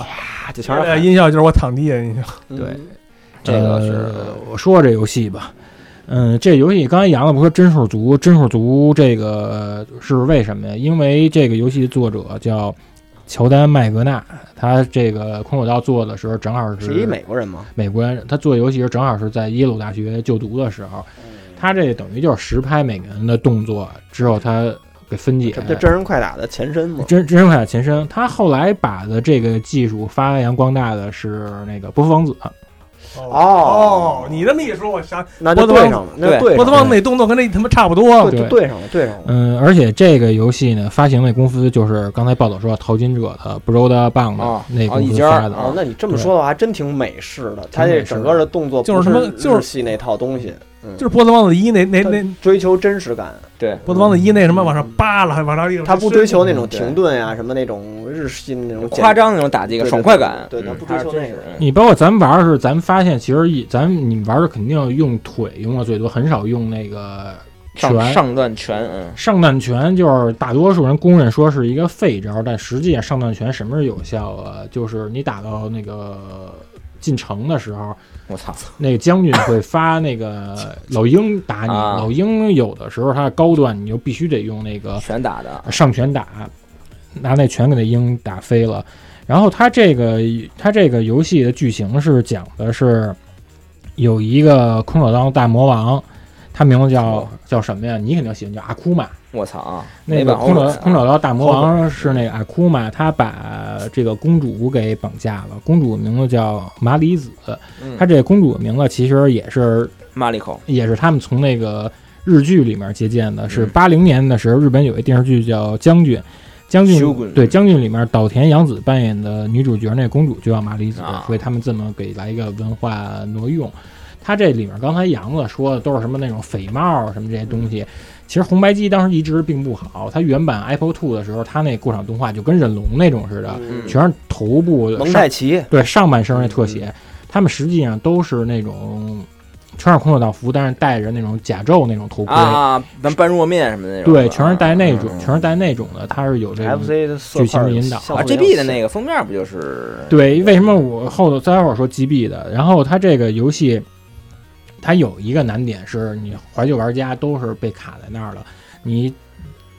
Speaker 2: 就全是嗯
Speaker 5: 这
Speaker 2: 海。
Speaker 5: 呃音效就是我躺地下音效，
Speaker 2: 对，
Speaker 3: 这个是
Speaker 4: 呃、我说这游戏吧，嗯，这游戏刚才杨子不说帧数足，帧数足这个是为什么呀？因为这个游戏的作者叫乔丹麦格纳，他这个空手道做的时候正好
Speaker 2: 是一
Speaker 4: 是
Speaker 2: 美国人嘛，
Speaker 4: 美国人，他做游戏时正好是在耶鲁大学就读的时候，
Speaker 3: 嗯
Speaker 4: 他这等于就是实拍每个人的动作之后，他给分解
Speaker 2: 这。不就真人快打的前身
Speaker 3: 嗯
Speaker 2: 嘛？
Speaker 4: 真真人快打前身，他后来把的这个技术发扬光大的是那个波夫王子，啊
Speaker 2: 哦
Speaker 5: 哦，你这么一说，我想
Speaker 2: 那就
Speaker 5: 波特
Speaker 2: 对
Speaker 5: 王
Speaker 2: 上了，那就对
Speaker 5: 波
Speaker 2: 上
Speaker 5: 特
Speaker 2: 了，
Speaker 5: 王那动作跟那他妈差不多
Speaker 2: 对，就
Speaker 4: 对
Speaker 2: 对上了，对上了。
Speaker 4: 嗯，而且这个游戏呢，发行的公司就是刚才报道说淘金者的 Broad Bang
Speaker 3: 哦
Speaker 4: 那公
Speaker 3: 哦一
Speaker 4: 司
Speaker 3: 家
Speaker 4: 发的。
Speaker 3: 啊
Speaker 2: 哦，那你这么说的话，还真挺美式的。他这整个的动作
Speaker 5: 就是
Speaker 2: 不
Speaker 5: 什么就是
Speaker 2: 日系那套东西，嗯
Speaker 5: 就是波特王子一那那那
Speaker 2: 追求真实感，
Speaker 3: 对，
Speaker 5: 波特王子一那什么往上扒拉，往上一
Speaker 2: 他不追求那种
Speaker 3: 对
Speaker 2: 停顿啊，什么那种日系那种
Speaker 3: 夸张那种打击
Speaker 2: 简
Speaker 3: 感，
Speaker 2: 对
Speaker 3: 爽快感，
Speaker 2: 对，对
Speaker 3: 嗯
Speaker 2: 他不追求那个。
Speaker 3: 嗯
Speaker 4: 你包括咱们玩的时候，咱们发现其实一咱们你们玩的肯定用腿用的最多，很少用那个拳。
Speaker 3: 上上段拳，嗯，
Speaker 4: 上段拳就是大多数人公认说是一个废招，但实际上上段拳什么是有效啊？就是你打到那个进城的时候，
Speaker 3: 我操，
Speaker 4: 那个将军会发那个老鹰打你。
Speaker 3: 啊
Speaker 4: 老鹰有的时候它的高段，你就必须得用那个
Speaker 3: 拳打的，
Speaker 4: 上拳打，拿那拳给那鹰打飞了。然后它这个它这个游戏的剧情是讲的是有一个空手道大魔王，他名字叫
Speaker 3: 哦
Speaker 4: 叫什么呀？你肯定喜欢叫阿库玛。
Speaker 3: 我操啊，
Speaker 4: 那
Speaker 3: 没
Speaker 4: 个
Speaker 3: 把
Speaker 4: 空
Speaker 3: 握
Speaker 4: 手
Speaker 3: 住
Speaker 4: 空手道大
Speaker 3: 后
Speaker 4: 魔王是那个阿库玛，他把这个公主给绑架了。公主名字叫麻里子，
Speaker 3: 嗯
Speaker 4: 她这个公主的名字其实也是
Speaker 3: 马里口，
Speaker 4: 也是他们从那个日剧里面借鉴的，是
Speaker 3: 嗯
Speaker 4: 八零年的时候，日本有一电视剧叫《将军》，将军
Speaker 3: 修滚
Speaker 4: 对将军里面岛田洋子扮演的女主角那公主就叫麻里子
Speaker 3: 啊，
Speaker 4: 所以他们这么给来一个文化挪用。他这里面刚才杨子说的都是什么那种匪帽什么这些东
Speaker 3: 嗯
Speaker 4: 西，其实红白机当时一直并不好。它原版 Apple Two 的时候，它那过场动画就跟忍龙那种似的，
Speaker 2: 嗯
Speaker 3: 嗯
Speaker 4: 啊全是头部
Speaker 2: 蒙
Speaker 4: 上
Speaker 2: 太奇，
Speaker 4: 对上半身那特写，他们实际上都是那种穿上空手道服，但是戴着那种甲胄那种头盔，
Speaker 3: 啊，咱般若面什么那种的，
Speaker 4: 对，全是戴那种，
Speaker 3: 嗯
Speaker 4: 全是戴那种的，他是有这种
Speaker 2: FC 的色块儿
Speaker 4: 剧情引导
Speaker 2: 效果
Speaker 3: 啊
Speaker 2: 要
Speaker 3: ，GB 的那个封面不就是
Speaker 4: 对，为什么我后头待会儿说 GB 的？然后它这个游戏，它有一个难点是你怀旧玩家都是被卡在那儿了。你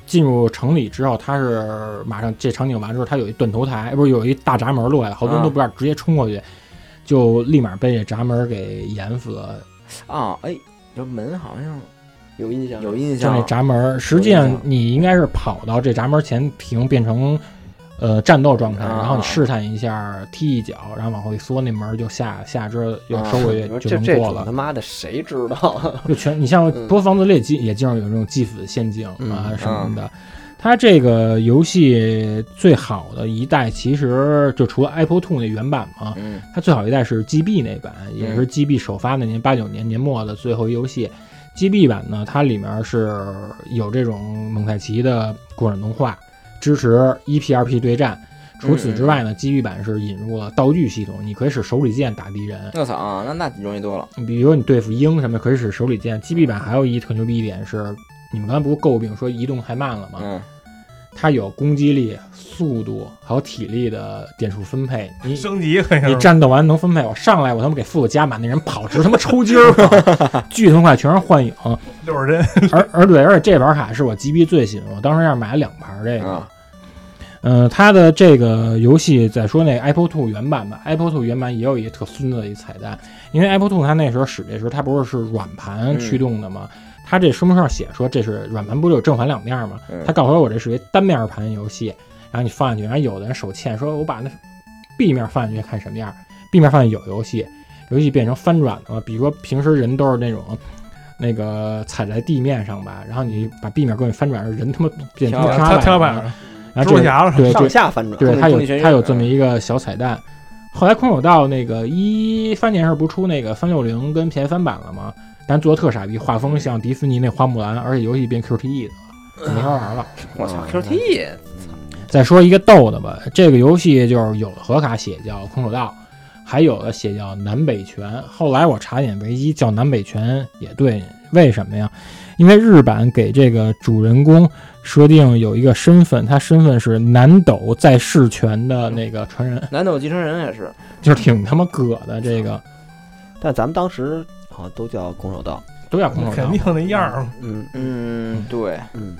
Speaker 4: 进入城里之后，它是马上这场景完之后，它有一断头台，不是有一大闸门落下来，好多人
Speaker 3: 啊
Speaker 4: 都不知道，直接冲过去，就立马被这闸门给淹死了。
Speaker 3: 啊？哎，这门好像
Speaker 2: 有印象，
Speaker 3: 有印
Speaker 4: 就
Speaker 3: 象，
Speaker 4: 那闸门，实际上你应该是跑到这闸门前停，变成呃战斗状态，
Speaker 3: 啊
Speaker 4: 然后你试探一下，踢一脚，然后往后一缩，那门就下下之后又收
Speaker 2: 啊你
Speaker 4: 回去
Speaker 2: 说
Speaker 4: 就
Speaker 2: 这
Speaker 4: 能
Speaker 2: 这
Speaker 4: 过
Speaker 2: 种他
Speaker 4: 了。
Speaker 2: 妈的谁知道？
Speaker 4: 就全你像
Speaker 2: 嗯
Speaker 4: 波房子里也经常有这种祭死陷阱啊
Speaker 2: 嗯
Speaker 4: 什么的。它这个游戏最好的一代，其实就除了 Apple Two 那原版嘛，
Speaker 3: 嗯，
Speaker 4: 它最好一代是 GB 那版，也是 GB 首发那年八九年年末的最后一游戏。GB 版呢，它里面是有这种蒙太奇的过场动画，支持 E 1P2P 对战。除此之外呢，GB 版是引入了道具系统，你可以使手里剑打敌人，
Speaker 3: 我操啊，那那容易多了，
Speaker 4: 比如你对付鹰什么，可以使手里剑。GB 版还有一特牛逼一点是，你们刚才不是诟病说移动太慢了吗？
Speaker 3: 嗯，
Speaker 4: 它有攻击力、速度还有体力的点数分配。你
Speaker 5: 升级很
Speaker 4: 你
Speaker 5: 像是
Speaker 4: 战斗完能分配，我上来我他妈给副加满，那人跑直他妈抽筋 [LAUGHS] 儿，啊巨他妈快，全是幻影。啊 [LAUGHS]
Speaker 5: 六十帧，
Speaker 4: 而而对，而且这盘卡是我级别最新，我当时要买了两盘这个。
Speaker 3: 啊，
Speaker 4: 嗯、它的这个游戏再说那个 Apple Two 原版吧，Apple Two 原版也有一个特孙子的一彩蛋，因为 Apple Two 它那时候使这时候它不是是软盘驱动的吗？它这说明上写说这是软盘，不是有正反两面吗？
Speaker 3: 嗯
Speaker 4: 他告诉我我这是一单面盘游戏，然后你放进去，然后有的人手欠，说我把那 B 面放进去看什么样儿，B 面放进去有游戏，游戏变成翻转的了，比如说平时人都是那种。那个踩在地面上吧，然后你把 B 面给你翻转，人他妈变成
Speaker 3: 跳
Speaker 4: 天花
Speaker 5: 跳
Speaker 4: 板
Speaker 5: 板
Speaker 4: 了
Speaker 5: 了，
Speaker 2: 啊
Speaker 4: 然后
Speaker 5: 蜘蛛
Speaker 4: 这
Speaker 5: 侠了，
Speaker 2: [LAUGHS]
Speaker 4: 对
Speaker 2: 上
Speaker 4: 对
Speaker 2: 下翻转，
Speaker 4: 对，
Speaker 3: 空
Speaker 4: 它
Speaker 3: 空军
Speaker 4: 有
Speaker 3: 学
Speaker 4: 它有
Speaker 3: 院
Speaker 4: 这么
Speaker 3: 嗯
Speaker 4: 一个小彩蛋。后来空手道那个一三年时候不出那个三六零跟 PS 三版了吗？但做的特傻逼，画风像迪士尼那花木兰，而且游戏变 QTE 的了，没法玩了。
Speaker 3: 我操
Speaker 2: 嗯
Speaker 3: ，QT
Speaker 4: 再说一个逗的吧，这个游戏就是有的盒卡写叫空手道，还有的写叫南北拳。后来我查点维基，叫南北拳也对，为什么呀？因为日版给这个主人公设定有一个身份，他身份是南斗在世拳的那个传人， [LAUGHS]
Speaker 3: 南斗继承人也是，
Speaker 4: 就是挺他妈葛的。这个
Speaker 2: 但咱们当时好像都叫空手道，
Speaker 4: 都叫空手道，
Speaker 5: 肯定那样儿嘛，
Speaker 2: 嗯
Speaker 3: 嗯，对，
Speaker 2: 嗯，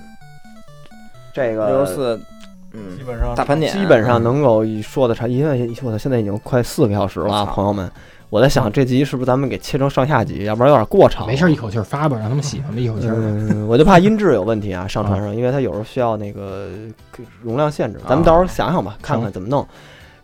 Speaker 2: 这
Speaker 3: 六
Speaker 2: 个
Speaker 3: 十四，
Speaker 5: 基
Speaker 3: 嗯，
Speaker 5: 本上
Speaker 3: 大盘点，
Speaker 2: 基本上能够说的长，因为我操，现在已经快四个小时
Speaker 5: 嗯
Speaker 2: 了啊，
Speaker 3: 操
Speaker 2: 朋友们，我在想这集是不是咱们给切成上下集，要不然有点过长。
Speaker 4: 没事，一。口气儿发吧，让他们喜欢吧，一口气儿吧。
Speaker 2: 嗯， [LAUGHS] 我就怕音质有问题啊，上传上，因为它有时候需要那个呃容量限
Speaker 5: 啊
Speaker 2: 制，咱们到时候想想吧，看看怎么弄。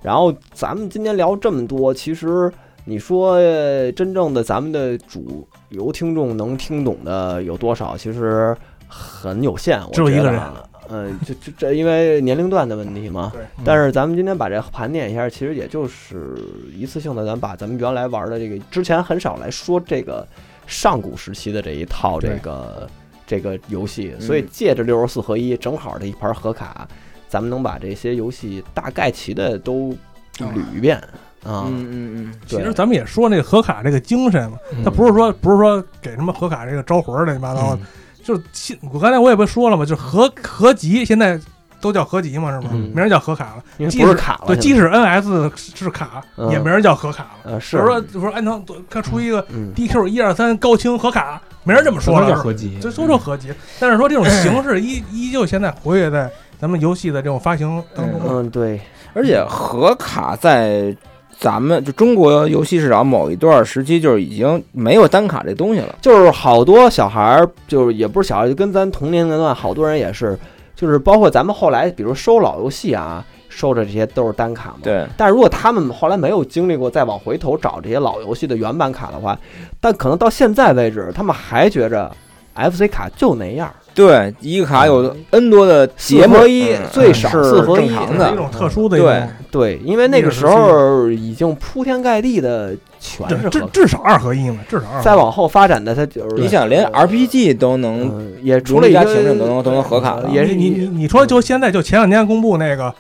Speaker 2: 然后咱们今天聊这么多，其实你说呃真正的咱们的主流听众能听懂的有多少？其实很有限，我
Speaker 5: 只有一
Speaker 2: 觉
Speaker 5: 个
Speaker 2: 得
Speaker 5: 人
Speaker 2: 啊。呃，就就这，因为年龄段的问题嘛。
Speaker 5: 嗯
Speaker 2: 但是咱们今天把这盘点一下，其实也就是一次性的，咱把咱们原来玩的这个之前很少来说这个上古时期的这一套这
Speaker 4: 对
Speaker 2: 个这个游戏，
Speaker 3: 嗯
Speaker 2: 所以借着六十四合一，正好这一盘盒卡，咱们能把这些游戏大概齐的都捋一遍啊。
Speaker 3: 嗯嗯嗯，
Speaker 5: 其
Speaker 2: 对
Speaker 5: 实咱们也说那个盒卡这个精神嘛，
Speaker 4: 嗯
Speaker 5: 他不是啊说不是说给他们盒卡这个招魂儿乱七八糟的，
Speaker 4: 嗯
Speaker 5: 就是现我刚才我也不说了嘛，就是合
Speaker 2: 嗯
Speaker 5: 合集现在都叫合集嘛，是吗？
Speaker 4: 嗯
Speaker 5: 没人叫盒卡了，
Speaker 2: 因为
Speaker 5: 即
Speaker 2: 不是
Speaker 5: 使
Speaker 2: 卡了，现
Speaker 5: 对，
Speaker 2: 在
Speaker 5: 即使 NS 是卡，
Speaker 2: 嗯
Speaker 5: 也没人叫盒卡了。
Speaker 2: 呃
Speaker 5: 比
Speaker 2: 是
Speaker 5: 如说，比如说安藤他出一个
Speaker 2: 嗯
Speaker 5: DQ 一二三高清盒卡，没人这么说
Speaker 4: 不能叫
Speaker 5: 了，
Speaker 4: 合集，
Speaker 5: 就都是合集。但是说这种形式依依旧现在活跃在咱们游戏的这种发行当中嘛。
Speaker 2: 嗯对，
Speaker 3: 而且盒卡在咱们就中国游戏市场某一段时期，就是已经没有单卡这东西了。
Speaker 2: 就是好多小孩儿，就是也不是小孩儿，就跟咱同年龄段好多人也是，就是包括咱们后来，比如收老游戏啊，收的这些都是单卡嘛。
Speaker 3: 对，
Speaker 2: 但如果他们后来没有经历过再往回头找这些老游戏的原版卡的话，但可能到现在为止，他们还觉着 FC 卡就那样儿，
Speaker 3: 对，一个卡有 N 多的
Speaker 2: 四
Speaker 3: 节目
Speaker 2: 合一
Speaker 3: 嗯
Speaker 2: 最少
Speaker 3: 是
Speaker 2: 四合一
Speaker 3: 正常
Speaker 5: 是一
Speaker 3: 的。
Speaker 5: 种特殊的一
Speaker 3: 对
Speaker 5: 种，
Speaker 2: 对，因为那个时候已经铺天盖地的全是合
Speaker 5: 至至
Speaker 2: 卡，
Speaker 5: 至少二合一嘛，至少二合一。
Speaker 2: 再往后发展的，它就是
Speaker 3: 你想，连 RPG 都能
Speaker 2: 嗯也除
Speaker 3: 除
Speaker 2: 了
Speaker 3: 了
Speaker 2: 一
Speaker 3: 一
Speaker 2: 个
Speaker 3: 家情人都能都能合卡啊了，
Speaker 2: 也是
Speaker 5: 你你你
Speaker 3: 嗯
Speaker 5: 说就现在就前两天公布那个《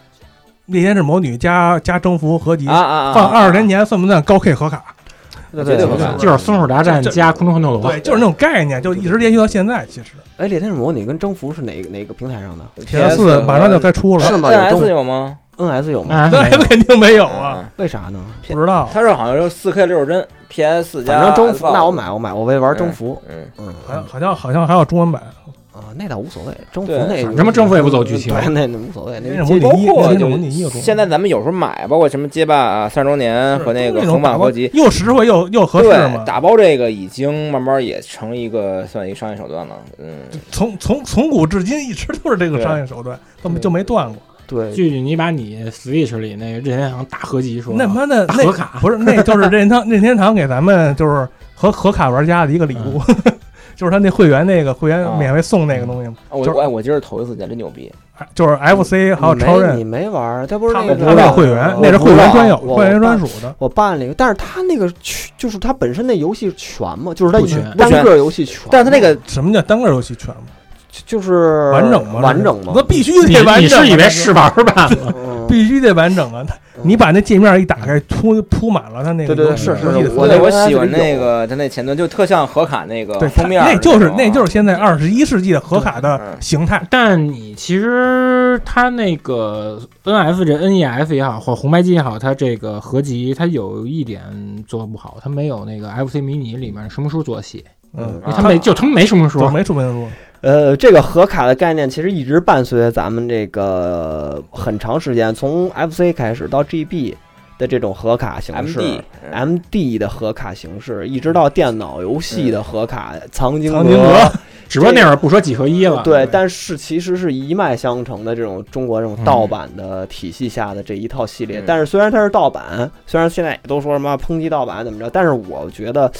Speaker 5: 猎天使魔女加加征服合集》
Speaker 3: 啊啊啊！
Speaker 5: 嗯放二十年
Speaker 3: 前，
Speaker 5: 前算不算高 K 合卡？
Speaker 2: 对
Speaker 3: 绝对合
Speaker 2: 对
Speaker 3: 卡
Speaker 4: 就是松鼠大战加空中魂斗罗，
Speaker 5: 对，就是那种概念，就一直延续到现在。其实
Speaker 2: 哎，猎天使魔女跟征服是哪个哪个平台上的
Speaker 5: PS 四马上就该
Speaker 3: 啊
Speaker 5: 出了
Speaker 2: 是吗？有
Speaker 3: NS
Speaker 2: 征
Speaker 3: 有吗？
Speaker 2: NS 有吗？
Speaker 4: 啊，
Speaker 5: 那
Speaker 4: 没有
Speaker 5: 肯定没有啊，，
Speaker 3: 嗯
Speaker 2: 为啥呢？
Speaker 5: 不知道。
Speaker 3: 它是好像是四 K 六十帧，PS 四加
Speaker 2: 反正征服，
Speaker 3: Xbox
Speaker 2: 那我。买我买，我为玩征服，
Speaker 3: 嗯，
Speaker 2: 嗯
Speaker 5: 好像好像好像还有中文版，
Speaker 2: 啊，那倒无所谓，征服
Speaker 3: 对
Speaker 2: 那
Speaker 4: 什么征服也不走剧情
Speaker 2: 对，那那无所谓，那
Speaker 5: 那
Speaker 2: 接
Speaker 5: 种
Speaker 3: 包括
Speaker 5: 那种
Speaker 3: 就
Speaker 5: 你你有中文
Speaker 3: 现在咱们有时候买，包括什么街霸啊三十周年和那个
Speaker 5: 种
Speaker 3: 横版
Speaker 5: 打包
Speaker 3: 合集，
Speaker 5: 又实惠又又合适
Speaker 3: 对，
Speaker 5: 嘛。
Speaker 3: 打包这个已经慢慢也成一个算一个商业手段了。嗯，
Speaker 5: 从从从古至今一直都是这个
Speaker 3: 对
Speaker 5: 商业手段，根本
Speaker 2: 对
Speaker 5: 就没断过。
Speaker 2: 对，
Speaker 4: 句句，你把你 Switch 里那个任天堂大合集说啊了，
Speaker 5: 那妈的
Speaker 4: 打
Speaker 5: 那
Speaker 4: 盒卡
Speaker 5: 不是那就是任天堂任天堂给咱们就是和和卡玩家的一个礼物，
Speaker 2: 嗯
Speaker 5: [LAUGHS] 就是他那会员那个会员
Speaker 3: 啊
Speaker 5: 免费送那个东西嘛，
Speaker 3: 我
Speaker 5: 就是
Speaker 3: 哎，我今儿头一次见，真牛逼！
Speaker 5: 就是 FC 还有
Speaker 2: 你嗯没
Speaker 5: 超
Speaker 2: 你
Speaker 5: 任，
Speaker 2: 没玩儿，他不是
Speaker 5: 他
Speaker 2: 那个
Speaker 5: 们不是会员
Speaker 2: 我，
Speaker 5: 那是会员专有
Speaker 2: 我
Speaker 5: 会员专属的。
Speaker 2: 我办了一个，但是他那个全就是他本身那游戏全嘛，就是他
Speaker 4: 不全
Speaker 2: 单个游戏全，
Speaker 3: 但是它那个
Speaker 5: 什么叫单个游戏全吗？
Speaker 2: 就是
Speaker 5: 完整吗？
Speaker 2: 呃完整吗？
Speaker 5: 那必须
Speaker 4: 你
Speaker 5: 得 [LAUGHS] 完整啊。
Speaker 4: 你是以为
Speaker 5: 那
Speaker 4: 试玩
Speaker 5: [LAUGHS]
Speaker 4: 版吗？
Speaker 2: 嗯
Speaker 5: 必须得完整啊！你把那界面一打开，铺铺满了它那个
Speaker 2: 对对
Speaker 5: 游
Speaker 2: 对
Speaker 5: 戏
Speaker 2: 是
Speaker 5: 游戏
Speaker 2: 是
Speaker 5: 的
Speaker 2: 我
Speaker 5: 封
Speaker 3: 我
Speaker 5: 面
Speaker 2: 那
Speaker 3: 我
Speaker 2: 边
Speaker 3: 喜欢
Speaker 2: 还是
Speaker 3: 那
Speaker 2: 有
Speaker 3: 个它那前端，就特像盒卡那个
Speaker 5: 对它
Speaker 3: 封面儿
Speaker 5: 那
Speaker 3: 那
Speaker 5: 就
Speaker 3: 种啊，
Speaker 5: 是那就是现在二十一世纪的盒卡的
Speaker 3: 嗯
Speaker 5: 形态。
Speaker 4: 但你其实实它那个 N F 这 N E F 也好，或红白机也好，它这个合集它有一点做的不好，它没有那个 F C 迷你里面什么书做的细，
Speaker 5: 嗯，
Speaker 3: 啊
Speaker 4: 因为它没就他们没什么
Speaker 5: 就
Speaker 4: 书，
Speaker 5: 没出门路，
Speaker 2: 呃，这个盒卡的概念其实一直伴随着咱们这个很长时间，从 FC 开始到 GB 的这种盒卡形式
Speaker 3: MD
Speaker 2: MD 的盒卡形式，一直到电脑游戏的盒卡、藏经
Speaker 5: 藏经阁
Speaker 4: 只不过那会儿不说几合一了，
Speaker 2: 对，但是其实是一脉相承的这种中国这种
Speaker 4: 嗯
Speaker 2: 盗版的体系下的这一套系列。
Speaker 3: 嗯
Speaker 2: 但是虽然它是盗版，虽然现在也都说什么抨击盗版怎么着，但是我觉得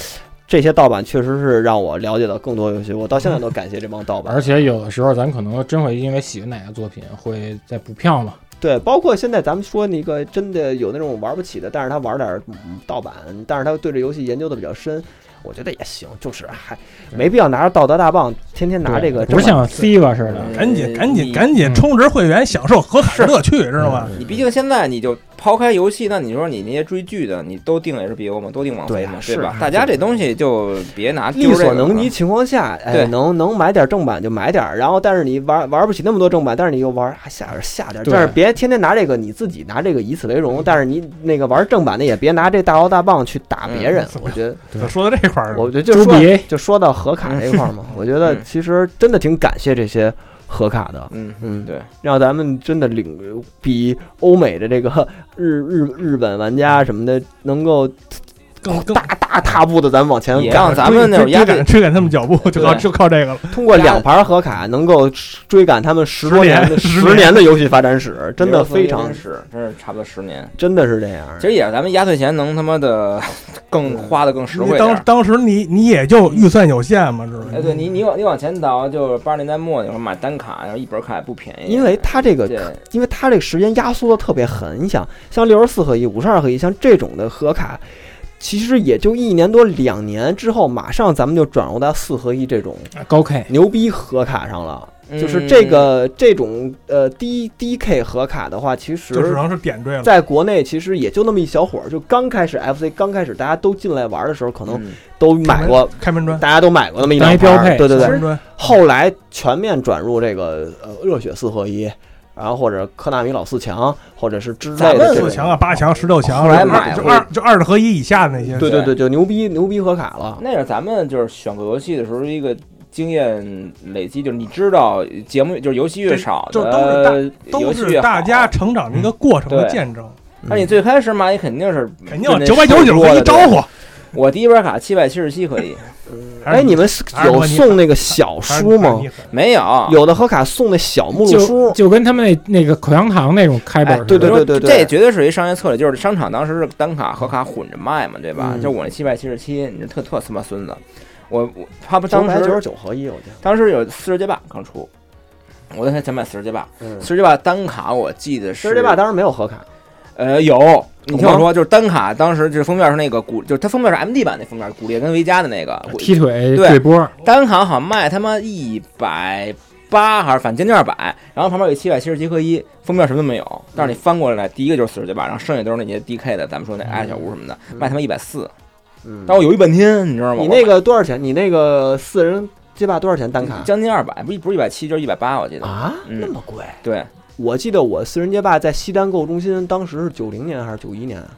Speaker 2: 这些盗版确实是让我了解到更多游戏。我到现在都感谢这帮盗版
Speaker 4: 而。且有的时候咱可能真会因为喜欢哪个作品会再补票嘛，
Speaker 2: 对，包括现在咱们说那个真的有那种玩不起的，但是他玩点儿嗯盗版，但是他对这游戏研究的比较深，我觉得也行，就是还没必要拿着道德大棒，天天拿
Speaker 4: 对
Speaker 2: 这个
Speaker 4: 不是像 C 吧似的，
Speaker 3: 嗯
Speaker 5: 赶紧赶
Speaker 3: 你
Speaker 5: 紧赶紧充值会员，享受核卡乐趣，知道吗？
Speaker 3: 你毕竟现在你就抛开游戏，那你说你那些追剧的，你都订 HBO 嘛，都订网
Speaker 2: 对
Speaker 3: 飞
Speaker 2: 呀
Speaker 3: 嘛，
Speaker 2: 是
Speaker 3: 对吧
Speaker 2: 啊？
Speaker 3: 大家这东西就别拿
Speaker 2: 力
Speaker 3: 丢这
Speaker 2: 所
Speaker 3: 个了
Speaker 2: 能及情况下，哎，
Speaker 3: 对
Speaker 2: 能能买点正版就买点儿，然后但是你玩玩不起那么多正版，但是你又玩还下点儿下点儿，
Speaker 4: 对
Speaker 2: 但是别天天拿这个你自己拿这个以此为荣，但是你那个玩正版的也别拿这大摇大棒去打别人，
Speaker 5: 嗯
Speaker 2: 我觉得
Speaker 4: 对
Speaker 5: 就说到这块儿
Speaker 2: 我
Speaker 5: 了，
Speaker 2: 觉得就说
Speaker 4: 猪鼻
Speaker 2: 就说到盒卡这一块儿嘛，我觉得
Speaker 3: 嗯
Speaker 2: 其实真的挺感谢这些盒卡的，
Speaker 3: 嗯，
Speaker 2: 嗯，
Speaker 3: 对，
Speaker 2: 让咱们真的领比欧美的这个日日日本玩家什么的能够
Speaker 5: 更更
Speaker 2: 大大踏步的咱们往前
Speaker 3: 也
Speaker 2: 赶
Speaker 3: 让咱们那种
Speaker 5: 追
Speaker 3: 压
Speaker 5: 追
Speaker 3: 根
Speaker 5: 赶追赶他们脚步，就靠就靠这个了。
Speaker 2: 通过两盘盒卡能够追赶他们十多年的
Speaker 5: 十年
Speaker 2: 十年的游戏发展史，真的
Speaker 3: 比如说
Speaker 2: 非常
Speaker 3: 真，是，真是差不多十年。
Speaker 2: 真的是这样
Speaker 3: 其。实也是咱们压岁钱能他妈的 [LAUGHS] 更花的更实惠
Speaker 5: 你
Speaker 3: 点
Speaker 5: 当
Speaker 3: 儿。
Speaker 5: 当时你你也就预算有限嘛，知道吗？
Speaker 3: 哎，对你，你往你往前倒，就是八十年代末那会儿买单卡，然后一本卡也不便宜，
Speaker 2: 因为它这个
Speaker 3: 对，
Speaker 2: 因为它这个时间压缩的特别狠，你想，像六十四合一、五十二合一，像这种的盒卡，其实也就一年多两年之后，马上咱们就转入到四合一这种
Speaker 4: 高 K
Speaker 2: 牛逼盒卡上了。
Speaker 3: 嗯
Speaker 2: 就是这个这种呃低低 K 盒卡的话，其实
Speaker 5: 就只能是点缀了。
Speaker 2: 在国内其实也就那么一小伙儿，就刚开始 FC 刚开始大家都进来玩的时候，可能
Speaker 3: 嗯
Speaker 2: 都买过，
Speaker 5: 开门砖，
Speaker 2: 大家都买过那么一
Speaker 4: 当
Speaker 2: 两
Speaker 4: 一标
Speaker 2: 盘儿
Speaker 4: 配
Speaker 2: 对对
Speaker 5: 开
Speaker 2: 对
Speaker 5: 门，砖，
Speaker 2: 后来全面转入这个呃热血四合一，然后或者科纳米老四强，或者是之类的
Speaker 3: 咱们
Speaker 2: 这
Speaker 5: 四
Speaker 2: 种
Speaker 5: 强啊，八强、十六强，
Speaker 3: 后来买
Speaker 5: 就
Speaker 3: 回
Speaker 5: 二就二十合一以下的那些。
Speaker 2: 对对对，就牛逼牛逼盒卡
Speaker 5: 嗯
Speaker 2: 了。
Speaker 3: 那是咱们就是选购游戏的时候一个经验累积，就是你知道节目就是游戏越
Speaker 5: 这
Speaker 3: 少
Speaker 5: 就
Speaker 3: 的
Speaker 5: 都是大
Speaker 3: 游
Speaker 5: 都
Speaker 3: 戏越
Speaker 5: 是大
Speaker 3: 好啊
Speaker 5: 家成长的一个过程的
Speaker 3: 对
Speaker 5: 见证，
Speaker 3: 那你最开始买，你肯定是
Speaker 5: 肯定啊九百九十九
Speaker 3: 多
Speaker 5: 一招呼，
Speaker 3: 我第一本卡七百七十七合一，
Speaker 5: 还是
Speaker 2: 哎，你们是
Speaker 5: 还是
Speaker 2: 有
Speaker 5: 托尼
Speaker 2: 送那个小
Speaker 5: 还是
Speaker 2: 书吗
Speaker 5: 你？狠 [LAUGHS]
Speaker 3: 没有
Speaker 2: 有的盒卡送那小目录
Speaker 4: 就
Speaker 2: 书，
Speaker 4: 就跟他们那那个口香糖那种开本
Speaker 3: 哎
Speaker 4: 似的，
Speaker 2: 对对对对对
Speaker 3: 这绝对是一商业策略，就是商场当时是单卡和卡混着卖嘛，对吧？
Speaker 2: 嗯
Speaker 3: 就我那七百七十七，你这特特他妈孙子，我我他不
Speaker 2: 九
Speaker 3: 当
Speaker 2: 百九十
Speaker 3: 时
Speaker 2: 九合一，我觉得。
Speaker 3: 当时有四十街霸刚出，我那想买四十街霸，
Speaker 2: 嗯，
Speaker 3: 四十街霸单卡我记得
Speaker 2: 其
Speaker 3: 是
Speaker 2: 实这把当时没有盒卡，
Speaker 3: 呃，有，你听我说，就是单卡，当时就是封面是那个古，就是它封面是 MD 版那封面，古烈跟维嘉的那个
Speaker 2: 啊
Speaker 3: 古
Speaker 4: 踢腿
Speaker 3: 对
Speaker 4: 对波，
Speaker 3: 单卡，好像卖他妈一百八还是反正将近二百，然后旁边有七百七十七合一，封面什么都没有，
Speaker 2: 嗯
Speaker 3: 但是你翻过来，第一个就是四十九八，然后剩下都是那些 DK 的，咱们说那爱小屋什么的，卖他妈一百四，
Speaker 2: 嗯
Speaker 3: 但我犹豫半天，你知道吗？
Speaker 2: 你那个多少钱？你那个四人街霸多少钱单卡？
Speaker 3: 将近二百，不是不是一百七就是一百八，我记得，
Speaker 2: 啊，
Speaker 3: 嗯
Speaker 2: 那么贵？
Speaker 3: 对，
Speaker 2: 我记得我私人街霸在西单购物中心，当时是九零年还是九一年，啊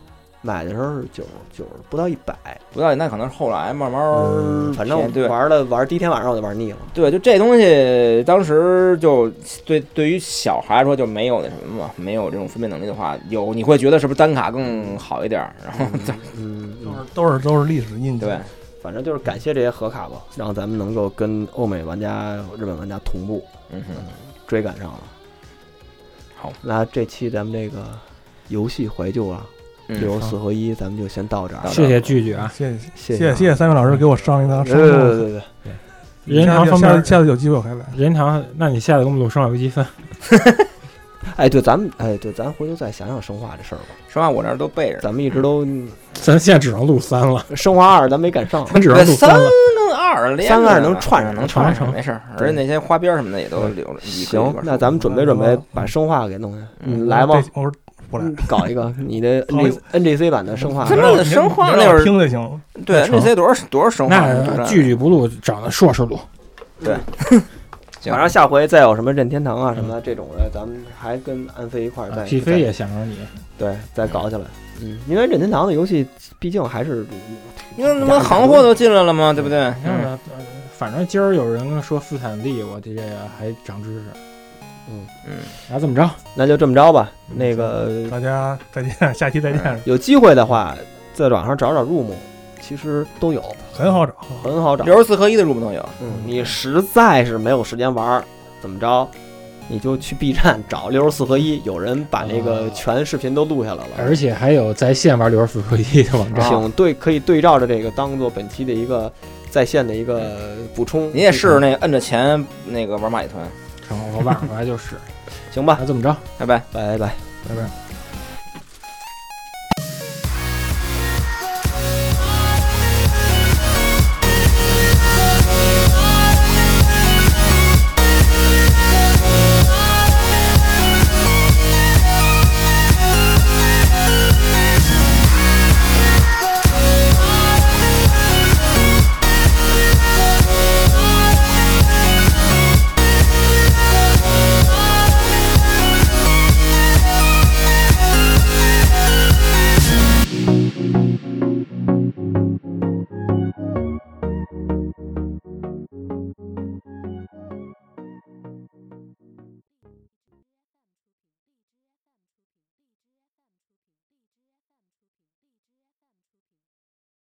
Speaker 2: 买的时候是九九不到一百，
Speaker 3: 不到那可能是后来慢慢
Speaker 2: 哦
Speaker 3: 儿便宜、
Speaker 2: 嗯反正
Speaker 3: 对
Speaker 2: 我玩了玩第一天晚上我就玩腻了。
Speaker 3: 对，就这东西，当时就对对于小孩来说就没有那什么嘛，没有这种分辨能力的话，有你会觉得是不是单卡更好一点儿？然后再
Speaker 2: 嗯，
Speaker 5: 都是都是都是历史印记。
Speaker 3: 对，
Speaker 2: 反正就是感谢这些盒卡吧，让咱们能够跟欧美玩家、日本玩家同步
Speaker 3: 嗯哼，
Speaker 2: 追赶上了。
Speaker 3: 好，
Speaker 2: 那这期咱们这个游戏怀旧啊，
Speaker 3: 嗯
Speaker 2: 六十四合一，咱们就先到这儿
Speaker 3: 到。这
Speaker 4: 谢谢聚聚啊，
Speaker 5: 谢谢
Speaker 2: 谢
Speaker 5: 谢谢谢
Speaker 2: 谢
Speaker 5: 谢三位老师给我上
Speaker 3: 呃
Speaker 5: 一堂
Speaker 2: 对
Speaker 5: 生
Speaker 2: 对
Speaker 5: 动
Speaker 2: 对
Speaker 5: 的
Speaker 2: 对对，
Speaker 4: 任天
Speaker 5: 下
Speaker 4: 堂
Speaker 5: 次
Speaker 4: 方
Speaker 5: 下
Speaker 4: 面
Speaker 5: 次下次有机会我还来。
Speaker 4: 任天堂，那你下次给我们录生化危机三，
Speaker 2: 哎，对，咱们哎，对，咱回头再想想生化这事儿吧。
Speaker 3: 生怕我这儿都备着呢。
Speaker 2: 咱们一直都嗯
Speaker 4: 咱现在只能录三了，
Speaker 2: 生化二，咱没赶上。
Speaker 4: 咱只能录
Speaker 3: 三
Speaker 4: 了。
Speaker 3: 跟二连
Speaker 2: 三
Speaker 3: 着
Speaker 2: 个二
Speaker 3: 呢
Speaker 2: 能串上嗯
Speaker 3: 能串
Speaker 4: 能串上
Speaker 3: 没事儿。而且那些花边儿什么的也都留着。一个一
Speaker 2: 行
Speaker 3: 个，
Speaker 2: 那咱们准备准备，把生化给弄下来。你来吗？
Speaker 5: 嗯这？我说不来。
Speaker 2: 搞一个你的
Speaker 5: 好嗯
Speaker 2: N N G C 版的生化
Speaker 3: 这。么生化
Speaker 5: 能
Speaker 3: 那
Speaker 5: 让
Speaker 3: 会
Speaker 5: 我
Speaker 3: 儿
Speaker 5: 听就行了。
Speaker 3: 对
Speaker 4: 成
Speaker 3: 那些多少多少生化
Speaker 4: 那
Speaker 3: 独占
Speaker 4: 句句不录，找那硕士录。
Speaker 3: 行
Speaker 2: 马上下回再有什么任天堂啊什么的这种的，咱们还跟安飞一
Speaker 3: 哎
Speaker 2: 块儿再
Speaker 4: 啊皮
Speaker 2: 再
Speaker 4: 飞也想着你，
Speaker 2: 对再搞起来。嗯，因为任天堂的游戏毕竟还是
Speaker 3: 你看他妈行货都进来了吗？对不对？
Speaker 4: 你看
Speaker 3: 嗯，
Speaker 4: 吧，呃反正今儿有人说斯坦利，我这个还长知识。
Speaker 2: 嗯
Speaker 3: 嗯，
Speaker 4: 那怎么着？
Speaker 2: 那就这么着吧。那个
Speaker 5: 大家再见，下期再见，
Speaker 2: 有机会的话，在网上找找入目，其实都有，
Speaker 5: 很好找。
Speaker 2: 很好找。
Speaker 3: 六十四合一的入不能有，
Speaker 2: 嗯，你实在是没有时间玩儿，怎么着？你就去 B 站找六十四合一，有人把那个
Speaker 4: 哦
Speaker 2: 全视频都录下来了，啊
Speaker 4: 而且还有在线玩《流十四合一》的网站，
Speaker 2: 请对可以对照着这个当做本期的一个在线的一个补充。嗯
Speaker 3: 你也试试那个摁着钱那个玩蚂蚁团，
Speaker 4: 成，我晚上回来就是。
Speaker 2: 行吧？
Speaker 4: 那这么着，
Speaker 3: 拜拜。
Speaker 2: 拜拜。
Speaker 4: 拜拜。